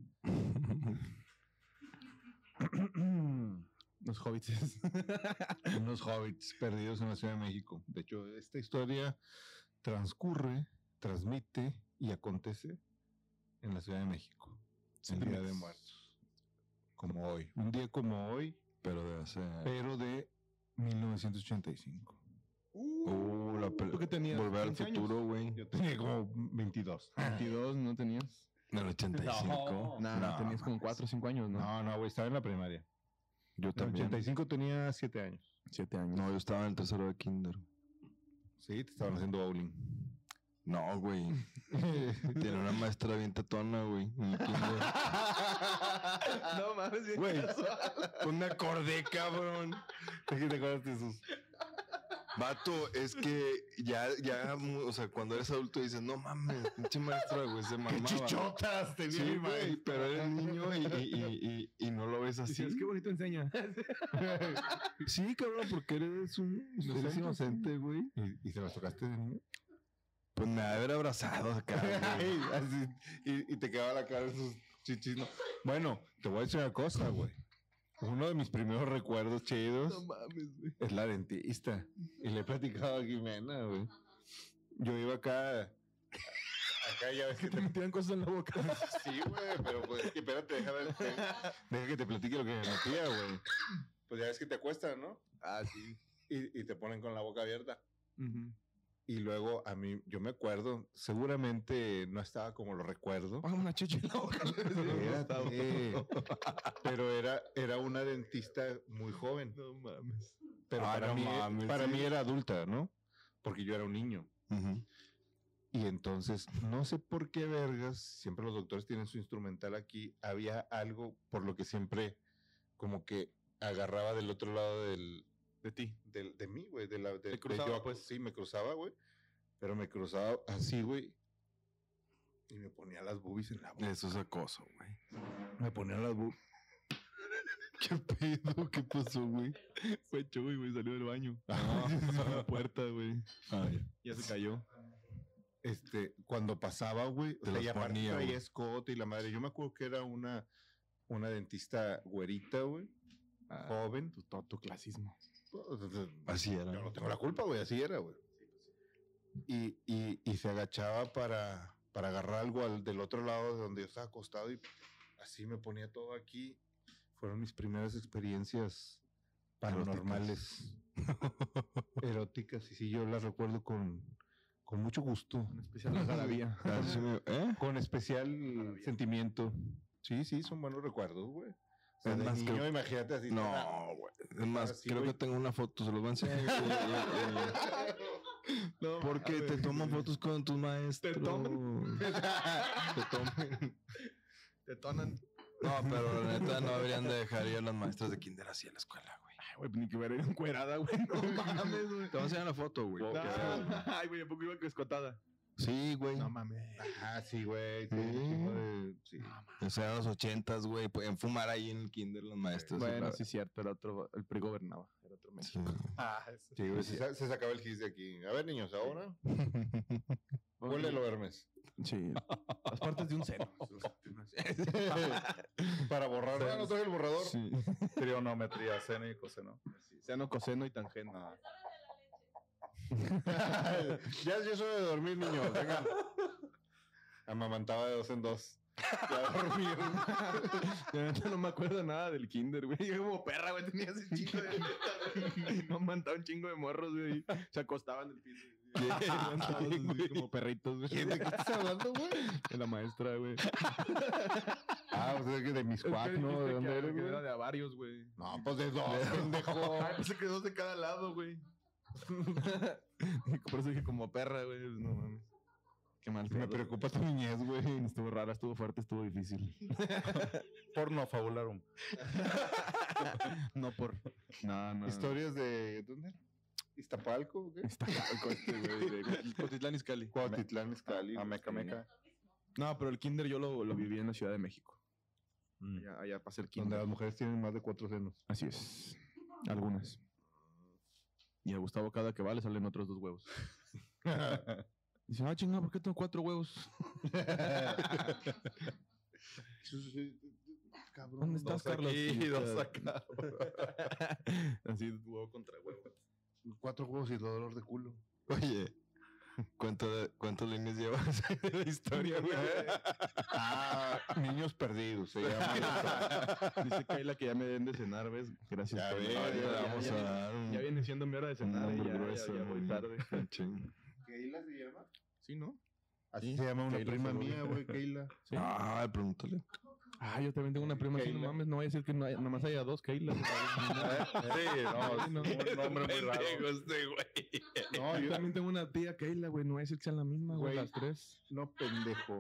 S2: Los hobbits.
S1: Unos hobbits perdidos en la Ciudad de México. De hecho, esta historia transcurre, transmite y acontece en la Ciudad de México. En Día de Muertos. Como hoy. pues. Un día como hoy,
S4: Pero de hace.
S1: pero de 1985.
S4: Uh, la pel-
S2: ¿Tú qué tenías?
S4: Volver al
S2: 15 años?
S4: futuro, güey.
S1: Yo tenía como 22.
S2: 22, ¿no tenías?
S4: En el 85.
S2: Nada,
S4: No,
S2: tenías como
S4: mames.
S2: 4 o 5 años, ¿no?
S1: No, no, güey, estaba en la primaria.
S4: Yo
S1: En
S4: también.
S1: 85 tenía 7 años.
S2: 7 años.
S4: No, yo estaba en el tercero de Kinder.
S1: Sí, te estaban haciendo bowling.
S4: No, güey. Tiene una maestra bien tetona, güey. Un chingo.
S2: no mames, bien
S4: Güey.
S2: casual.
S4: Pues me acordé, cabrón. ¿De qué te acordaste de sus? Vato, es que ya, ya, mu- o sea, cuando eres adulto dices, no mames, pinche maestra, güey, se mamaba.
S1: chichotas tenía
S4: Sí,
S1: mi
S4: güey,
S1: maestra.
S4: pero eres niño y, y- y- y- y no lo ves así.
S2: Dices, qué bonito enseña.
S4: Sí, cabrón, porque eres un
S1: Eres inocente,
S4: güey.
S1: ¿Y, y se las tocaste de niño?
S4: Pues me ha de haber abrazado acá, güey.
S1: Ay, así, y, y te quedaba la cara en sus chichis. ¿no? Bueno, te voy a decir una cosa, güey. Uno de mis primeros recuerdos chidos
S2: mames, güey.
S1: es la dentista. Y le he platicado a Jimena, güey. Yo iba acá. Acá ya ves que
S2: Te
S1: te.
S2: metían cosas en la boca.
S1: Sí, güey, pero pues es que espérate, deja, ver- deja que te platique lo que me metía, güey. Pues ya ves que te acuestan, ¿no?
S2: Ah, sí.
S1: Y, y te ponen con la boca abierta. Y luego a mí, yo me acuerdo, seguramente no estaba como lo recuerdo.
S2: Págame Ah, una chicha en la boca.
S1: Espérate. pero era, era una dentista muy joven.
S2: No mames.
S1: Pero
S4: Ah,
S1: para,
S4: no
S1: mí, e,
S4: mames,
S1: para
S4: sí.
S1: mí era adulta, ¿no? Porque yo era un niño.
S4: Ujú.
S1: Y entonces, no sé por qué vergas, siempre los doctores tienen su instrumental aquí, había algo por lo que siempre como que agarraba del otro lado del... De ti. De, mí, güey, de la... De, de
S2: cruzaba,
S1: yo,
S2: pues.
S1: Sí, me cruzaba, güey. Pero me cruzaba así, güey. Y me ponía las boobies en la boca.
S4: Eso es acoso, güey.
S1: Me ponía las boobies.
S4: ¿Qué pedo? ¿Qué pasó, güey?
S2: Fue Chuy, güey, salió del baño. Hizo la puerta, güey. Ya se cayó.
S1: este, cuando pasaba, güey, o
S4: Te
S1: sea, y
S4: las
S1: aparte
S4: ponía,
S1: traía
S4: güey.
S1: escote y la madre. Yo me acuerdo que era una, una dentista güerita, güey,
S2: Ah.
S1: joven.
S2: Tu, to- tu clasismo.
S4: Así era.
S1: Yo no tengo la culpa, güey, así era, güey. Y, y, y se agachaba para, para agarrar algo al- del otro lado de donde yo estaba acostado y así me ponía todo aquí. Fueron mis primeras experiencias paranormales, eróticas, y sí, yo las recuerdo con, con mucho gusto.
S2: Especial la garabía.
S4: Así me- ¿Eh?
S1: Con especial sentimiento. Sí, sí, son buenos recuerdos, güey. O sea,
S4: Es
S1: de
S4: más,
S1: niño,
S4: creo-
S1: imagínate así.
S4: No, Ah, güey. Es más,
S1: Ahora sí,
S4: creo
S1: güey.
S4: que tengo una foto, se los voy a enseñar. güey, eh, eh. Porque te toman fotos con tus maestros. Te toman.
S2: Detonan.
S4: No, pero la neta no deberían de dejar ir a las maestras de kinder así a la escuela, güey.
S2: Ay, güey, ni que hubiera ido encuerada, güey. No mames, güey.
S4: Te voy a enseñar la foto, güey.
S1: No.
S2: Ah, Ay, güey, ¿a poco iba escotada?
S4: Sí, güey.
S2: mames.
S1: Ah, sí, güey.
S4: Sí.
S1: Sí, un chingo de- sí.
S4: O sea, en los ochentas, güey. Pueden fumar ahí en el kinder los maestros.
S2: Bueno,
S4: la-
S2: sí, cierto. El otro, el PRI gobernaba. Era otro México.
S4: Sí.
S3: Ah,
S1: pues Sí, güey, se, sa- se sacaba el gis de aquí. A ver, niños, ahora. Huélelo, Hermes.
S2: Sí. Las partes de un cero.
S1: Para borrar. Ah, no traje el borrador.
S4: Sí.
S3: Trionometría, seno y coseno.
S2: Seno, coseno y tangente.
S1: ya es eso de dormir, niños. Vengan. Amamantaba de dos en dos. Ya dormir.
S2: La neta no me acuerdo nada del kinder, güey. Yo como perra, güey, tenía ese chingo de güey. Me han mandado un chingo de morros, güey. Se acostaban en el piso. güey. Levantados, así como perritos, güey.
S1: ¿De qué estás hablando, güey?
S2: De la maestra, güey.
S1: Ah, o sea, que de mis cuatro, ¿no? ¿De dónde eres, güey?
S2: Era de a varios, güey.
S1: No, pues de dos, pendejo.
S2: Ay, pensé que dos de cada lado, güey. Por eso dije como perra, güey. pues, No mames. Qué mal.
S1: Me
S2: pedo.
S1: preocupa tu niñez, güey.
S2: Estuvo rara, estuvo fuerte, estuvo difícil.
S3: Porno fabularum.
S2: No por. No, no.
S1: Historias de. ¿Dónde era? ¿Iztapalco? o qué?
S2: Está con este, güey. de Cotitlán Izcalli.
S1: Cuautitlán, Izcalli.
S3: A Ah, meca, meca.
S2: No, pero el kinder yo lo, lo viví en la Ciudad de México. Allá, allá para ser
S1: Donde
S2: kinder.
S1: las mujeres tienen más de cuatro senos.
S2: Así es. Algunas. Y a Gustavo cada que va le salen otros dos huevos. Dice, ah, chingada, ¿por qué tengo cuatro huevos? ¿Dónde estás, Carlos?
S3: aquí, dos
S2: acá. Así, huevo contra huevo.
S1: cuatro huevos y dolor de culo.
S4: Oye, ¿cuánto- ¿cuántas líneas llevas de la historia, güey?
S1: Ah, niños perdidos, se llama.
S2: Dice Kayla que ya me den de cenar, ¿ves? Gracias.
S1: Ya
S2: Kayla.
S1: ves,
S2: Ay,
S1: ya
S2: ya,
S1: vamos
S2: ya
S1: a
S2: viene- ya viene siendo mi hora de cenar, eh,
S4: hombre
S2: ya, ya-
S4: grueso,
S2: ya voy
S4: ¿no?
S2: tarde.
S4: Ching.
S1: ¿Keila se llama?
S2: ¿Sí, no?
S1: Así se llama una
S2: Keila
S1: prima
S2: Segovia.
S1: mía, güey, Keila.
S2: Sí.
S4: Ah, pregúntale.
S2: Ah, yo también tengo una prima así, no
S3: Keila.
S2: mames, no voy a decir que no hay, nomás haya dos Keila.
S3: Sí, no, es
S2: No.
S3: un nombre muy raro.
S5: Pendejo este güey.
S3: No,
S2: yo
S3: yo,
S2: también tengo una tía Keila, güey, no voy a decir que sean la misma, güey,
S1: Güey.
S2: las tres.
S1: No, pendejo.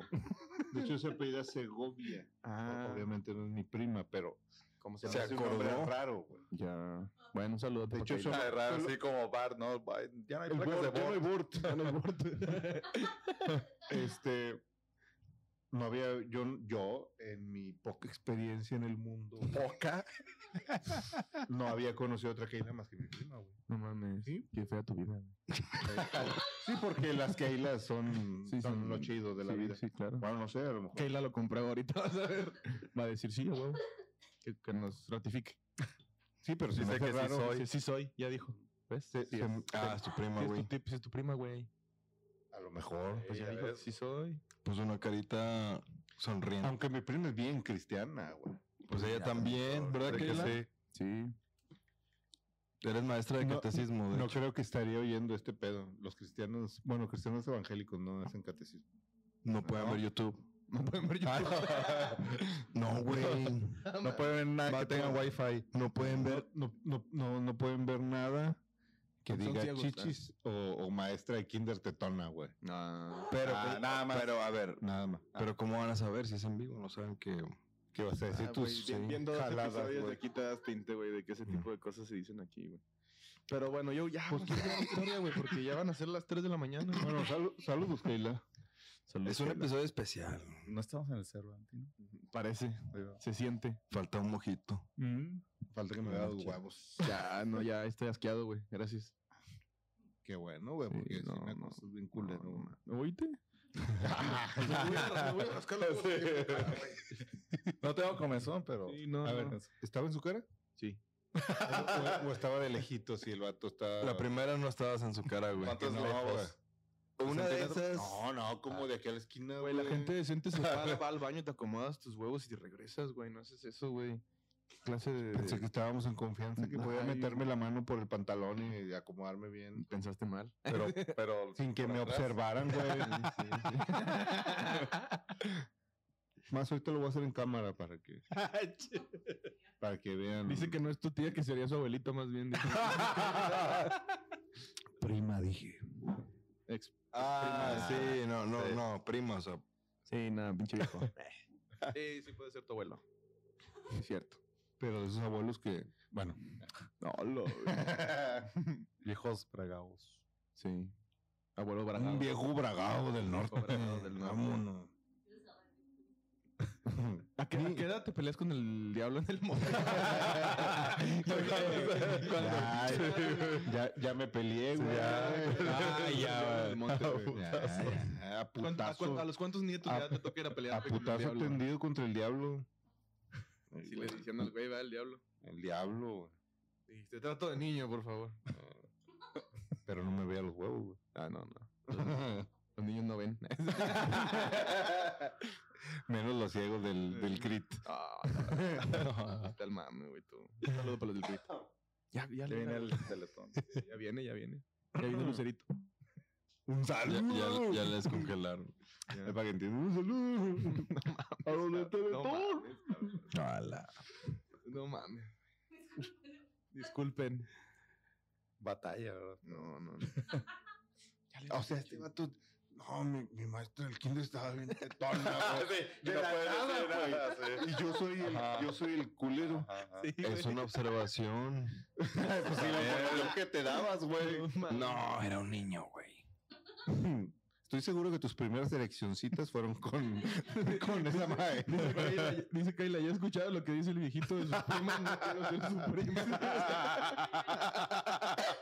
S1: De hecho, se apellida Segovia. Obviamente no es mi prima, pero
S2: ¿Cómo
S1: se,
S3: Se
S1: me hace un nombre
S3: acordó.
S1: raro, güey.
S2: Ya. Bueno, un saludo.
S1: De hecho,
S3: suena
S1: solo-
S3: Ah, raro,
S1: solo-
S3: así como Bart, ¿no? Bart, Ya no hay
S1: El
S3: placas de
S1: Bort, ya no hay
S3: Bart.
S1: Bort.
S2: Yo
S1: Este, no había, yo, yo, en mi poca experiencia en el mundo,
S3: Poca.
S1: no había conocido otra Keila más que mi prima, güey.
S2: No mames,
S1: Sí.
S2: qué fea tu vida.
S1: Sí, porque las Keilas son,
S2: Sí,
S1: son
S2: son-
S1: lo chido de la
S2: Sí,
S1: vida.
S2: Sí, claro.
S1: Bueno, no sé, a lo mejor.
S2: Keila lo compré ahorita, vas a ver. Va a decir sí, güey. Que, que nos ratifique.
S1: Sí, pero si
S3: Dice
S1: me hace
S3: que sí
S1: raro.
S3: soy.
S2: Dice, sí soy, ya dijo. ¿Ves?
S1: se-
S2: Sí
S1: se-
S2: es.
S4: Ah, es tu prima,
S2: Sí es tu
S4: güey.
S2: tip- sí es tu prima, güey.
S1: A lo mejor.
S2: Pues ya
S3: ya
S2: dijo,
S3: ves.
S2: sí soy.
S4: Puso Pues una carita sonriente.
S1: Aunque mi prima es bien cristiana, güey.
S4: Pues ella
S1: Ah,
S4: también, ¿verdad,
S3: De que
S4: Keila?
S3: sí.
S2: Sí.
S4: Eres maestra de
S1: No,
S4: catecismo, de
S1: No
S4: hecho.
S1: creo que estaría oyendo este pedo. Los cristianos, bueno, cristianos evangélicos no hacen catecismo.
S4: No pueden
S1: No.
S4: ver YouTube.
S2: No pueden ver YouTube.
S4: No, güey.
S1: Ah, No pueden ver nada
S4: Vato.
S1: que tenga wifi.
S4: No pueden ver.
S1: No, no, no, no pueden ver nada que
S2: Son
S1: diga
S2: ciegos, ah.
S1: chichis o, o maestra de kinder tetona, güey.
S2: No.
S1: Pero
S4: Ah, nada más. Pero a ver,
S1: nada más.
S4: pero ¿cómo van a saber si es en vivo? No saben que.
S1: ¿Qué vas a decir
S2: Ah,
S1: tus
S2: güey, vi-
S1: sí,
S2: viendo dos
S1: jaladas,
S2: episodios de
S1: güey?
S2: aquí te das tinte, güey, de que ese
S4: Mm.
S2: tipo de cosas se dicen aquí, güey. Pero bueno, yo ya vamos a hacer la historia, güey, porque ya van a ser las 3 de la mañana.
S1: Bueno, salu- saludos, Keila.
S2: Saludos,
S4: Es un
S2: Keila.
S4: episodio especial.
S3: No estamos en el Cervantino.
S2: Parece,
S3: Digo,
S2: se siente.
S4: Falta un mojito.
S1: Falta que me vea los huevos.
S2: Ya, Ah, no, ya estoy asqueado, güey. Gracias.
S1: Qué bueno, güey,
S2: Sí,
S1: porque si
S2: no,
S1: me
S2: no,
S1: acostas bien culero.
S2: No, no,
S1: güey.
S2: ma- ¿Oíste?
S1: Ah,
S3: No tengo comezón, pero.
S2: Sí, no,
S3: a
S2: no.
S3: ver,
S1: ¿Estaba en su cara?
S2: Sí.
S1: o, o estaba de lejitos y el vato estaba.
S4: La primera no estabas en su cara, güey.
S3: ¿cuántos
S1: no,
S3: lejos? Ah.
S4: Una de
S2: centímetros?
S4: esas.
S1: No, no, como de aquí a la esquina,
S2: Güey, la gente decente se para, va al baño, te acomodas tus huevos y te regresas, güey. No haces eso, güey. ¿Qué clase de...
S1: Pensé que estábamos en confianza, que podía
S2: Ay.
S1: meterme la mano por el pantalón y acomodarme bien.
S2: Pensaste mal.
S1: Pero
S3: Pero.
S1: sin que
S3: por
S1: me
S3: atrás.
S1: observaran, güey. Más ahorita lo voy a hacer en cámara para que, para que vean.
S2: Dice que no es tu tía, que sería su abuelita más bien. dice.
S1: prima, dije.
S2: Ex-
S4: Ah,
S2: Prima.
S4: sí, no, no,
S3: Sí.
S4: no, prima, o sea,
S2: Sí, nada, pinche viejo. sí, sí puede ser tu abuelo. Es cierto.
S1: Pero de esos abuelos que, bueno,
S2: No, lo...
S3: Viejos bragados.
S2: Sí. Abuelo bragado.
S1: un viejo bragado del
S2: Viejo
S1: norte.
S2: bragado del norte.
S1: Vámonos.
S2: ¿A qué, a qué edad te peleas con el diablo en el monte? Cuando-
S1: Ya, ya, ya me peleé, güey.
S2: Ah, ya,
S1: güey.
S2: monte, güey.
S1: Ya, ya, a
S2: ¿Cuánto- a, cuán-
S1: putazo.
S2: a los cuántos nietos
S1: A-
S2: ya te toca ir a pelear
S1: A putazo tendido contra el diablo.
S2: Si le dicen al ah, güey, va el diablo.
S1: El diablo, güey.
S2: Dijiste, trato de niño, por favor.
S1: Pero no me vea los huevos, güey.
S2: Ah, no, no. Los niños no ven.
S1: Menos los ciegos del, del crit.
S2: Ah, no, está el mame, güey, tú. Un saludo para los del grito. Ya, ya,
S3: Ya
S2: le-
S3: viene el teletón.
S2: ya viene, ya viene. Ya viene Lucerito.
S1: Un
S4: ya, ya, ya les congelaron.
S1: Es para que entiendan. Un saludo. ¿A dónde está el
S2: No
S1: Thor?
S2: mames, cabrón. No mames. Disculpen.
S3: Batalla, ¿verdad?
S2: No, no, no. Ya le-
S1: O sea, este vato. No, mi, mi maestro del kinder estaba bien tetona, güey.
S3: Y no puedes decir nada, sí.
S1: Y yo soy el,
S3: Ajá.
S1: yo soy el culero.
S3: Ajá, ajá.
S2: Sí, güey.
S4: Es una observación.
S1: Pues sí, lo que te dabas, güey.
S2: No mames.
S4: No, era un niño, güey.
S1: Estoy seguro que tus primeras ereccioncitas fueron con, con esa
S2: Dice
S1: maestra.
S2: Kayla, ya- dice Kayla, ya he escuchado lo que dice el viejito de sus primas, no quiero ser su prima.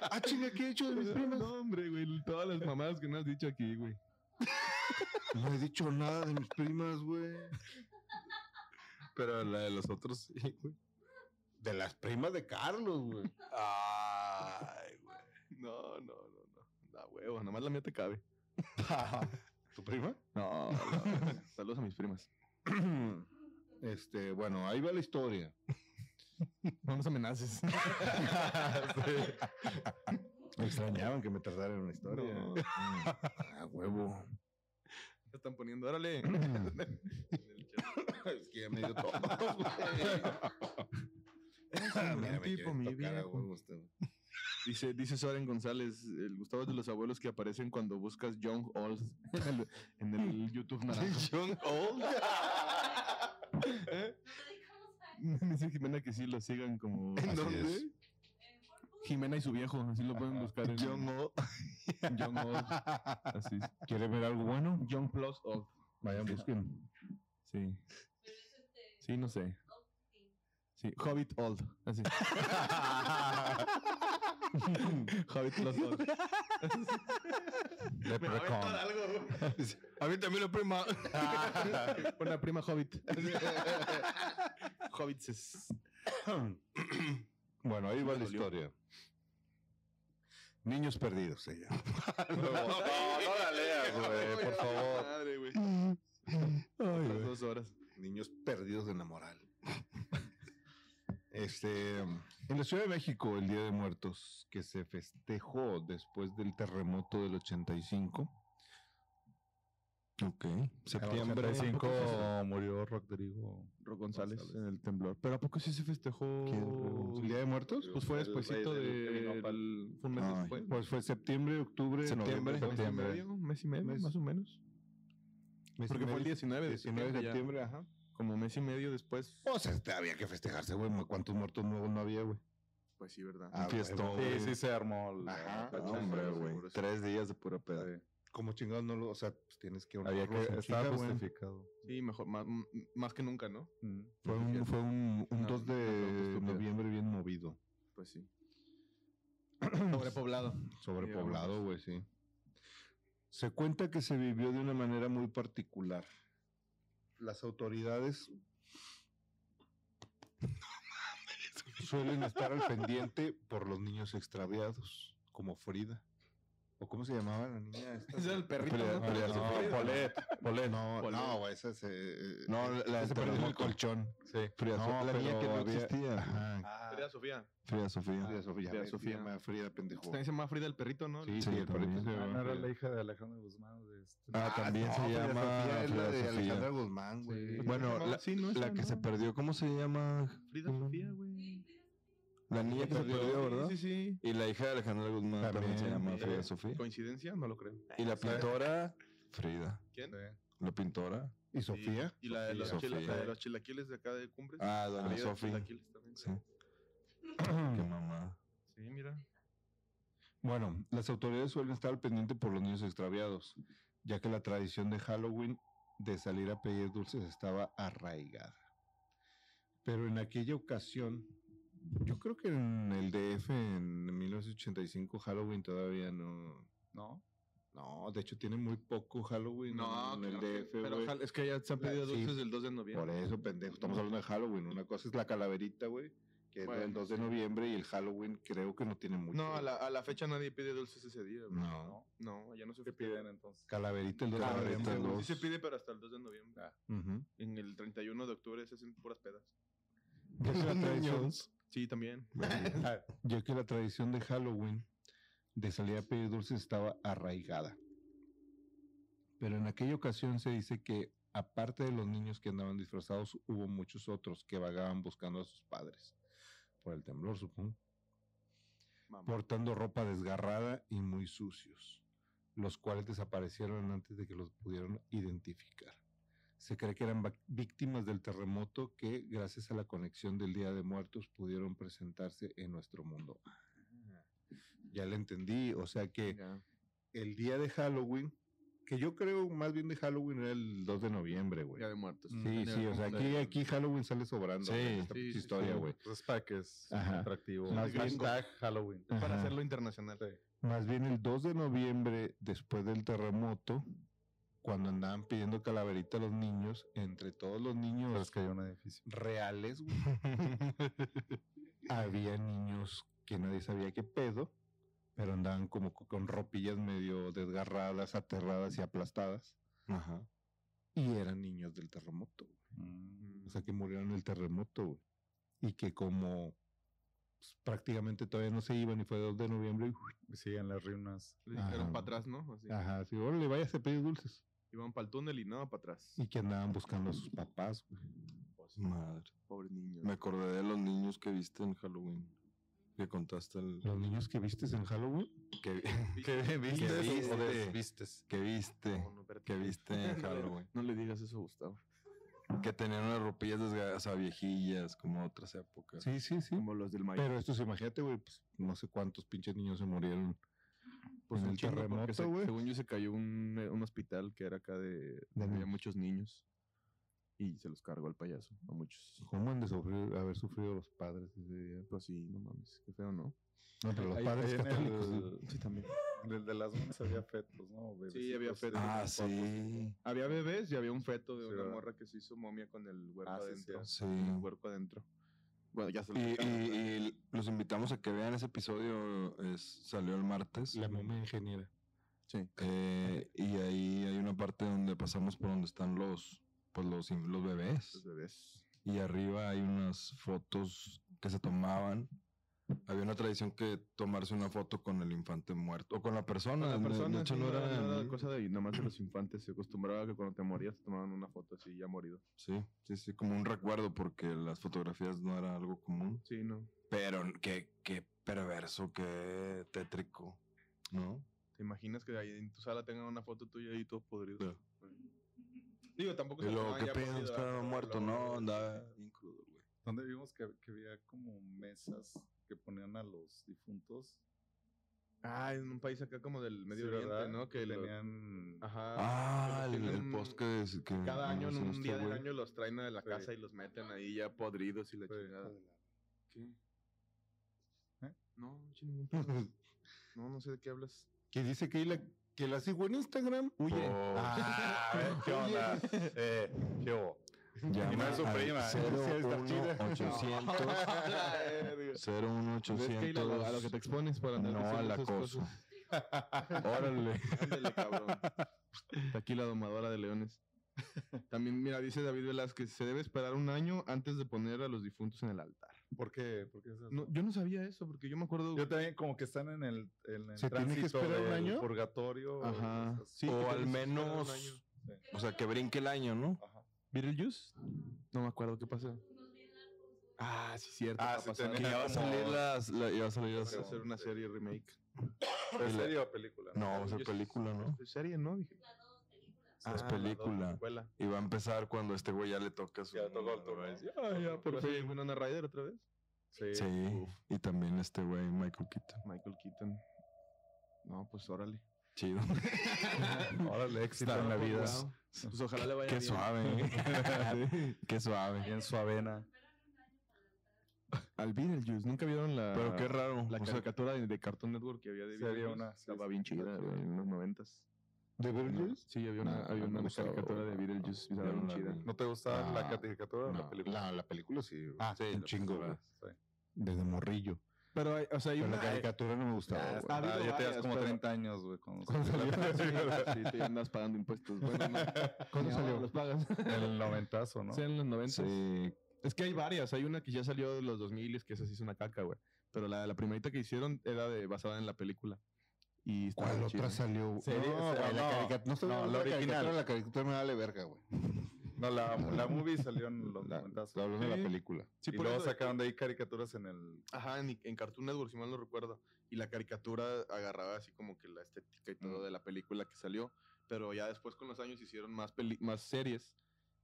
S1: ah, chinga, ¿qué he hecho de mis primas?
S2: No, hombre, güey, todas las mamadas que nos has dicho aquí, güey.
S1: No he dicho nada de mis primas, güey.
S4: Pero la de los otros sí, güey.
S1: De las primas de Carlos, güey.
S2: Ay, güey. No, no, no, no. Da huevo, nada más la mía te cabe.
S1: ¿Tu prima?
S2: No, Saludos a mis primas.
S1: Este, bueno, ahí va la historia.
S2: No nos amenaces.
S1: Me extrañaban que me tardaran en una historia.
S2: No.
S1: Mm. Ah, huevo.
S2: Ya están poniendo, órale. En el chat.
S3: es que ya me dio todo. güey. Mira, me
S2: tipo,
S3: quieren
S2: mi
S3: tocar a
S2: viejo.
S3: huevo este-
S2: Dice, dice Soren González, el Gustavo es de los abuelos que aparecen cuando buscas Young Old en el, en el YouTube naranja.
S4: John Old.
S6: Nos dedicamos a eso.
S2: Dice Jimena que sí lo sigan como
S4: ¿En
S2: Así
S4: dónde?
S2: es.
S6: En Pornhub,
S2: Jimena y su viejo, así lo pueden buscar en
S4: John Old.
S2: Young Old. Así es.
S1: ¿Quiere ver algo bueno?
S2: Young Plus Old.
S1: Vayan,
S2: Sí.
S1: busquen.
S2: Sí.
S6: pero es este,
S2: Sí, no sé.
S6: Austin.
S2: Sí. Hobbit Old. Así. Hobbit Plus Old.
S1: Leprechaun.
S4: A mí también lo prima.
S2: Una prima Hobbit. Hobbits
S1: Bueno, ahí va
S2: me dolió.
S1: la historia. Niños perdidos, ella.
S3: No, no, no la leas, güey, por favor.
S2: Madre, güey. Las
S1: Ay,
S2: dos horas.
S1: Niños perdidos en la moral. Este, en la Ciudad de México, el Día de Muertos, que se festejó después del terremoto del 85.
S4: Ok.
S3: Septiembre
S4: Septiembre
S3: 5
S4: ¿a poco
S3: murió Rodrigo.
S2: Ro González,
S3: González.
S2: en el temblor. Pero ¿a poco sí se festejó?
S1: ¿El Día de Muertos?
S2: Pues fue
S3: El rey
S2: despuesito
S3: del
S2: de...
S3: Teminopal.
S2: Fue un mes
S4: Ay,
S2: después.
S1: Pues fue septiembre, octubre, noviembre,
S4: Septiembre, mes y
S1: septiembre.
S2: ¿Un mes y medio? ¿Un mes y medio?
S1: Mes-
S2: Más o menos.
S1: Mes y
S2: Porque fue el
S1: medio,
S2: 19 de
S1: 19 de
S2: ya.
S1: septiembre, ajá.
S2: Como mes y medio después.
S1: Pues este, había que festejarse, güey. ¿Cuántos muertos nuevos no había, güey?
S2: Pues sí, ¿verdad?
S1: Ah,
S3: Fiestón,
S1: güey.
S3: Sí, sí se armó. la
S1: Ajá,
S3: pachanga,
S4: Ah, hombre,
S3: güey.
S4: güey. Tres días de pura peda.
S3: Sí.
S1: Como chingados no lo, o sea, pues tienes que
S3: Había
S1: honrarlos
S3: que
S1: en
S3: estaba
S1: chinga, güey.
S3: justificado.
S2: Sí, mejor, más, m- más que nunca, ¿no?
S3: Mm.
S1: Fue un,
S2: Cierto.
S1: fue un, un
S2: Una-
S1: 2 de
S2: una pregunta estúpida.
S1: noviembre bien movido.
S2: Pues sí. Sobrepoblado.
S1: Sobrepoblado, güey, sí. Se cuenta que se vivió de una manera muy particular. Las autoridades suelen estar al pendiente por los niños extraviados, como Frida. ¿O cómo se llamaba la niña? esta?
S2: Ese era el perrito,
S1: Frida-
S2: ¿no?
S1: Frida-
S2: Frida-
S1: no,
S2: Frida.
S1: Polet. Polet, no,
S2: Polet.
S1: no, güey, eh, esa se...
S4: No, la- la- se perdió en el
S1: colchón.
S4: Sí.
S1: Frida Sofía,
S4: la niña que no
S1: había-
S4: existía.
S1: Ajá.
S2: Ah. Frida Sofía.
S4: Ah, Frida Sofía.
S1: Frida Sofía.
S2: Frida
S1: güey, se
S2: Sofía.
S1: llama Frida, pendejo.
S2: También se llama Frida el perrito, ¿no?
S1: Sí, sí,
S4: Sí,
S1: el perrito
S4: también.
S1: se
S3: Ah,
S1: llama
S3: no era
S1: Frida.
S3: la hija de Alejandro Guzmán. de este-
S4: Ah, también
S1: no,
S4: se
S1: Frida
S4: llama
S1: Sofía es la
S4: Frida
S1: de
S4: Sofía.
S1: Alejandra Guzmán, güey.
S2: Sí.
S4: Bueno,
S2: No,
S4: la-
S2: sí, no,
S4: La
S2: esa,
S4: que se
S2: ¿no?
S4: perdió, ¿cómo se llama?
S2: Frida Sofía, güey.
S4: La niña que se perdió, ¿verdad?
S2: Sí, sí,
S4: Y la hija de Alejandra Guzmán también, se
S1: También.
S4: llama Frida
S2: Eh,
S4: Sofía.
S2: sí. ¿Coincidencia? No lo creo.
S4: Y la pintora, Frida.
S2: ¿Quién?
S4: La pintora.
S1: ¿Y Sofía?
S2: Y, y la, de los
S4: Sofía.
S2: chila- la de los chilaquiles de acá de Cumbres.
S4: Ah,
S2: La de
S4: doña
S2: los
S4: Sofía.
S2: chilaquiles también.
S4: Sí. Qué mamá.
S2: Sí, mira.
S1: Bueno, las autoridades suelen estar al pendiente por los niños extraviados, ya que la tradición de Halloween de salir a pedir dulces estaba arraigada. Pero en aquella ocasión, yo creo que en el DF en 1985 Halloween todavía no...
S3: ¿No?
S1: No, de hecho tiene muy poco Halloween
S2: No,
S1: en el
S2: claro que-
S1: DF,
S2: pero
S1: güey.
S2: ojalá- es que ya se han
S1: La-
S2: pedido
S1: sí.
S2: dulces del 2 de noviembre.
S1: Por eso, pendejo, estamos hablando de Halloween. Una cosa es la calaverita, güey, que es
S2: Bueno.
S1: el 2 de noviembre y el Halloween creo que no tiene mucho.
S2: No, a la, a la fecha nadie pide dulces ese día. güey.
S1: No.
S2: No, ya no se
S3: ¿Qué
S2: festeja.
S3: piden entonces?
S1: Calaverita el 2 de
S4: Calaverita
S1: noviembre.
S4: el
S1: güey.
S2: Sí se pide, pero hasta el 2 de noviembre.
S1: Ujú.
S2: En el 31 de octubre se hacen puras pedas.
S1: Ya que la tradición-
S2: Sí, también.
S1: ya que la tradición de Halloween de salir a pedir dulces estaba arraigada. Pero en aquella ocasión se dice que, aparte de los niños que andaban disfrazados, hubo muchos otros que vagaban buscando a sus padres. Por el temblor, supongo.
S2: Mamá.
S1: Portando ropa desgarrada y muy sucios, los cuales desaparecieron antes de que los pudieran identificar. Se cree que eran vac- víctimas del terremoto que, gracias a la conexión del Día de Muertos, pudieron presentarse en nuestro mundo. Ya le entendí, o sea que
S2: Ya.
S1: el día de Halloween, que yo creo más bien de Halloween era el 2 de noviembre, güey.
S2: Día de muertos.
S1: Sí, sí, o sea, aquí, aquí Halloween sale sobrando
S4: Sí,
S1: güey, en esta
S2: sí,
S1: pinche
S2: sí,
S1: historia,
S2: sí.
S1: güey.
S3: Los paques.
S1: Ajá.
S3: Atractivo.
S1: Más bien-
S3: Hashtag Halloween.
S2: Para
S1: Ajá.
S2: hacerlo internacional.
S1: Más bien el 2 de noviembre, después del terremoto, cuando andaban pidiendo calaverita a los niños, entre todos los niños
S3: Pero Pues es que hay un edificio.
S1: reales, güey, había niños que nadie sabía qué pedo, pero andaban como co- con ropillas medio desgarradas, aterradas y aplastadas.
S4: Ajá.
S1: Y eran niños del terremoto. güey.
S2: Mm.
S1: O sea, que murieron en el terremoto, güey. Y que como pues, prácticamente todavía no se iban y fue 2 de noviembre, y,
S3: Sí, en las ruinas.
S2: Le dijeron
S1: Ajá. Ah.
S2: para atrás, ¿no? Así.
S1: ajá, así, órale, vayas a pedir dulces.
S2: Iban para el túnel y nada, para atrás. Pues,
S1: Y que andaban buscando a sus papás, güey.
S4: Madre.
S2: Pobres niños.
S4: Me acordé de los niños que viste en Halloween. Que contaste el.
S1: Los niños que vistes en Halloween.
S4: Que,
S1: ¿Qué
S4: que
S1: viste?
S4: viste.
S3: Vistes.
S4: Que viste.
S2: No, no, espérate.
S4: Que viste en
S2: No le-
S4: Halloween.
S2: No le digas eso a Gustavo.
S4: Que tenían unas ropillas desgastadas, o sea, viejillas, como otras épocas.
S1: Sí, sí, sí.
S2: Como los del maíz.
S1: Pero estos, imagínate, güey, pues, no sé cuántos pinches niños se murieron
S2: Pues
S1: en
S2: un
S1: el
S2: chingo, porque
S1: terremoto,
S2: se-
S1: güey.
S2: Según yo se cayó un, eh, un hospital que era acá de donde había
S1: niños.
S2: muchos niños. Y se los cargó el payaso, a muchos.
S1: ¿Cómo han de sufrir- haber sufrido los padres ese día?
S2: Pues sí, no mames, qué feo, ¿no?
S1: No, pero los
S3: Ahí-
S1: padres
S3: ahí en
S1: católicos. güey.
S3: el,
S2: Sí, también.
S3: en el de las momias había fetos, ¿no?
S2: Sí, había
S3: Bebecitos.
S2: fetos.
S4: Ah, sí.
S2: Había bebés y había un feto de
S3: Sí,
S2: una
S3: ¿verdad?
S2: morra que se hizo momia con el huerco
S3: Ah, sí,
S2: adentro.
S4: Sí.
S2: Con el huerco adentro. Bueno, ya se
S4: Y,
S2: lo sacaron, ¿verdad?
S4: y- y los invitamos a que vean ese episodio. es- salió el martes.
S1: La momia ingeniera.
S2: Sí.
S4: Eh, y ahí hay una parte donde pasamos por donde están los, pues los, in- los
S2: Los
S4: bebés.
S2: bebés.
S4: Y arriba hay unas fotos que se tomaban. Había una tradición que tomarse una foto con el infante muerto o con la persona.
S2: la
S4: de-
S2: persona,
S4: de hecho,
S2: sí,
S4: no era.
S2: no era cosa de nomás de los infantes. Se acostumbraba que cuando te morías te tomaban una foto así ya morido.
S4: Sí, sí, sí, como un recuerdo porque las fotografías no era algo común.
S2: Sí, no.
S4: Pero qué, qué perverso, qué tétrico, ¿no?
S2: ¿Te imaginas que ahí en tu sala tengan una foto tuya y todo podrido?
S4: Sí.
S2: Digo, tampoco
S4: Y
S2: lo
S4: luego,
S2: tomaban
S4: ¿qué
S2: Pues, ya
S4: pedo?
S2: podrido, ah,
S4: Estaba
S2: pero
S4: muerto,
S2: luego-
S4: ¿no? Andaba bien crudo, güey.
S3: Donde vimos que, que había como mesas que ponían a los difuntos.
S2: Ah, en un país acá como del Medio
S3: Sí,
S2: Oriente,
S3: ¿verdad?
S2: ¿no? Que lo-
S3: tenían.
S2: Ajá.
S4: Ah,
S2: que
S4: el,
S2: tienen
S4: el post que, es- que
S2: Cada año, en
S4: hizo
S2: un
S4: este
S2: día del
S4: güey.
S2: año, los traen a la
S3: Sí.
S2: casa y los meten ahí ya podridos y la
S3: Sí.
S2: chingada.
S3: ¿Eh?
S2: No, chingón, pues. no, no sé de qué hablas.
S1: Que dice que la, que la sigo en Instagram.
S4: Oh.
S3: Ah, a ver, ¿qué onda? Eh, ¿Qué hubo?
S4: Llama
S3: Y no es su
S4: al
S3: prima, ¿eh? Sí, está
S4: 01800
S2: ¿Ves
S4: 01800
S2: Keila, a lo que te expones para andar
S4: No al
S2: diciendo esas
S4: acoso.
S2: cosas?
S4: Órale.
S2: Ándale, cabrón. Está aquí la domadora de leones. También, mira, dice David Velázquez, se debe esperar un año antes de poner a los difuntos en el altar.
S3: ¿Por qué? ¿Por qué es eso?
S2: No, yo no sabía eso, porque yo me acuerdo...
S3: Yo también como que están en el, en el
S1: ¿Se tiene que
S3: tránsito
S1: esperar un
S3: del
S1: año?
S3: purgatorio.
S2: Ajá.
S3: esas-
S2: Sí, que
S4: o al
S2: tienes que esperar un
S4: menos,
S2: año.
S4: o sea, que brinque el año, ¿no?
S3: Ajá.
S2: ¿Beetlejuice? No me acuerdo qué pasó. Ah, sí, cierto.
S3: Ah,
S2: está
S3: sí,
S2: pasando.
S4: Que ya va a
S3: Como-
S4: salir las, la- ya va a salir las-
S2: Vas a hacer una serie remake.
S3: ¿Pero
S4: Y la-
S3: serie o película?
S4: No, va a ser
S2: Yo-
S4: película, ¿no?
S2: Es Serie, ¿no? Dije.
S4: Es
S2: Ah, la
S4: película.
S2: secuela.
S4: Y va a empezar cuando este güey ya le toca su.
S3: Ya le tocó el turno.
S4: va a decir,
S2: Ah, ya, por
S4: Va a
S1: pues,
S2: fin.
S4: salir
S2: Winona Ryder otra vez?
S3: Sí.
S4: Sí. Y también este güey, Michael Keaton.
S2: Michael Keaton. No, pues órale.
S4: Chido.
S3: Órale, éxito
S4: Está
S3: en la
S4: por
S3: vida.
S4: guau.
S2: Pues ojalá le vaya
S4: Qué
S2: bien.
S4: suave. ¿eh? Qué suave.
S3: Bien suavena.
S2: Al Beetlejuice. ¿Nunca vieron la,
S4: Pero
S1: Ah,
S4: qué raro.
S2: la
S4: o sea,
S2: caricatura de, de Cartoon Network que había de
S3: Sí, había
S2: Beetlejuice?
S3: una, sí,
S2: Estaba
S3: sí,
S2: Ah, bien
S3: sí,
S2: chida,
S3: sí.
S2: güey, en los noventas.
S1: ¿De
S2: No,
S1: Verges?
S2: Sí, había una,
S4: No,
S2: había
S4: no me
S2: una
S4: gustaba,
S2: caricatura de
S4: no,
S2: Beetlejuice. estaba
S4: yo
S2: bien
S4: no la
S2: chida.
S4: vi.
S3: ¿No te gustaba la
S1: Ah,
S3: caricatura o la
S1: No,
S3: película?
S1: la, la película sí. güey.
S4: Ah, sí,
S1: un
S4: la
S1: chingo,
S4: película.
S1: güey.
S3: Sí.
S1: Desde morrillo.
S2: Pero, hay- o sea, hay
S1: Pero
S2: una...
S1: la caricatura no me gustaba.
S3: Ah,
S1: güey.
S2: ha habido
S3: ya tenías
S2: varias,
S3: como
S2: pero-
S3: 30 años, güey. cuando
S1: Cuando
S3: salió la
S2: Sí,
S3: película.
S2: sí, te andas pagando impuestos. Bueno, no.
S1: ¿Cuándo
S2: Ni ahora
S1: salió?
S2: Los pagas.
S3: El noventazo, ¿no?
S2: Sí, en los 90.
S4: sí,
S2: Es que hay varias. Hay una que ya salió de los 2000 que esa sí es una caca, güey. Pero la, la primerita que hicieron era de, basada en la película. Y estaba
S4: Ah,
S1: ¿Cuál
S2: chida.
S1: otra salió?
S3: Serie-
S1: no,
S3: se-
S1: güey, la
S3: no,
S1: caricatura. No, estoy
S3: no,
S1: hablando
S3: la
S1: de la
S3: original.
S1: caricatura, la caricatura me vale verga, güey.
S3: No, la, la movie salió en los
S1: La-
S3: noventazos.
S1: Estoy hablando de
S2: Sí.
S1: la película.
S2: Sí,
S3: y
S2: por
S3: luego
S2: eso de
S3: sacaron de ahí caricaturas en el...
S2: que- Ajá, en, en Cartoon Network, si mal no recuerdo. Y la caricatura agarraba así como que la estética y todo
S3: Mm.
S2: de la película que salió. Pero ya después con los años hicieron más, peli más series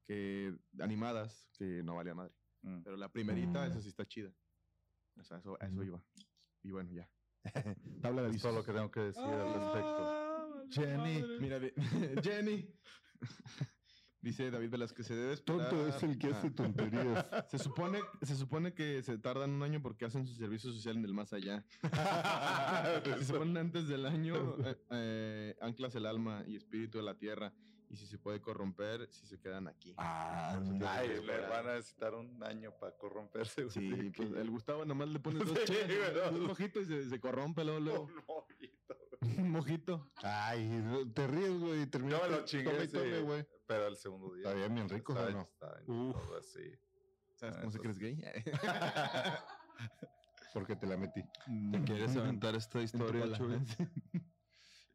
S2: que animadas que no valía madre.
S3: Mm.
S2: Pero la primerita,
S4: Mm.
S2: esa sí está chida. O sea, eso, a eso iba. Y bueno, ya. Tabla de
S3: Es todo lo que tengo que decir
S1: Ah.
S3: al respecto.
S1: Jenny.
S2: Mira, de- Jenny. Dice David Velázquez, se debe esperar-
S1: Tonto es el que
S2: Ah.
S1: hace tonterías.
S2: Se supone, se supone que se tardan un año porque hacen su servicio social en el más allá. si se ponen antes del año, eh, eh, anclas el alma y espíritu de la tierra. Y si se puede corromper, si se quedan aquí.
S4: Ah,
S3: Ay,
S2: Ay,
S3: le
S2: güey.
S3: van a necesitar un año para corromperse. güey.
S2: Sí, pues el Gustavo nomás le pone
S3: Sí,
S2: dos, chelas,
S3: güey, no.
S2: un mojito y se, se corrompe luego, luego.
S3: Un mojito.
S2: un mojito.
S1: Ay, te ríes, güey. y
S3: Yo
S1: terminas
S3: me lo
S1: tome
S3: chingué,
S1: y tome,
S3: sí,
S1: güey.
S3: pero el segundo día.
S1: Sabía bien rico,
S3: Está-
S1: ¿o no?
S3: está bien
S1: Uf.
S3: todo así.
S2: ¿Sabes
S3: Ah,
S2: cómo se
S3: entonces-
S2: crees gay?
S1: Porque te la metí.
S4: ¿Te quieres aventar esta historia,
S2: cola.
S4: Chuy?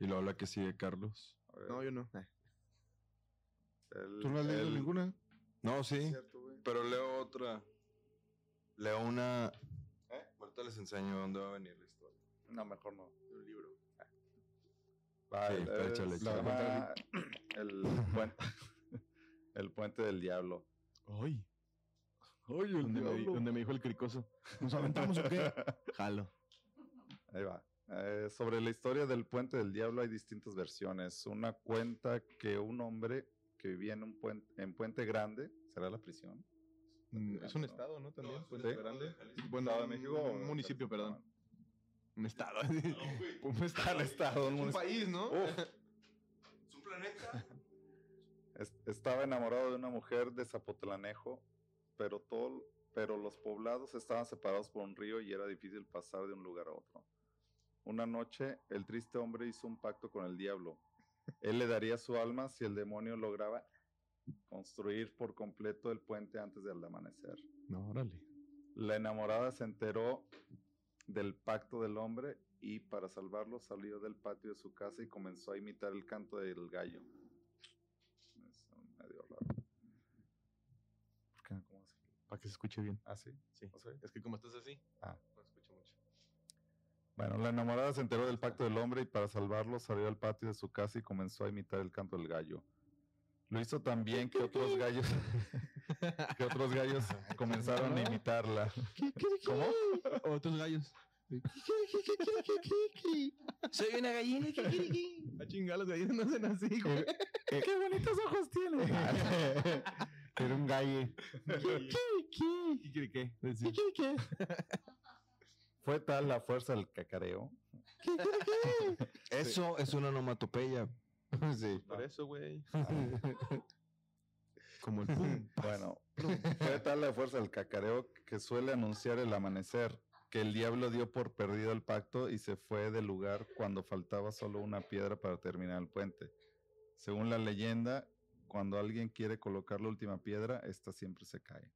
S4: y luego la que sigue, Carlos.
S3: A ver,
S2: no, yo no.
S3: El-
S1: ¿Tú no has leído
S4: el-
S1: ninguna?
S4: No,
S3: Es
S4: sí,
S3: cierto, güey.
S4: pero leo otra. Leo una. ¿Eh? Ahorita les enseño dónde va a venir la historia.
S3: No, mejor no. Ah. Un libro.
S4: Sí,
S3: el,
S4: pero échale,
S3: se
S4: échale.
S3: llama el, puente, el puente del diablo.
S2: Hoy. Hoy, donde, me, di-
S3: diablo.
S2: donde me dijo el cricoso. ¿Nos aventamos o qué? Jalo.
S3: Ahí va. Eh, sobre la historia del puente del diablo hay distintas versiones. Una cuenta que un hombre que vivía en un puente, en Puente Grande, será la prisión.
S2: Mm, Es un
S3: No.
S2: estado, ¿no? También.
S4: No,
S2: Puente
S3: sí.
S2: Grande.
S3: Bueno,
S2: Bueno, de México. Un municipio, perdón. Un estado. un estado.
S3: Tal
S2: Oh,
S3: estado, un
S2: Un
S3: municipio.
S2: país, ¿no?
S3: Uf.
S4: ¿Es un planeta?
S3: Es- Estaba enamorado de una mujer de Zapotlanejo, pero, todo, pero los poblados estaban separados por un río y era difícil pasar de un lugar a otro. Una noche, el triste hombre hizo un pacto con el diablo. Él le daría su alma si el demonio lograba construir por completo el puente antes del amanecer.
S2: No, órale.
S3: La enamorada se enteró del pacto del hombre y para salvarlo salió del patio de su casa y comenzó a imitar el canto del gallo. Es medio raro. ¿Por qué? ¿Cómo así?
S2: Para que se escuche bien.
S3: ¿Ah, sí?
S2: Sí.
S3: ¿O sí?
S2: Es que como estás así,
S3: Ah.
S2: no escucho mucho.
S3: Bueno, la enamorada se enteró del pacto del hombre y para salvarlo salió al patio de su casa y comenzó a imitar el canto del gallo. Lo hizo tan bien que otros gallos, que otros gallos comenzaron a imitarla. ¿Cómo?
S2: Otros gallos.
S5: Soy una gallina. kikiriki.
S2: A chingar, los gallos no hacen así, güey. ¡Qué bonitos ojos tiene!
S1: Era un galle.
S2: ¿Qué? ¿Qué? ¿Qué? Decía.
S3: Fue tal la fuerza del cacareo
S4: Eso es una onomatopeya.
S1: sí.
S2: Pues Por eso, güey.
S4: Como el pum.
S3: Bueno, fue tal la fuerza del cacareo que suele anunciar el amanecer, que el diablo dio por perdido el pacto y se fue del lugar cuando faltaba solo una piedra para terminar el puente. Según la leyenda, cuando alguien quiere colocar la última piedra, esta siempre se cae.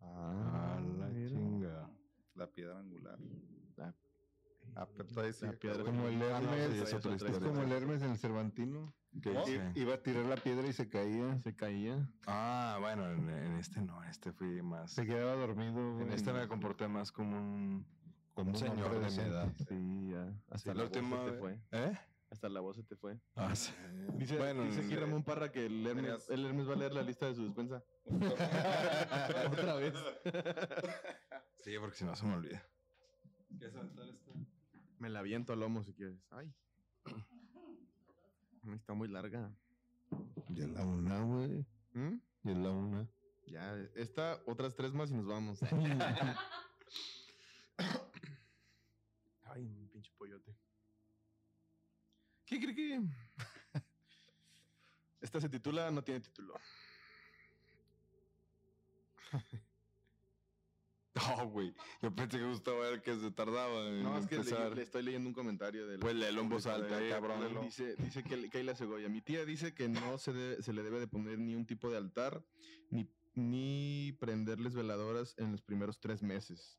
S4: Ah, la
S2: mira.
S4: chinga.
S3: La piedra angular.
S2: La-
S3: Ah, pero todavía sigue,
S2: piedra
S3: güey.
S1: Como el Hermes.
S4: Ah, no, sí,
S1: es
S4: es otra historia.
S1: como el Hermes en el Cervantino. que
S4: ¿Cómo?
S1: i- Iba a tirar la piedra y se caía.
S2: Se caía.
S4: Ah, bueno, en, en este no, en este fui más.
S1: Se quedaba dormido.
S4: En
S1: güey.
S4: este me comporté más como un,
S1: Como un hombre de mi edad.
S2: Sí, ya. Hasta
S4: Sí,
S2: la,
S4: la
S2: voz se
S4: última
S2: te
S4: vez-
S2: fue.
S4: ¿Eh?
S2: Hasta la voz se te fue.
S4: Ah, sí.
S2: Dice,
S4: Bueno,
S2: dice aquí
S4: eh,
S2: Ramón Parra que el Hermes,
S3: tenías-
S2: el Hermes va a leer la lista de su despensa. Otra vez.
S4: Sí, porque si no se me olvida. ¿Qué es
S2: Me la aviento al lomo si quieres. Ay. Ay, Está muy larga.
S1: Ya la una, güey.
S2: ¿Mm?
S1: Ya la una.
S2: Ya, esta, otras tres más y nos vamos. Ay, un pinche pollote. ¿Qué cree que? Esta se titula No tiene título.
S4: No, güey. Yo pensé que Gustavo era el que se tardaba en
S2: No, es que
S4: empezar.
S2: le, le estoy leyendo un comentario del.
S4: Pues léelo en voz alta,
S2: del-
S4: cabrón.
S2: del- Dice, dice que Keila Segoya. Mi tía dice que no se, debe- se le debe de poner ni un tipo de altar, ni, ni prenderles veladoras en los primeros tres meses.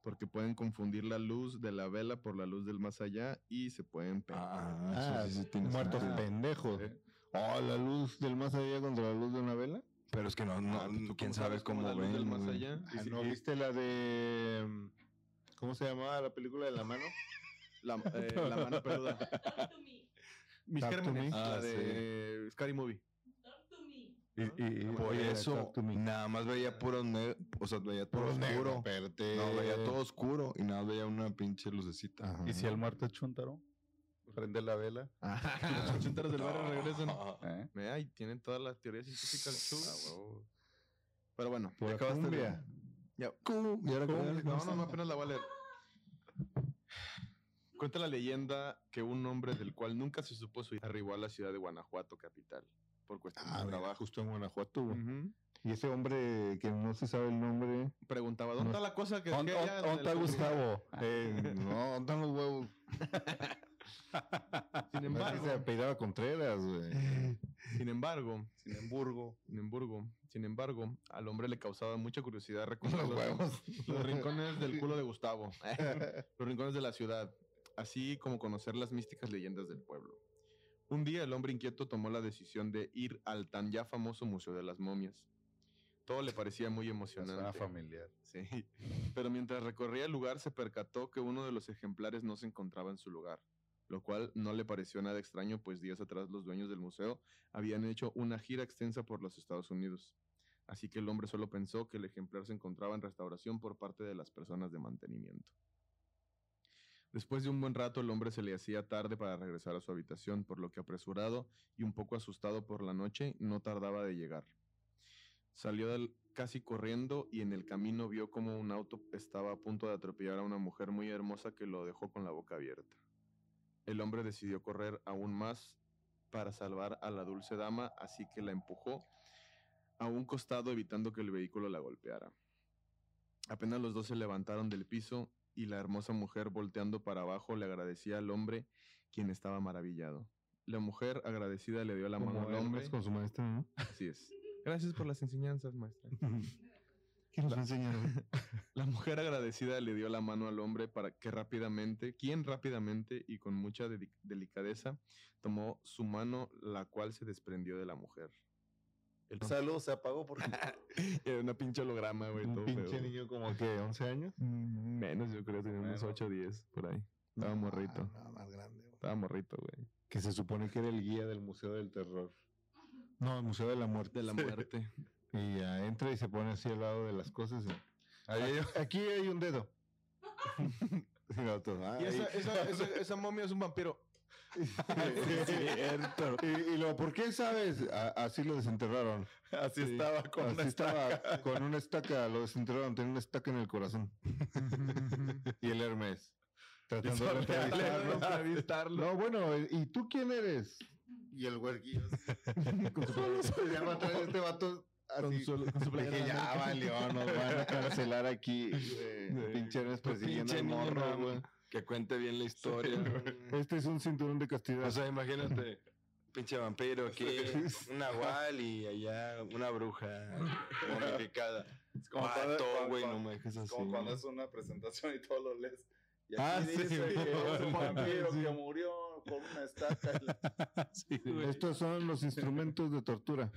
S2: Porque pueden confundir la luz de la vela por la luz del más allá y se pueden pegar.
S4: Ah, eso sí, sí tiene
S1: muertos
S4: sentido.
S1: pendejos.
S2: Ah,
S1: Oh, la luz del más allá contra la luz de una vela.
S4: Pero es que no, no
S2: Ah, pues, ¿tú
S4: quién
S2: sabes
S4: sabe cómo
S2: la luz
S4: ven.
S2: del más
S4: güey.
S2: allá?
S1: Ah,
S2: Dice
S1: ¿No
S2: que
S1: viste la de. mm, ¿Cómo se llamaba la película de la mano?
S2: La, eh, la mano peluda.
S6: Talk to me.
S2: Mis
S1: Talk to
S2: gérmenes,
S1: me.
S2: la
S4: Ah, sí.
S2: de Scary Movie.
S6: Talk to me.
S1: Y, y- y-
S4: Por
S1: oye,
S4: eso,
S1: Talk to Me.
S4: nada más veía puro negro. O sea, veía todo
S1: Puro negro,
S4: oscuro.
S1: espérate.
S4: No, veía todo oscuro y nada más veía una pinche lucecita.
S1: Ajá.
S3: ¿Y si el muerto es chuntaro? Prende la vela.
S4: Ah.
S2: Los ochenteros del barrio regresan.
S3: ¿eh?
S2: Ve, Ay, tienen todas las teorías científicas. chulo. Pero bueno.
S1: Pura
S4: acabaste de-
S1: cumbia.
S2: Ya.
S4: ¿Y ahora qué?
S2: No, no, no, apenas la voy a leer. Cuenta la leyenda que un hombre del cual nunca se supo su arribó a la ciudad de Guanajuato, capital, por cuestiones
S1: Ah,
S2: de
S1: mira,
S2: trabajo.
S1: justo en Guanajuato, güey.
S2: Ujú.
S1: Y ese hombre que no se sabe el nombre.
S2: Preguntaba, ¿dónde
S1: No.
S2: está la cosa que
S1: ¿Dónde
S2: dejé allá de la
S1: está
S2: que-
S1: Gustavo? Eh, no, ¿dónde están los huevos?
S2: Sin
S1: No, ese se
S2: embargo,
S1: apellidaba Contreras, güey.
S2: sin embargo,
S3: Sin embargo,
S2: sin embargo, sin embargo, al hombre le causaba mucha curiosidad recordar los- Los rincones del culo de Gustavo. los rincones de la ciudad. Así como conocer las místicas leyendas del pueblo. Un día el hombre inquieto tomó la decisión de ir al tan ya famoso Museo de las Momias. Todo le parecía muy
S3: Me suena
S2: emocionante.
S3: familiar.
S2: Sí. Pero mientras recorría el lugar se percató que uno de los ejemplares no se encontraba en su lugar, lo cual no le pareció nada extraño, pues días atrás los dueños del museo habían hecho una gira extensa por los Estados Unidos. Así que el hombre solo pensó que el ejemplar se encontraba en restauración por parte de las personas de mantenimiento. Después de un buen rato el hombre se le hacía tarde para regresar a su habitación, por lo que apresurado y un poco asustado por la noche no tardaba de llegar. Salió del- casi corriendo y en el camino vio como un auto estaba a punto de atropellar a una mujer muy hermosa que lo dejó con la boca abierta. El hombre decidió correr aún más para salvar a la dulce dama, así que la empujó a un costado evitando que el vehículo la golpeara. Apenas los dos se levantaron del piso y la hermosa mujer volteando para abajo le agradecía al hombre, quien estaba maravillado. La mujer agradecida le dio la mano
S1: Como
S2: al
S1: Hermes
S2: hombre.
S1: con su maestra, ¿no?
S2: Así es. Gracias por las enseñanzas, maestra.
S1: ¿Qué nos enseñaron?
S2: La mujer agradecida le dio la mano al hombre para que rápidamente, quien rápidamente y con mucha dedi- delicadeza tomó su mano, la cual se desprendió de la mujer. El
S3: El saludo se apagó porque
S2: era una pinche holograma, güey.
S1: Un
S2: todo
S1: pinche
S2: feo.
S1: niño como que 11 años.
S2: Mm, Menos, yo creo, tenía unos
S3: Bueno.
S2: 8 o 10 por ahí. Estaba morrito.
S1: Ah, no, más grande, güey.
S2: Estaba morrito, güey.
S1: Que se supone que era el guía del Museo del Terror. No, el Museo de la Muerte.
S2: De la muerte.
S1: Y ya entra y se pone así al lado de las cosas. y, "Ahí- aquí hay un dedo. Y el otro, "Ah, ahí".
S2: momia es un vampiro.
S1: cierto. Y, y luego, ¿por qué sabes? A- así lo desenterraron.
S3: así
S1: Sí,
S3: estaba con
S1: así
S3: una
S1: estaba, con una estaca, lo desenterraron, tenía una estaca en el corazón. y el Hermes, tratando de entrevistarlo. No, bueno, eh, ¿y tú quién eres? Y el huerquillo. ya va a traer este vato
S2: Con
S1: así.
S2: su, con su playera
S1: Dije,
S2: de
S1: ya
S2: América.
S1: valió, nos van a cancelar aquí. eh,
S2: Sí.
S1: pinche Hermes persiguiendo
S4: Pinche
S1: al
S4: niño
S1: morro,
S4: nada
S1: güey.
S4: más. Que cuente bien la historia. güey.
S1: Este es un cinturón de castidad.
S4: o sea, imagínate, pinche vampiro aquí, un nahual y allá una bruja momificada.
S3: como
S1: Ah,
S3: cuando-
S4: Vato,
S3: cuando-
S4: güey, no
S3: cuando-
S4: me dejes así.
S3: como cuando es una presentación y todo lo lees. Y aquí
S1: Ah, sí,
S3: dice que es
S1: güey.
S3: un vampiro
S1: Sí.
S3: que murió con una estaca.
S1: Estos son los instrumentos de tortura.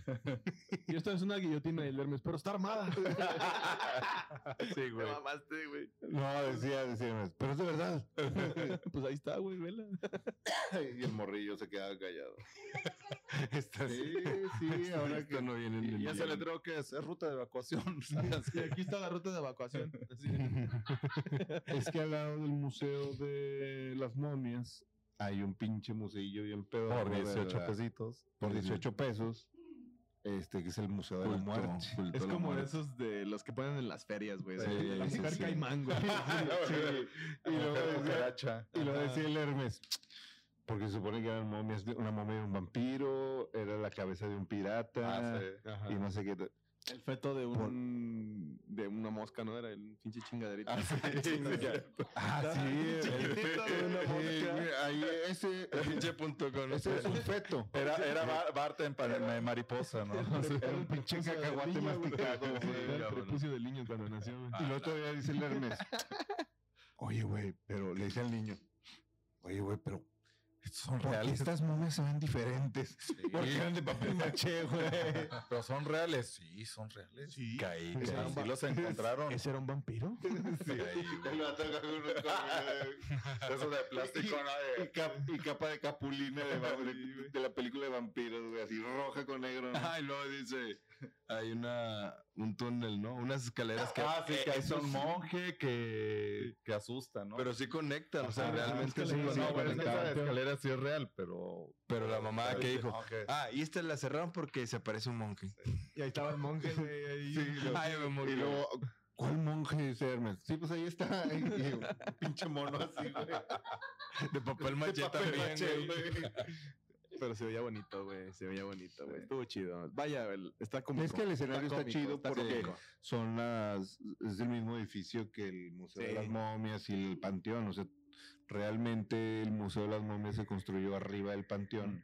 S2: Y esta es una guillotina del Hermes, pero está armada.
S4: Sí,
S5: Te
S4: güey.
S5: mamaste, güey.
S1: No, decía, decía Hermes, pero es de verdad.
S2: pues ahí está, güey, vela.
S3: y el morrillo se quedaba callado.
S4: Estás-
S1: Sí, sí, ahora que
S4: no viene en el
S3: Y ya se le
S4: guión.
S3: tengo que hacer ruta de evacuación.
S2: Y aquí está la ruta de evacuación. Así.
S1: es que al lado del Museo de las Momias hay un pinche museillo bien pedo.
S4: Por
S1: ¿verdad?
S4: 18
S1: pesitos. Por 18 pesos. Este que es el Museo de la
S4: Culto,
S1: Muerte.
S4: culto
S2: Es
S4: a la
S2: como de
S4: muerte.
S2: esos de los que ponen en las ferias, güey.
S4: Sí,
S2: de la
S4: sí,
S2: mujer
S4: sí.
S2: caimán, güey.
S1: Y luego decía, y luego
S2: Ajá.
S1: decía el Hermes. Porque se supone que eran momias, de- una momia de un vampiro, era la cabeza de un
S3: Ah,
S1: pirata. Y no sé qué. t-
S2: El feto de un de una mosca, ¿no? Era el pinche chingaderito.
S1: Ah, sí. el-
S2: Chiquitito de una
S1: sí,
S2: mosca.
S1: güey, ahí ese,
S4: Pinche punto con
S1: ese es un feto.
S3: Era, era Bar- Bart en pa- en mariposa, ¿no?
S1: Era un pinche cacahuate masticado, Ah,
S2: Sí,
S1: güey.
S2: era el
S4: cabrón.
S2: prepucio del niño cuando nació, güey.
S1: Y luego todavía dice el Hermes. Oye, güey, pero le dice al niño. Oye, güey, pero estos son reales. Estas momias se ven diferentes. Porque eran de papel maché, güey.
S3: Pero son reales. Sí, son reales.
S4: Sí. Caí,
S1: Ese
S4: caí.
S1: era un
S3: Sí los encontraron.
S2: ¿Ese era un vampiro?
S4: caí, güey.
S3: Eso de Ah, plástico, ¿no?
S1: Y, cap- y capa de capulina de, va- de- de la película de vampiros, güey, así roja con negro. ¿no?
S4: Ah, y luego dice, hay una, un túnel, ¿no? Unas escaleras que...
S3: Ah, sí,
S4: eh,
S3: que
S4: eso
S3: es un
S4: sí,
S3: monje que, que asusta, ¿no?
S4: Pero sí conectan, o sea,
S1: Ajá,
S4: realmente
S1: es
S4: Ah, sí
S1: que sí, sí,
S4: conectan.
S3: no, bueno, es que esa
S1: conectado.
S3: escalera sí es real, pero...
S4: Pero la mamá
S3: pero
S4: que
S3: dice,
S4: dijo,
S3: "Ah, ok".
S4: Ah, y esta la cerraron porque se aparece un monje.
S2: Y ahí estaba el monje, güey. ahí.
S4: Ay, me morí.
S1: Y luego, ¿cuál monje es Hermes? Sí, pues ahí está. Y- y-
S3: pinche mono así, güey.
S4: de papel maché también, güey.
S2: Pero se veía bonito, güey. Se veía bonito, güey. Estuvo chido. Vaya, el- está como.
S1: Es que el escenario está chido porque-
S2: cómico.
S1: son las es el mismo edificio que el Museo de las
S2: Sí.
S1: Momias y el Panteón, o sea, realmente el Museo de las Momias se construyó arriba del Panteón.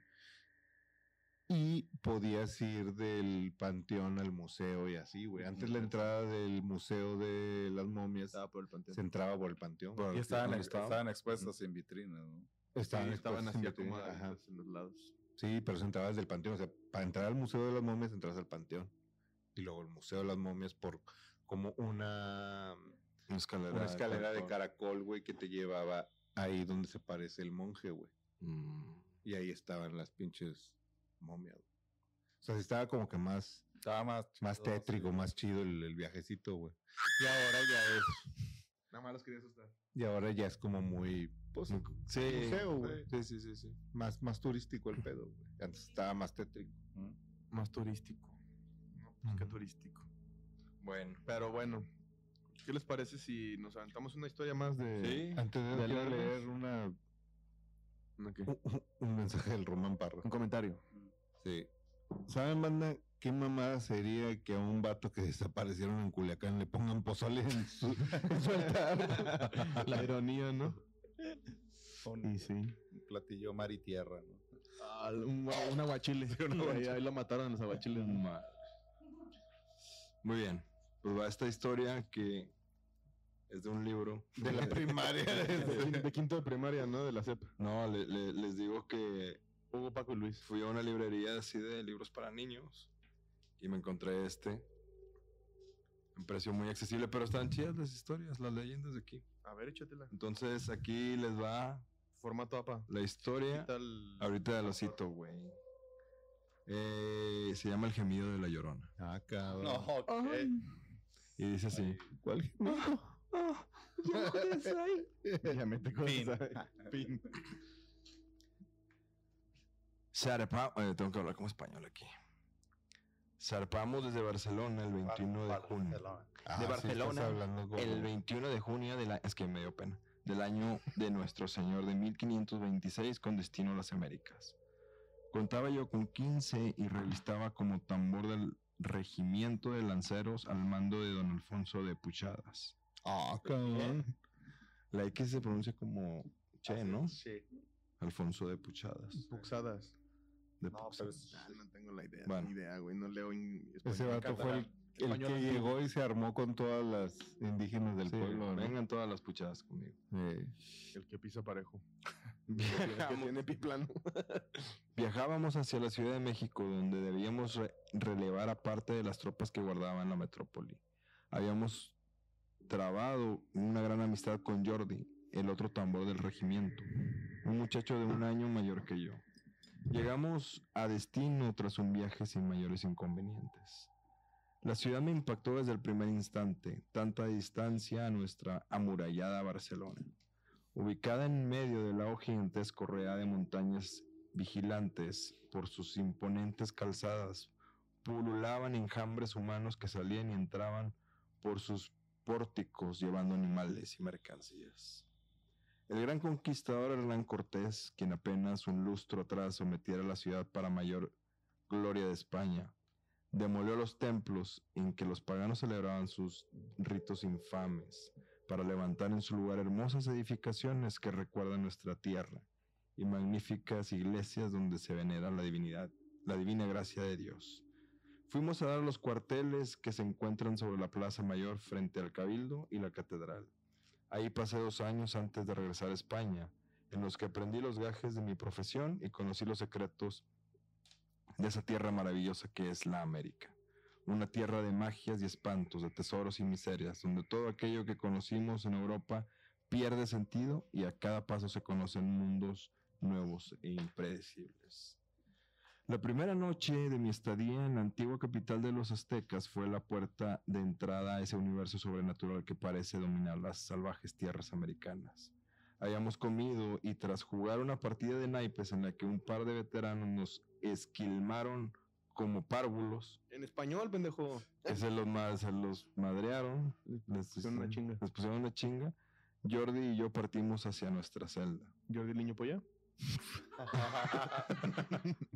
S1: Y podías ir del panteón al museo y así, güey. Antes la entrada del museo de las momias
S2: Estaba por el panteón.
S1: se entraba por el panteón.
S3: Y estaban,
S4: ¿Dónde
S3: ex-
S4: estaba?
S3: estaban expuestas en vitrinas, ¿no?
S1: Mm. Estaban,
S4: Sí, estaban así
S1: expuestas en
S4: como
S1: vitrina, ajá.
S4: abiertas en los lados.
S1: Sí, pero se entraba desde el panteón. O sea, para entrar al Museo de las Momias, entras al panteón. Y luego el Museo de las Momias por como una,
S4: Una escalera.
S1: una escalera de
S4: caracol.
S1: caracol, güey, que te llevaba ahí donde se parece el monje, güey.
S4: Mm.
S1: Y ahí estaban las pinches momias. güey. O sea, sí estaba como que más,
S3: Estaba más,
S1: más
S3: chido,
S1: tétrico,
S3: sí.
S1: más chido el, el viajecito, güey. Y ahora ya es,
S4: Nada más los quería asustar.
S1: y ahora ya es como muy, pues,
S4: Sí.
S1: museo, güey.
S4: Sí, sí, sí, sí.
S1: más, más turístico el pedo, güey. Antes estaba más tétrico.
S2: Más turístico. No,
S4: Mm.
S2: pues qué turístico.
S4: Bueno.
S2: Pero bueno, ¿qué les parece si nos aventamos una historia más de.
S4: Sí.
S1: Antes de
S2: De
S1: eso, quiero
S2: largos.
S1: leer una,
S2: ¿Una qué?
S1: un- un- un mensaje del Román Parra.
S2: Un comentario.
S1: Sí. ¿Saben, banda? ¿Qué mamada sería que a un vato que desaparecieron en Culiacán le pongan pozole en su, en su altar?
S2: La ironía, ¿no?
S3: Un,
S2: sí.
S3: un platillo mar y tierra, ¿no?
S2: un, gua- un aguachile. ahí, ahí lo mataron los aguachiles.
S4: Muy bien. Pues va esta historia que es de un libro.
S1: De la primaria.
S2: De, quin- de quinto de primaria, ¿no? De la CEP.
S4: No, le- le- les digo que
S2: Hugo Paco y Luis.
S4: fui a una librería así de libros para niños y me encontré este. Un precio muy accesible, pero están chidas las historias, las leyendas de aquí.
S2: A ver, échatela.
S4: Entonces aquí les va
S2: Formato APA.
S4: la historia.
S2: Quita el-
S4: Ahorita lo cito, güey. Eh, se llama El gemido de la llorona.
S1: Ah, cabrón.
S3: No, ¿qué?
S4: Y dice así.
S2: ¿Cuál? ya me te Pin.
S4: Zarpa- eh, tengo que hablar como español aquí. Zarpamos desde Barcelona el 21 de junio.
S3: Barcelona.
S1: Ah,
S4: de
S1: sí, estás
S4: Barcelona,
S1: hablando como-
S4: El 21 de junio de la, es que me dio pena, del año de Nuestro Señor de 1526 con destino a las Américas. Contaba yo con 15 y revistaba como tambor del regimiento de lanceros al mando de don Alfonso de Puchadas.
S1: Ah, cabrón.
S4: La X se pronuncia como che, ¿no?
S3: Sí.
S4: Alfonso de Puchadas.
S2: Puxadas.
S4: De
S3: No,
S4: Puxadas.
S3: pero es-
S2: Pues, no tengo la idea.
S4: Bueno.
S2: Ni idea, güey. No leo en
S1: Ese vato fue el, el
S2: Español
S1: que
S2: antiguo.
S1: llegó y se armó con todas las indígenas del
S4: Sí,
S1: pueblo. ¿no?
S4: vengan todas las puchadas conmigo.
S1: Sí.
S2: El que pisa parejo.
S4: Viajamos- Viajábamos hacia la Ciudad de México, donde debíamos re- relevar a parte de las tropas que guardaban la metrópoli. Habíamos trabado una gran amistad con Jordi, el otro tambor del regimiento, un muchacho de un año mayor que yo. Llegamos a destino tras un viaje sin mayores inconvenientes. La ciudad me impactó desde el primer instante, tanta distancia a nuestra amurallada Barcelona. Ubicada en medio de la gigantesco correa de montañas vigilantes por sus imponentes calzadas, pululaban enjambres humanos que salían y entraban por sus pórticos llevando animales y mercancías. El gran conquistador Hernán Cortés, quien apenas un lustro atrás sometiera la ciudad para mayor gloria de España, demolió los templos en que los paganos celebraban sus ritos infames para levantar en su lugar hermosas edificaciones que recuerdan nuestra tierra y magníficas iglesias donde se venera la divinidad, la divina gracia de Dios. Fuimos a dar a los cuarteles que se encuentran sobre la Plaza Mayor frente al Cabildo y la Catedral. Ahí pasé dos años antes de regresar a España, en los que aprendí los gajes de mi profesión y conocí los secretos de esa tierra maravillosa que es la América una tierra de magias y espantos, de tesoros y miserias, donde todo aquello que conocimos en Europa pierde sentido y a cada paso se conocen mundos nuevos e impredecibles. La primera noche de mi estadía en la antigua capital de los aztecas fue la puerta de entrada a ese universo sobrenatural que parece dominar las salvajes tierras americanas. Habíamos comido y tras jugar una partida de naipes en la que un par de veteranos nos esquilmaron como párvulos,
S2: En español, pendejo.
S4: que se los, ma- se los madrearon. Les
S2: Eh. pusieron una
S4: hici-
S2: chinga.
S4: les pusieron una chinga. Jordi y yo partimos hacia nuestra celda.
S2: Jordi Liño Polla.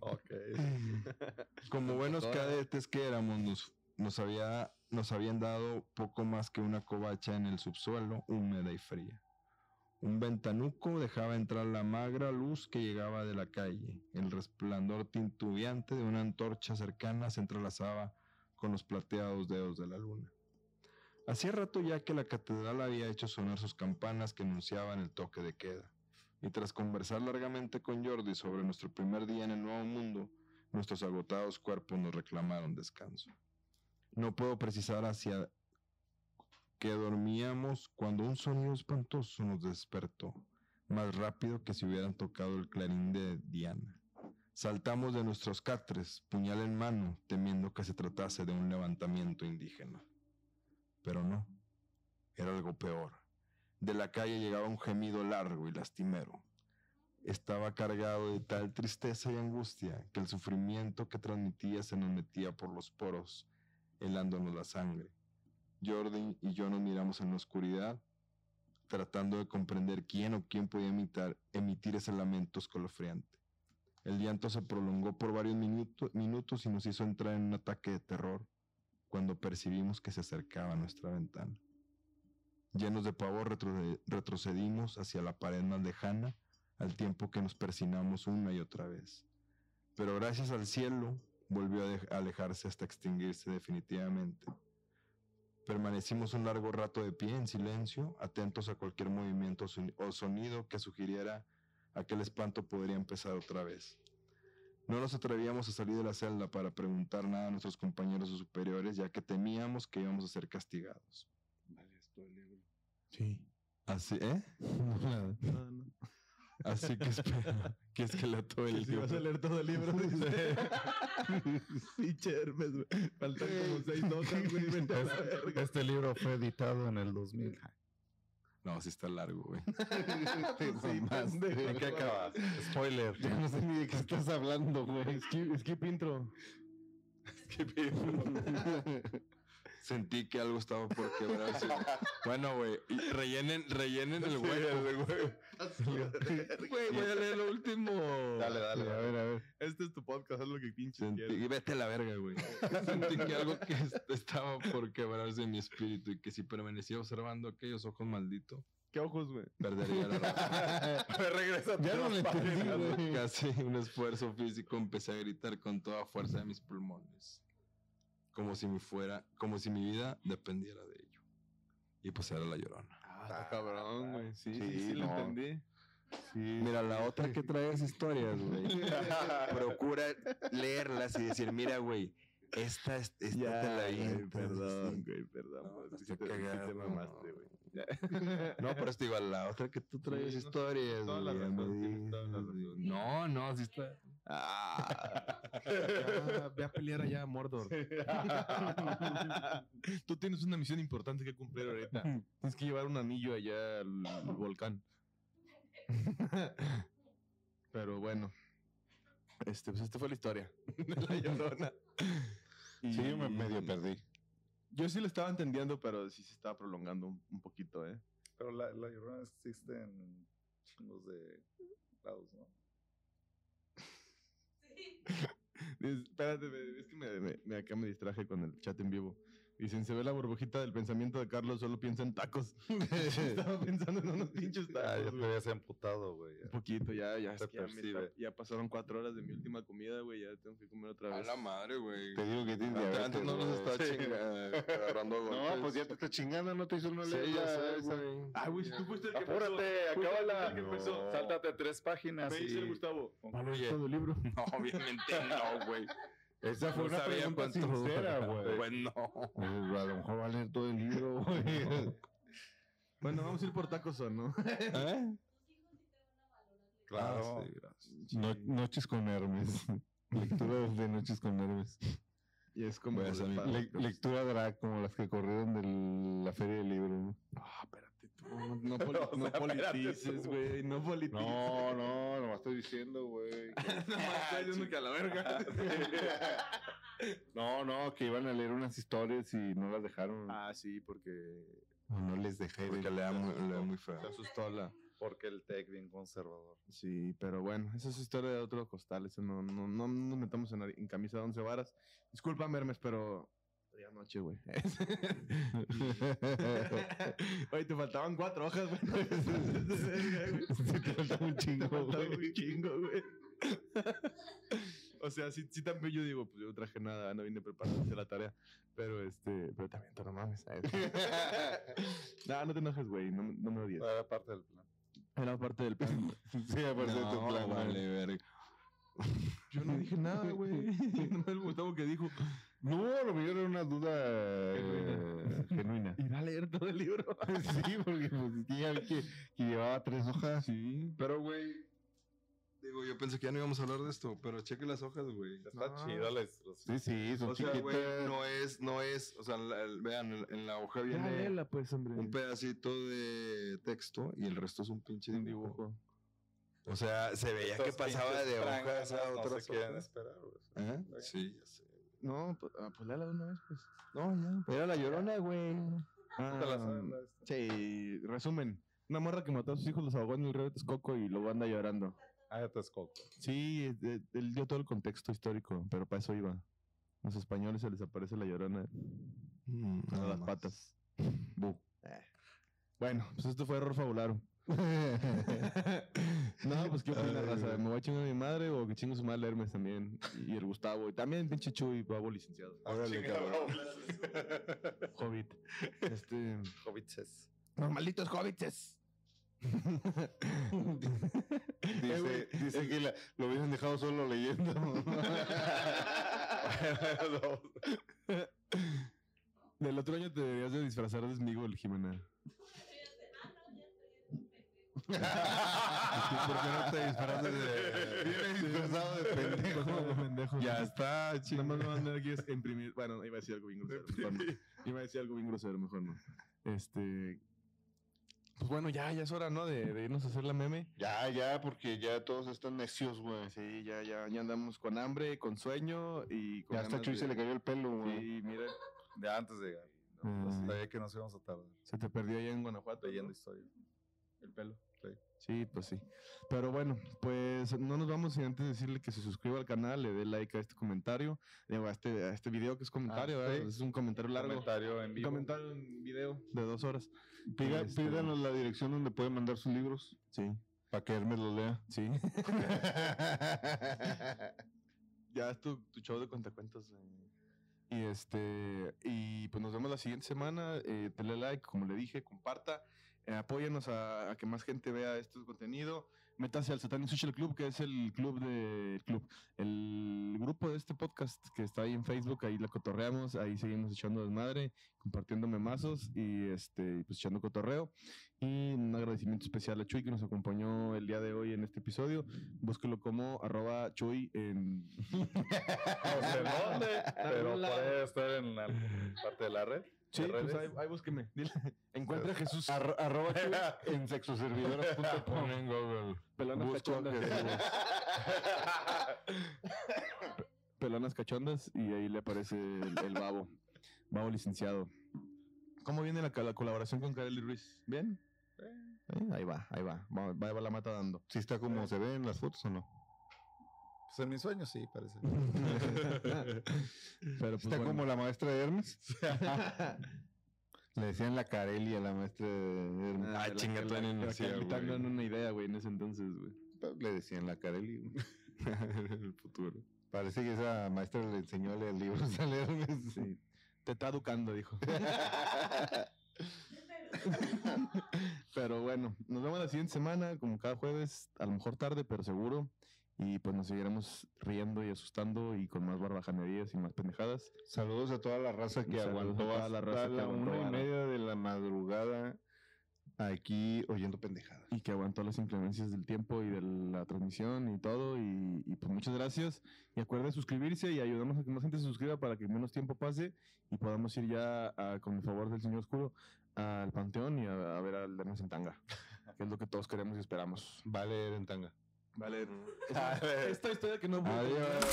S3: ok.
S4: Mm. Como buenos
S2: Todas.
S4: cadetes que éramos, nos, nos, había, nos habían dado poco más que una covacha en el subsuelo, húmeda y fría. Un ventanuco dejaba entrar la magra luz que llegaba de la calle. El resplandor tintubeante de una antorcha cercana se entrelazaba con los plateados dedos de la luna. Hacía rato ya que la catedral había hecho sonar sus campanas que anunciaban el toque de queda. y tras conversar largamente con Jordi sobre nuestro primer día en el nuevo mundo, nuestros agotados cuerpos nos reclamaron descanso. No puedo precisar hacia que dormíamos cuando un sonido espantoso nos despertó, más rápido que si hubieran tocado el clarín de Diana. Saltamos de nuestros catres, puñal en mano, temiendo que se tratase de un levantamiento indígena. Pero no, era algo peor. De la calle llegaba un gemido largo y lastimero. Estaba cargado de tal tristeza y angustia que el sufrimiento que transmitía se nos metía por los poros, helándonos la sangre. Jordan y yo nos miramos en la oscuridad, tratando de comprender quién o quién podía imitar- emitir ese lamento escalofriante. El llanto se prolongó por varios minuto- minutos y nos hizo entrar en un ataque de terror cuando percibimos que se acercaba a nuestra ventana. Llenos de pavor retrocede- retrocedimos hacia la pared más lejana al tiempo que nos persinamos una y otra vez. Pero gracias al cielo volvió a dej- a alejarse hasta extinguirse definitivamente. Permanecimos un largo rato de pie en silencio, atentos a cualquier movimiento o son- o sonido que sugiriera aquel espanto podría empezar otra vez. No nos atrevíamos a salir de la celda para preguntar nada a nuestros compañeros o superiores, ya que temíamos que íbamos a ser castigados.
S2: Sí.
S4: Así, ¿eh? Así que espera, que esqueleto del
S2: Si vas a leer todo el libro, dice. sí, Chermes, güey. Faltan como seis notas, güey. Vete a la verga.
S1: Este libro fue editado en el 2000.
S4: No, sí está largo, güey.
S1: Te
S2: sí,
S1: mamaste.
S2: pendejo.
S1: ¿De qué acabas? Spoiler. Ya no sé ni de qué estás hablando, güey.
S2: Skip, skip intro.
S4: Qué pedo. Sentí que algo estaba por quebrarse. güey. Bueno, güey, y rellenen, rellenen el hueco.
S2: Güey, voy a leer lo último.
S3: Dale,
S1: A
S3: dale.
S1: ver, a
S3: dale.
S1: ver.
S2: Este es tu podcast, haz lo que pinches
S4: Sentí,
S2: quieras.
S4: y vete a la verga, güey. Sentí que algo que es- estaba por quebrarse en mi espíritu y que si permanecía observando aquellos ojos malditos,
S2: ¿Qué ojos, güey?
S4: perdería la razón.
S3: A ver, regresa.
S1: Ya no le entendí, güey.
S4: Casi un esfuerzo físico empecé a gritar con toda fuerza de mis pulmones. Como si mi fuera, como si mi vida dependiera de ello. Y pues era la llorona.
S2: Ah, cabrón, güey. Sí, sí, sí,
S3: Sí,
S2: lo
S3: no.
S2: entendí.
S4: Mira, la otra que traes historias, güey. Procura leerlas y decir, mira, güey, esta, es- esta te la
S2: güey,
S4: avientas,
S2: perdón,
S4: sí.
S2: güey, perdón.
S4: No,
S2: güey,
S3: pues.
S2: sí
S4: está
S2: te- sí
S4: cagado,
S2: te mamaste,
S4: no.
S2: güey.
S4: No, pero esto iba la otra que tú traes
S2: Sí, no,
S4: historias,
S2: toda la
S4: güey, ya me
S2: razón, tienes toda la
S4: dices,
S2: razón.
S4: güey. No, no, sí está.
S2: Ah. Ya, ve a pelear allá a Mordor. Tú tienes una misión importante que cumplir ahorita. Tienes que llevar un anillo allá al volcán. Pero bueno. Este, pues esta fue la historia de la llorona.
S1: Sí, yo me
S2: Y-
S1: medio perdí.
S2: Yo sí lo estaba entendiendo, pero sí se estaba prolongando un, un poquito, ¿eh?
S3: Pero la, la llorona existe en chingos de lados, ¿no?
S6: Sí.
S2: Dice, Espérate, me- es que me, me- me- acá me distraje con el chat en vivo. Dicen, se ve la burbujita del pensamiento de Carlos, solo piensa en tacos. Estaba pensando en unos pinches
S3: Ah, ya
S2: tacos,
S3: te
S2: güey.
S3: habías amputado, güey. ya.
S2: Un poquito, ya, ya. es
S3: Se
S2: que ya, me
S3: percibe.
S2: está- ya pasaron cuatro horas de mi última comida, güey. Ya tengo que comer otra
S4: A
S2: vez.
S4: la madre, güey.
S1: Te digo que tienes
S4: Antes,
S1: diabetes.
S4: antes no nos
S1: güey.
S4: estaba chingando, agarrando golpes.
S1: No, pues ya te está chingando, no te hizo una
S4: Sí,
S1: ley.
S4: ya
S1: ya,
S4: sé,
S1: esa-
S4: güey.
S2: Ay, güey, si tú fuiste el que empezó.
S3: Apúrate,
S2: Fuiste
S3: acaba
S2: el que
S3: la.
S2: empezó.
S3: Sáltate tres páginas.
S2: Me dice el
S3: y-
S2: Gustavo.
S4: Oye,
S1: todo el libro.
S4: no, obviamente no, güey.
S1: Esa fue
S4: No
S1: una
S4: sabía
S1: pregunta
S4: cuánto-
S1: sincera, güey.
S4: Pues no.
S1: Eh, A lo mejor va a leer todo el libro, güey.
S2: Bueno, vamos a ir por tacos o no.
S3: Claro.
S4: Ah, sí, gracias.
S1: No- noches con Hermes. Lectura de Noches con Hermes.
S2: Y es como.
S4: Voy a hacer mi-
S2: para-
S1: Pues, Le- lectura drag, como las que corrieron de la feria del libro. ¿no?
S2: Ah, espérate tú. No, no poli-
S3: O sea,
S2: no
S3: espérate
S2: politices,
S3: tú.
S2: güey. No politices.
S1: No, no, nomás estoy diciendo, güey. que-
S2: No más hay uno que a la verga.
S1: No, no, que iban a leer unas historias y no las dejaron.
S2: Ah, sí, porque
S1: O no les dejé.
S4: Porque le da muy, le da muy feo.
S2: se asustó la.
S3: Porque el tech bien conservador.
S2: Sí, pero bueno, esa es historia de otro costal. Eso no, no, no nos metamos en, la- en camisa de once varas. Disculpa, Mermes, pero. Ya noche, güey. Oye, te faltaban cuatro hojas, güey.
S1: Te faltaba un chingo,
S2: Te faltaba
S1: güey.
S2: un chingo, güey. O sea, sí, sí también yo digo, pues yo no traje nada, no vine preparado a hacer la tarea. Pero este, pero también tú no mames. ¿sabes? no, no te enojes, güey, no, no me odies.
S3: Era parte del plan.
S2: Era parte del plan.
S1: Sí, aparte de tu
S4: No,
S1: plan. güey.
S4: vale, verga.
S2: Yo no dije nada, güey. No me Gustavo que dijo.
S1: No, lo mío era una duda eh, genuina.
S2: Ir a leer todo el libro.
S1: sí, porque pues, es que ya vi que, que llevaba tres hojas.
S2: Sí.
S4: Pero, güey, digo, yo pensé que ya no íbamos a hablar de esto, pero cheque las hojas, güey.
S3: Está
S4: No.
S3: chido. Les, los-
S1: Sí, sí, son
S4: O sea, güey,
S1: chiquitas.
S4: no es, no es, o sea, la- el- vean, el- en la hoja
S2: Ya
S4: viene
S2: léela, pues, hombre.
S4: un pedacito de texto y el resto es un pinche dibujo. O sea, se veía que
S3: estos
S4: pasaba
S3: pinches
S4: de
S3: prangas,
S4: hojas a
S3: no, no
S4: otras
S3: se quieren
S4: hojas.
S3: esperar, güey.
S4: ¿Eh?
S3: Está bien.
S4: Sí, ya sé.
S2: No, pues, ah, pues léala de una vez, pues.
S4: No, ya.
S2: Era la llorona, güey.
S3: Te la
S2: Ah,
S3: saben, Este. la esta.
S2: sí, resumen. Una morra que mató a sus hijos, los ahogó en el río de Texcoco y luego anda llorando.
S3: Ah, de Texcoco.
S2: Sí, es de- él dio todo el contexto histórico, pero para eso iba. Los españoles se les aparece la llorona
S4: Mm,
S2: a
S4: nada
S2: las
S4: más.
S2: patas. Bu. Bueno, pues esto fue error fabularo. no, pues qué opina
S4: Ay,
S2: raza.
S4: güey.
S2: ¿Me voy a chingar a mi madre o que chingo su madre Hermes también? Y el Gustavo. Y también pinche Chuy, babo licenciado.
S4: Ah, Órale, cabrón.
S2: Hobbit. Este.
S3: Hobbitses.
S2: Normalitos hobbits. Eh,
S1: Dice, dice que la- lo hubiesen dejado solo leyendo.
S2: Del otro año te deberías de disfrazar de Smigol, Jimena.
S6: Ah, no, ya estoy
S4: ¿Y tú ¿Por qué no te disfrazas de.?
S1: Viene disfrazado de pendejo.
S2: De pendejo.
S4: Ya está,
S2: Nada
S4: chingón.
S2: más lo van a aquí es imprimir. Bueno, iba a decir algo bien grosero. mejor no. Iba a decir algo bien grosero, mejor no. Este. Pues bueno, ya, ya es hora, ¿no? De, de irnos a hacer la meme.
S1: Ya, ya, porque ya todos están necios, güey.
S2: Sí, ya, ya, ya andamos con hambre, con sueño y con.
S1: Ya hasta
S2: ganas
S1: Chuy
S2: de-
S1: se le cayó el pelo, güey.
S2: Sí, mira.
S3: De antes de llegar. pues,
S2: Ah.
S3: Sabía que nos íbamos a tardar.
S2: Se te perdió allá en Guanajuato.
S3: Leyendo
S2: ¿no?
S3: historia.
S2: El pelo.
S3: sí.
S2: Sí, pues sí. Pero bueno, pues no nos vamos sin antes decirle que se suscriba al canal, le dé like a este comentario, digo, a este, a este video que es comentario, ¿verdad?
S3: sí.
S2: es un comentario largo.
S3: Comentario en
S2: Un
S3: vivo.
S2: comentario en video de dos horas.
S1: Piga-
S2: Este-
S1: Pídanos la dirección donde pueden mandar sus libros
S2: Sí,
S1: para que Hermes los lea.
S2: sí. ya es tu, tu show de cuentacuentos. eh. Y este, y pues nos vemos la siguiente semana. Eh, dele like, como le dije, comparta. eh, apóyanos a, a que más gente vea este contenido. Métase al Satanic Social Club, que es el club de el club, el grupo de este podcast que está ahí en Facebook, ahí la cotorreamos, ahí seguimos echando desmadre, compartiendo memazos y este, pues echando cotorreo. Y un agradecimiento especial a Chuy que nos acompañó el día de hoy en este episodio. Búsquelo como arroba Chuy en
S3: No sé en dónde, pero
S2: algún lado.
S3: puede estar en la parte de la red.
S2: Sí,
S3: ¿En
S2: pues ahí,
S3: redes?
S2: ahí búsqueme. Dile, Encuentra a Jesús
S1: Arro- arroba Chuy
S3: Pues
S1: en sexoservidora.com.
S4: en Google.
S2: Pelonas
S1: busco a
S2: Cachondas. Pelonas Cachondas y ahí le aparece el, el babo. Babo licenciado. ¿Cómo viene la, ca- la colaboración con Kareli Ruiz? ¿Bien? Eh, ahí va, ahí va. Va, va- va la mata dando. Eh.
S1: Si está como se ve en las fotos o no.
S3: Pues en mis sueños sí, parece.
S2: Pero pues
S1: Está
S2: bueno.
S1: como la maestra de Hermes. Le decían la Carelli a la maestra de Hermes.
S2: Ah,
S4: Ah,
S2: la-
S4: chinga,
S2: la-
S4: todavía ni
S2: la
S4: nacía,
S2: Carlita
S4: güey.
S2: no era una idea, güey, en ese entonces, güey.
S1: Le decían la Carelli. güey.
S4: el futuro.
S1: Parece que esa maestra le enseñó a leer libros a leer Hermes.
S2: Te está educando, dijo.
S6: esperando.
S2: Pero bueno, nos vemos la siguiente semana, como cada jueves, a lo mejor tarde, pero seguro. Y pues nos seguiremos riendo y asustando y con más barbajanerías y más pendejadas.
S1: Saludos a toda la raza que
S2: Saludos a
S1: aguantó
S2: toda la
S1: hasta
S2: raza que
S1: la
S2: aguantó
S1: una y
S2: vara.
S1: media de la madrugada aquí oyendo pendejadas.
S2: Y que aguantó las inclemencias del tiempo y de la transmisión y todo. Y, y, pues muchas gracias. Y acuerden suscribirse y ayudamos a que más gente se suscriba para que menos tiempo pase y podamos ir ya, a- con el favor del Señor Oscuro, al Panteón y a, a ver al Hermes en Tanga, que es lo que todos queremos y esperamos.
S1: Va a leer en tanga.
S2: Vale. Esta historia que no...
S1: Adiós.